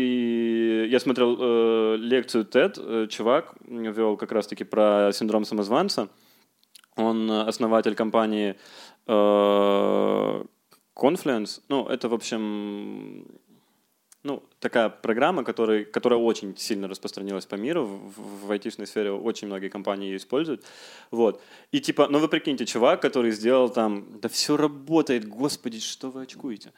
C: я смотрел э, лекцию TED, э, чувак вел как раз-таки про синдром самозванца, он э, основатель компании э, Confluence. Ну, это, в общем, ну, такая программа, который, которая очень сильно распространилась по миру. В, в- в айтишной сфере очень многие компании ее используют. Вот. И типа, ну вы прикиньте, чувак, который сделал там, да все работает, господи, что вы очкуете?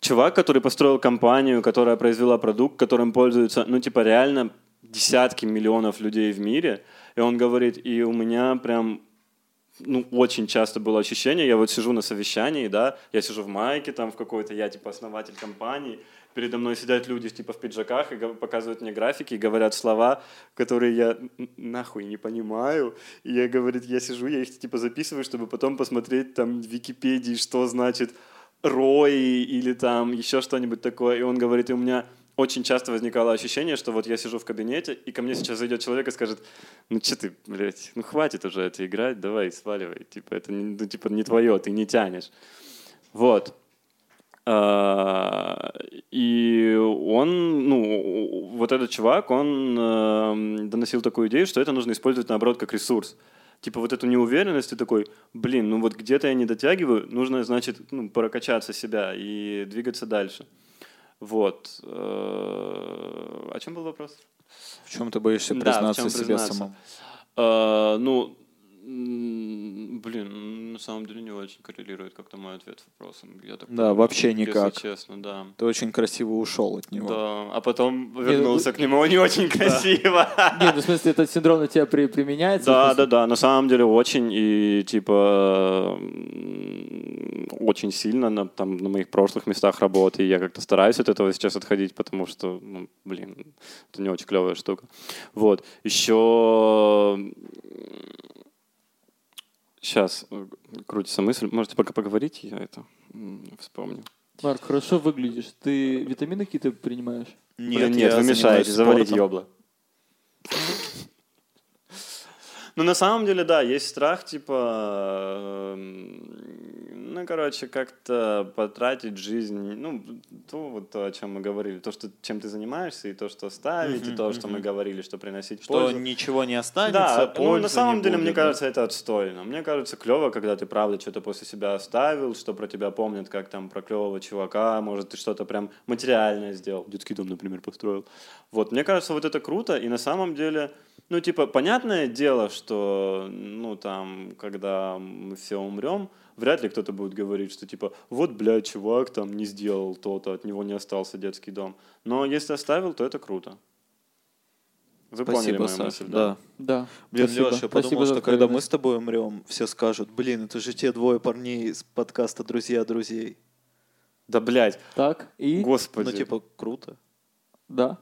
C: Чувак, который построил компанию, которая произвела продукт, которым пользуются, ну, типа, реально десятки миллионов людей в мире. И он говорит, и у меня прям ну, очень часто было ощущение, я вот сижу на совещании, да, я сижу в майке там в какой-то, я типа основатель компании, передо мной сидят люди типа в пиджаках и гов- показывают мне графики и говорят слова, которые я н- нахуй не понимаю. И я, говорит, я сижу, я их типа записываю, чтобы потом посмотреть там в Википедии, что значит рой или там еще что-нибудь такое. И он говорит, и у меня очень часто возникало ощущение, что вот я сижу в кабинете, и ко мне сейчас зайдет человек и скажет, ну что ты, блядь, ну хватит уже это играть, давай, сваливай. Типа, это не, ну, типа, не твое, ты не тянешь. Вот. А, И он, ну, вот этот чувак, он эм, доносил такую идею, что это нужно использовать, наоборот, как ресурс. Типа вот эту неуверенность, ты такой, блин, ну вот где-то я не дотягиваю, нужно, значит, ну, прокачаться себя и двигаться дальше. Вот. Э, О чем был вопрос?
B: В чем ты боишься
C: Да, в
B: признаться
C: чем
B: себе
C: признаться.
B: самому?
C: Э, Ну, м, блин, на самом деле не очень коррелирует как-то мой ответ с вопросом. Я так
B: Да,
C: подумал,
B: вообще
C: если
B: никак.
C: честно, да.
B: Ты очень красиво ушел от него.
C: Да, а потом вернулся к нему не очень красиво.
A: Нет, ну, в смысле, этот синдром на тебя при- применяется?
C: Да,
A: То
C: да,
A: есть-
C: да, на самом деле очень и типа м, очень сильно на, там, на моих прошлых местах работы. И я как-то стараюсь от этого сейчас отходить, потому что, ну, блин, это не очень клевая штука. Вот. Еще сейчас э, крутится мысль. Можете пока поговорить, я это м, вспомню.
A: Марк, хорошо выглядишь. Ты витамины какие-то принимаешь?
C: Блин, нет,
B: я
C: вы мешаете,
B: занимаюсь
C: завалить
B: спортом.
C: ёбла. Ну, на самом деле, да, есть страх, типа, эм, ну, короче, как-то потратить жизнь, ну, то, вот то, о чем мы говорили, то, что, чем ты занимаешься, и то, что ставить, и
B: Мгм,
C: то, что мы
B: мгм.
C: говорили, что приносить
B: Что
C: пользу.
B: ничего не останется,
C: Да, ну,
B: пользы
C: на
B: не
C: самом деле,
B: будет,
C: мне
B: да.
C: кажется, это отстойно. Мне кажется, клево, когда ты правда что-то после себя оставил, что про тебя помнят, как там про клевого чувака, может, ты что-то прям материальное сделал. Детский дом, например, построил. Вот, мне кажется, вот это круто, и на самом деле, ну, типа, понятное дело, что, ну, там, когда мы все умрем, вряд ли кто-то будет говорить, что, типа, вот, блядь, чувак там не сделал то-то, от него не остался детский дом. Но если оставил, то это круто. Вы поняли
B: Спасибо,
C: мою
B: Саша.
C: мысль,
B: да.
A: Да.
B: Блин,
A: Спасибо.
B: Леша, я
A: Спасибо
B: подумал,
A: за
B: что когда мы
A: откровенность.
B: с тобой умрем, все скажут, блин, это же те двое парней из подкаста «Друзья друзей».
C: Да, блядь,
A: Так, и...
C: господи.
B: Ну, типа, круто.
A: Да.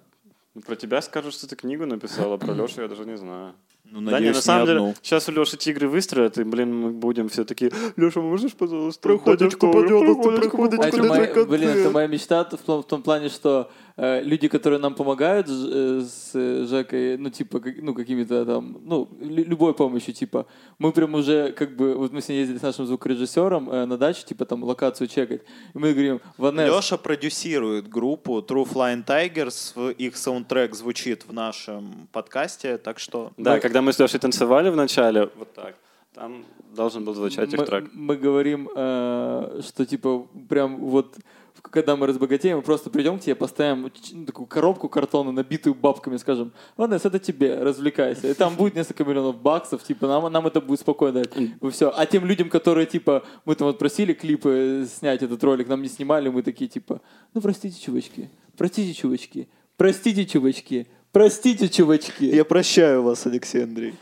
C: Про тебя скажут, что ты книгу написал, а про Лешу я даже не знаю.
B: Ну,
C: да не,
B: надеюсь,
C: на самом
B: не
C: деле,
B: одну.
C: сейчас у Леши тигры выстроят, и, блин, мы будем все такие, Леша, можешь, пожалуйста,
B: Проходочку,
C: дядя Коля,
B: пожалуйста,
A: А
B: проходочку,
A: это
B: Куда
A: моя-
B: ты, как
A: блин,
B: ты?
A: это моя мечта в том, в том плане, что э, люди, которые нам помогают Ж- э, с э, Жекой, ну, типа, как- ну, какими-то там, ну, лю- любой помощью, типа, мы прям уже, как бы, вот мы с ней ездили с нашим звукорежиссером э, на дачу, типа, там, локацию чекать, и мы говорим, Ванесса,
B: Леша продюсирует группу True Flying Tigers. В- Их саундтрек звучит в нашем подкасте, так что...
C: Да,
A: Мы-
C: когда мы с Лешей танцевали в начале, вот так, там должен был звучать их
A: мы,
C: трек.
A: мы говорим, э, что типа прям вот в- когда мы разбогатеем, мы просто придем к тебе, поставим ч- ну, такую коробку картона, набитую бабками, скажем, Ванес, это тебе, развлекайся. И там будет несколько миллионов баксов, типа, нам, нам это будет спокойно. Все. А тем людям, которые, типа, мы там вот просили клипы э, снять этот ролик, нам не снимали, мы такие, типа, ну, простите, чувачки, простите, чувачки, простите, чувачки, простите, чувачки.
B: Я прощаю вас, Алексей Андреевич.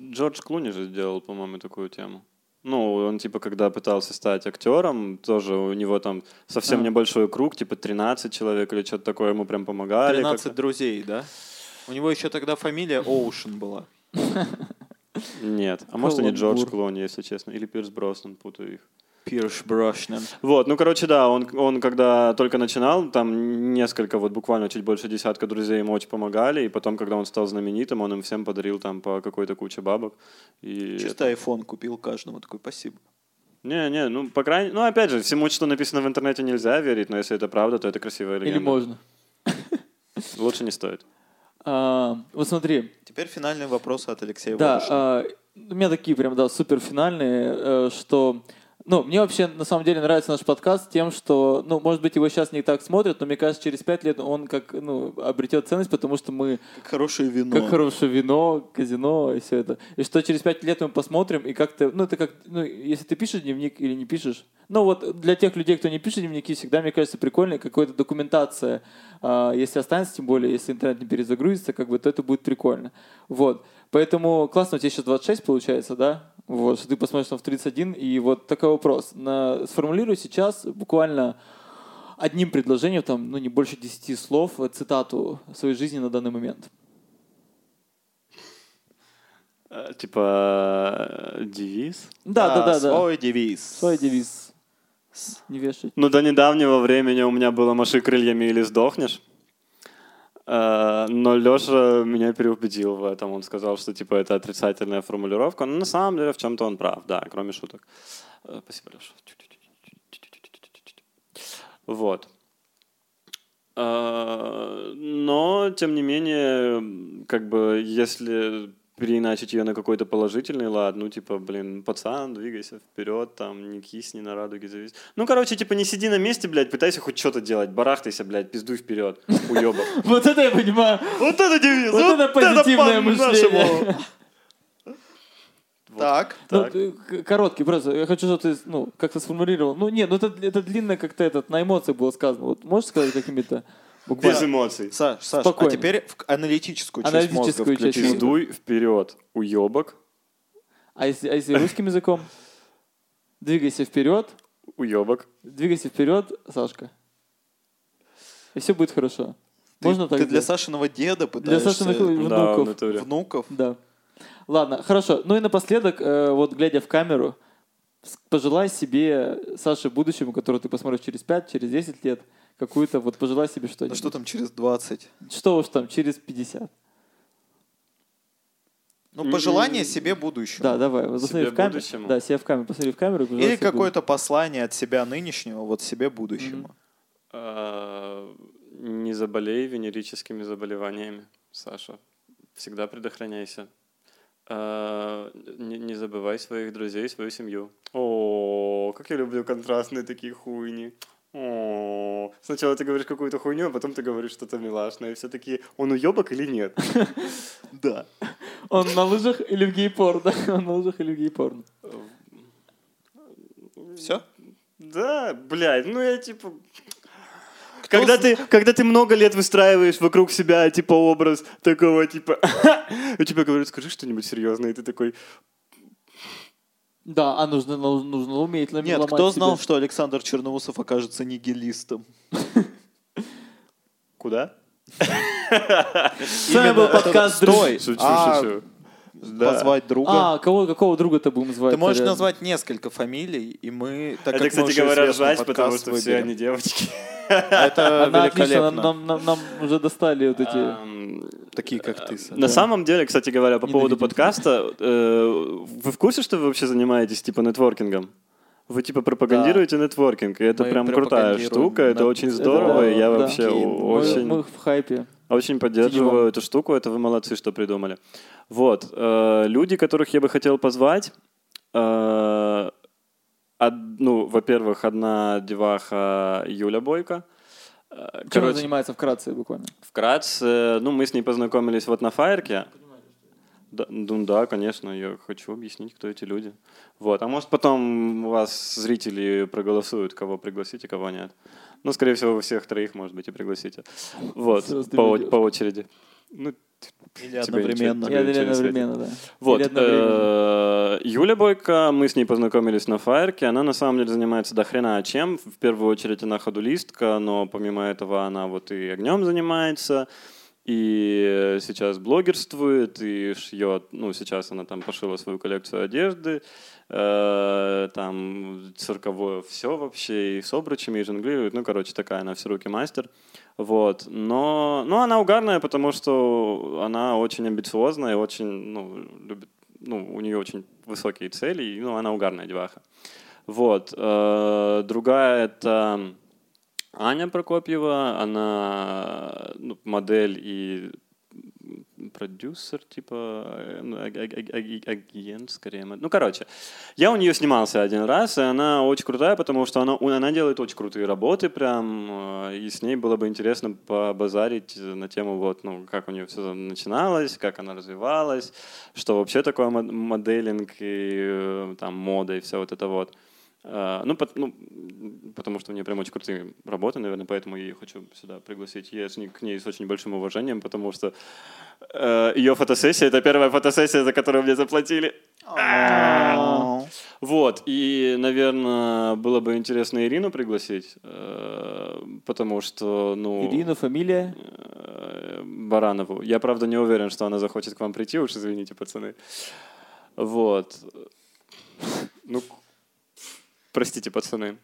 C: Джордж Клуни же сделал, по-моему, такую тему. Ну, он, типа, когда пытался стать актером, тоже у него там совсем
A: А.
C: небольшой круг, типа 13 человек или что-то такое, ему прям помогали.
B: 13 друзей, да? У него еще тогда фамилия Оушен была.
C: Нет. А может, они
A: Каламбур.
C: Джордж Клони, если честно. Или Пирс Броснан, путаю их.
B: Пирш Брашнен.
C: Вот, ну, короче, да, он, он когда только начинал, там несколько, вот буквально чуть больше десятка друзей ему очень помогали, и потом, когда он стал знаменитым, он им всем подарил там по какой-то куче бабок. И...
B: Чисто айфон купил каждому. Такой, спасибо.
C: Не, не, ну, по крайней... Ну, опять же, всему, что написано в интернете, нельзя верить, но если это правда, то это красивая
A: Или
C: легенда.
A: можно.
C: Лучше не стоит.
A: А, вот смотри,
B: Теперь финальные вопросы от Алексея
A: Да,
B: Волошина.
A: а, у меня такие прям, да, супер финальные, э, что... Ну, мне вообще, на самом деле, нравится наш подкаст тем, что, ну, может быть, его сейчас не так смотрят, но мне кажется, через пять лет он как, ну, обретет ценность, потому что мы
B: Как Хорошее вино.
A: а, как хорошее вино, казино и все это. И что через пять лет мы посмотрим, и как-то, ну, это как, ну, если ты пишешь дневник или не пишешь, ну, вот для тех людей, кто не пишет дневники, всегда, мне кажется, прикольно какая-то документация, а, если останется, тем более, если интернет не перезагрузится, как бы, то это будет прикольно. Вот. Поэтому классно, у тебя сейчас 26 получается, да? Вот, что ты посмотришь там в 31, и вот такой вопрос. На, сформулируй сейчас буквально одним предложением, там, ну, не больше 10 слов, э, цитату своей жизни на данный момент.
C: Э, Типа э, девиз?
A: Да, да, да, да.
B: А, Свой девиз.
A: Свой девиз. Не вешать.
C: Ну, до недавнего времени у меня было «Маши крыльями или сдохнешь». Э, Но Леша меня переубедил в этом. Он сказал, что типа это отрицательная формулировка. Но на самом деле в чем-то он прав, да, кроме шуток. Э, Спасибо, Леша. Вот. Э, Но, тем не менее, как бы, если переиначить ее на какой-то положительный лад, ну, типа, блин, пацан, двигайся вперед, там, не кисни на радуге завис. Ну, короче, типа, не сиди на месте, блядь, пытайся хоть что-то делать, барахтайся, блядь, пиздуй вперед, уебок.
A: Вот это я понимаю.
B: Вот это девиз.
A: Вот это позитивное
B: по-нашему.
A: мышление.
B: Так.
A: Ну,
C: Так.
A: ты, к- короткий просто. Я хочу, чтобы ты ну, как-то сформулировал. Ну, нет, ну это, это длинно как-то этот, на эмоциях было сказано. Вот можешь сказать какими-то
C: Без
A: буквально?
C: эмоций.
B: Саш, Саш, а
A: Спокойно.
B: теперь в к- аналитическую часть мозга
A: Аналитическую часть
B: включи.
A: мозга.
C: Пиздуй вперед, уебок,
A: А если, а если русским языком? Двигайся вперед,
C: уебок.
A: двигайся вперед, Сашка. И все будет хорошо.
B: Ты-
A: Можно так
B: Ты для
A: сделать?
B: Сашиного деда
A: Для
B: пытаешься.
A: Сашиных
C: Да, в
A: внуков.
C: натуре.
B: Внуков.
A: Да. Ладно, хорошо. Ну и напоследок, э, вот глядя в камеру, с- пожелай себе, Саше, будущему, которого ты посмотришь через 5, через 10 лет, какую-то, вот пожелай себе
B: Ну
A: что-нибудь.
B: что там через 20?
A: Что уж там, через 50.
B: Ну, пожелание себе будущего.
A: М-м. Да, давай, вот
C: Себе
A: посмотри в камеру.
C: будущему?
A: Да, себе в камеру, посмотри в камеру. и пожелай
B: Или
A: себе
B: какое-то послание от себя нынешнего, вот себе будущему.
C: А, Не заболей венерическими заболеваниями, Саша. Всегда предохраняйся. А, Не, не забывай своих друзей, свою семью. О, как я люблю контрастные такие хуйни. О, сначала ты говоришь какую-то хуйню, а потом ты говоришь что-то милашное. И все такие, он уебок или нет?
A: будущего.
C: Да.
A: Он на лыжах или в гей-порно? Он на лыжах или в гей-порно?
B: Все?
C: Да, блядь, ну я типа... Когда ты, когда ты много лет выстраиваешь вокруг себя, типа, образ такого, типа... У тебя говорят, скажи что-нибудь серьезное, и ты такой...
A: Да, а нужно, ну, нужно уметь лом-
B: Нет,
A: ломать
B: кто знал,
A: себя.
B: что Александр Черноусов окажется нигилистом?
C: Куда?
A: С вами был подкаст
B: Стой!
A: «Друзья».
C: Шучу,
B: А,
C: шучу. Да.
B: Позвать друга.
A: А, кого, какого друга-то будем звать? э,
B: Ты можешь
A: Сорян.
B: назвать несколько фамилий, и мы, так как
C: Это,
B: мы
C: А кстати
B: уже
C: говоря,
B: известный
C: жать,
B: подкаст,
C: потому что все
B: выберем.
C: они девочки.
B: Это
A: Она отлично,
B: э, великолепно. А,
A: нам, нам, нам- нам уже достали вот эти...
C: Эм,
B: Такие, как ты, Саша.
C: На самом деле, кстати говоря, по поводу
A: Ненавидим.
C: подкаста, э, вы в курсе, что вы вообще занимаетесь типа нетворкингом? Вы типа пропагандируете нетворкинг, и это
B: Мы
C: прям крутая
B: пропагандируем
C: штука, это
B: нет-
C: очень
A: да,
C: здорово, и я
A: да.
C: вообще
B: Такие,
C: о-
A: Мы-
C: очень...
A: мы в хайпе.
C: Очень поддерживаю
A: Спасибо
C: эту штуку, это вы молодцы, что придумали. Вот, э, люди, которых я бы хотел позвать, э, од- ну, во-первых, одна деваха Юля Бойко. Э,
A: Чем он занимается вкратце буквально?
C: вкратце, ну, мы с ней познакомились вот на Фаерке. Да, ну да, конечно, я хочу объяснить, кто эти люди. Вот, а может потом у вас зрители проголосуют, кого пригласите, кого нет. Ну, скорее всего, вы всех троих, может быть, и пригласите. Вот,
A: Сразу ты
C: по,
A: ведёшь.
C: по очереди. Ну,
B: Или
C: тебе
B: одновременно.
C: ничего-
A: Я
C: тебе
A: или
C: ничего не светит.
A: одновременно, да.
C: Вот,
A: Или одновременно.
C: э, Юля Бойко, мы с ней познакомились на Фаерке, она на самом деле занимается до хрена чем, в первую очередь она ходулистка, но помимо этого она вот и огнем занимается, и сейчас блогерствует, и шьет, ну сейчас она там пошила свою коллекцию одежды, э, там цирковое все вообще, и с обручами, и жонглирует, ну короче такая она все руки мастер. Вот. Но, но она угарная, потому что она очень амбициозная, и очень, ну, любит, ну, у нее очень высокие цели, и, ну, она угарная деваха. Вот. Э, Другая это Аня Прокопьева, она ну, модель и продюсер, типа, э, ну, аг- аг- аг- аг- агент, скорее. мод- Ну, короче, я у нее снимался один раз, и она очень крутая, потому что она, у- она делает очень крутые работы прям, э, и с ней было бы интересно побазарить на тему, вот, ну, как у нее все начиналось, как она развивалась, что вообще такое мод- моделинг и э, там мода и все вот это вот. Э, Ну, пот- ну, потому что у нее прям очень крутые работы, наверное, поэтому я ее хочу сюда пригласить. Я с ней, к ней с очень большим уважением, потому что э, ее фотосессия — это первая фотосессия, за которую мне заплатили. Вот, и, наверное, было бы интересно Ирину пригласить, э, потому что, ну...
A: Ирина, фамилия?
C: э, Баранову. Я, правда, не уверен, что она захочет к вам прийти, уж извините, пацаны. Вот. Ну, к- простите, пацаны.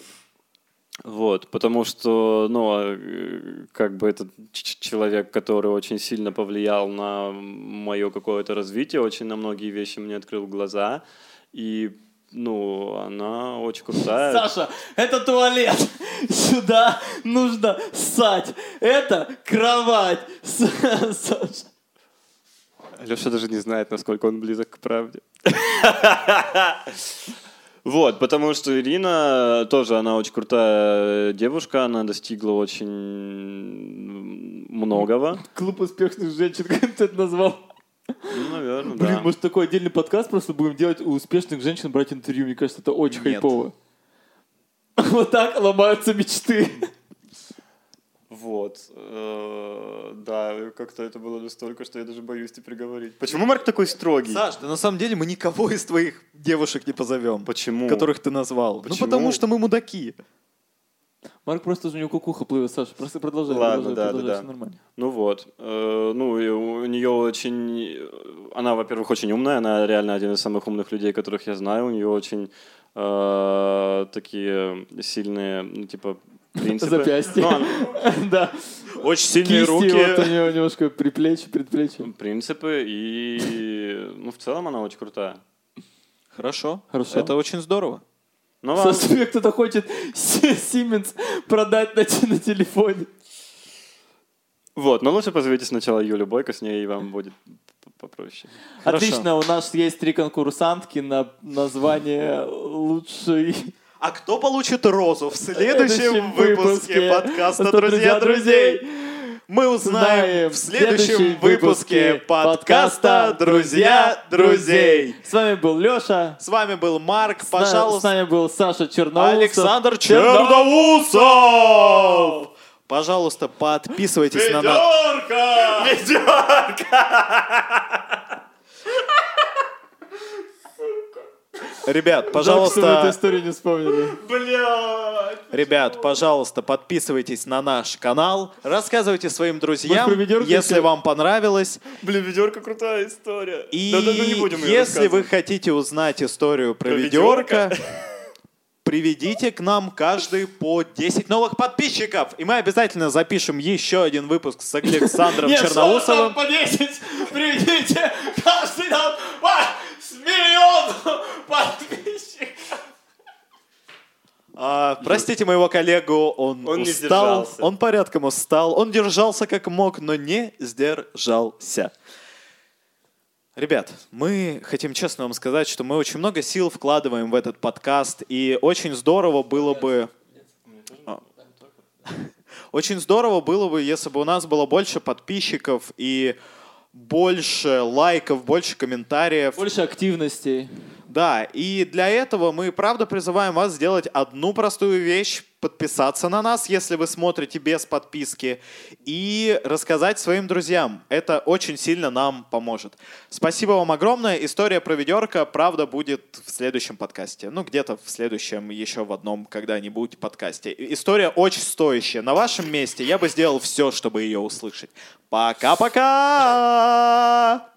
C: Вот, потому что, ну, э, как бы этот ч- человек, который очень сильно повлиял на мое какое-то развитие, очень на многие вещи мне открыл глаза, и, ну, она очень крутая.
A: Саша, это туалет. Сюда нужно ссать. Это кровать. С- Саша.
C: Леша даже не знает, насколько он близок к правде. Вот, потому что Ирина тоже, она очень крутая девушка, она достигла очень многого.
A: Клуб успешных женщин, как ты это назвал.
C: Ну, наверное,
A: Блин,
C: да.
A: может такой отдельный подкаст просто будем делать у успешных женщин брать интервью. Мне кажется, это очень
B: Нет.
A: хайпово. Вот так ломаются мечты.
C: Вот. Э, Да, как-то это было настолько, что я даже боюсь теперь говорить. Почему Марк такой строгий?
B: Саш, да на самом деле мы никого из твоих девушек не позовем,
C: Почему?
B: которых ты назвал.
C: Почему?
B: Ну потому что мы мудаки.
A: Марк просто же у него кукуха плывет, Саша. Просто продолжай,
C: Ладно,
A: продолжай,
C: да, да,
A: продолжай,
C: да.
A: всё нормально.
C: Ну вот. Э, Ну, и у нее очень... э, Она, во-первых, очень умная. Она реально один из самых умных людей, которых я знаю. У нее очень э, такие сильные, ну, типа, принципы.
A: Запястья.
C: Ну, она-
A: Да.
B: Очень
A: Кисти вот у него немножко предплечье, предплечье.
C: принципы и... Ну, в целом она очень крутая.
B: Хорошо.
A: Хорошо.
B: Это очень здорово.
C: Ну,
A: Со
C: ладно.
A: тебе кто-то хочет Си- Siemens продать на, те- на телефоне.
C: Вот, но лучше позовите сначала Юлю Бойко, с ней вам будет п- попроще.
A: Отлично, у нас есть три конкурсантки на название лучший.
B: А кто получит розу в Э, следующем выпуске подкаста
A: «Сто
B: «Друзья друзей»? Мы узнаем
A: Знаем
B: в следующем выпуске подкаста «Друзья друзей».
A: С вами был Леша.
B: С вами был Марк,
A: Пожалуйста. С
B: пожалуйста,
A: нами был Саша Черноусов.
B: Александр
A: Черноусов.
B: Черноусов. Пожалуйста, подписывайтесь на нас.
A: Жалко,
B: Ребят,
A: что вы эту
B: пожалуйста,
A: историю не вспомнили.
B: ребят, пожалуйста, подписывайтесь на наш канал, рассказывайте своим друзьям,
A: про ведерко
B: если
A: еще?
B: вам понравилось.
C: Блин, ведерка крутая история.
B: И
C: Да, да, ну не будем её
B: если вы
C: рассказывать.
B: хотите узнать историю про,
C: Про
B: ведерко, приведите к нам каждый по 10 новых подписчиков. И мы обязательно запишем еще один выпуск с Александром
A: Нет,
B: Черноусовым.
A: По 10 приведите каждый нам по с миллион подписчиков.
B: А, простите моего коллегу, он,
C: Он не
B: устал,
C: сдержался.
B: он порядком устал, он держался как мог, но не сдержался. Ребят, мы хотим честно вам сказать, что мы очень много сил вкладываем в этот подкаст, и очень здорово было бы... А. Очень здорово было бы, если бы у нас было больше подписчиков и больше лайков, больше комментариев.
A: Больше активностей.
B: Да, и для этого мы, правда, призываем вас сделать одну простую вещь, подписаться на нас, если вы смотрите без подписки, и рассказать своим друзьям. Это очень сильно нам поможет. Спасибо вам огромное. История про ведерко, правда, будет в следующем подкасте. Ну, где-то в следующем, еще в одном когда-нибудь подкасте. И- История очень стоящая. На вашем месте я бы сделал все, чтобы ее услышать. Пока-пока!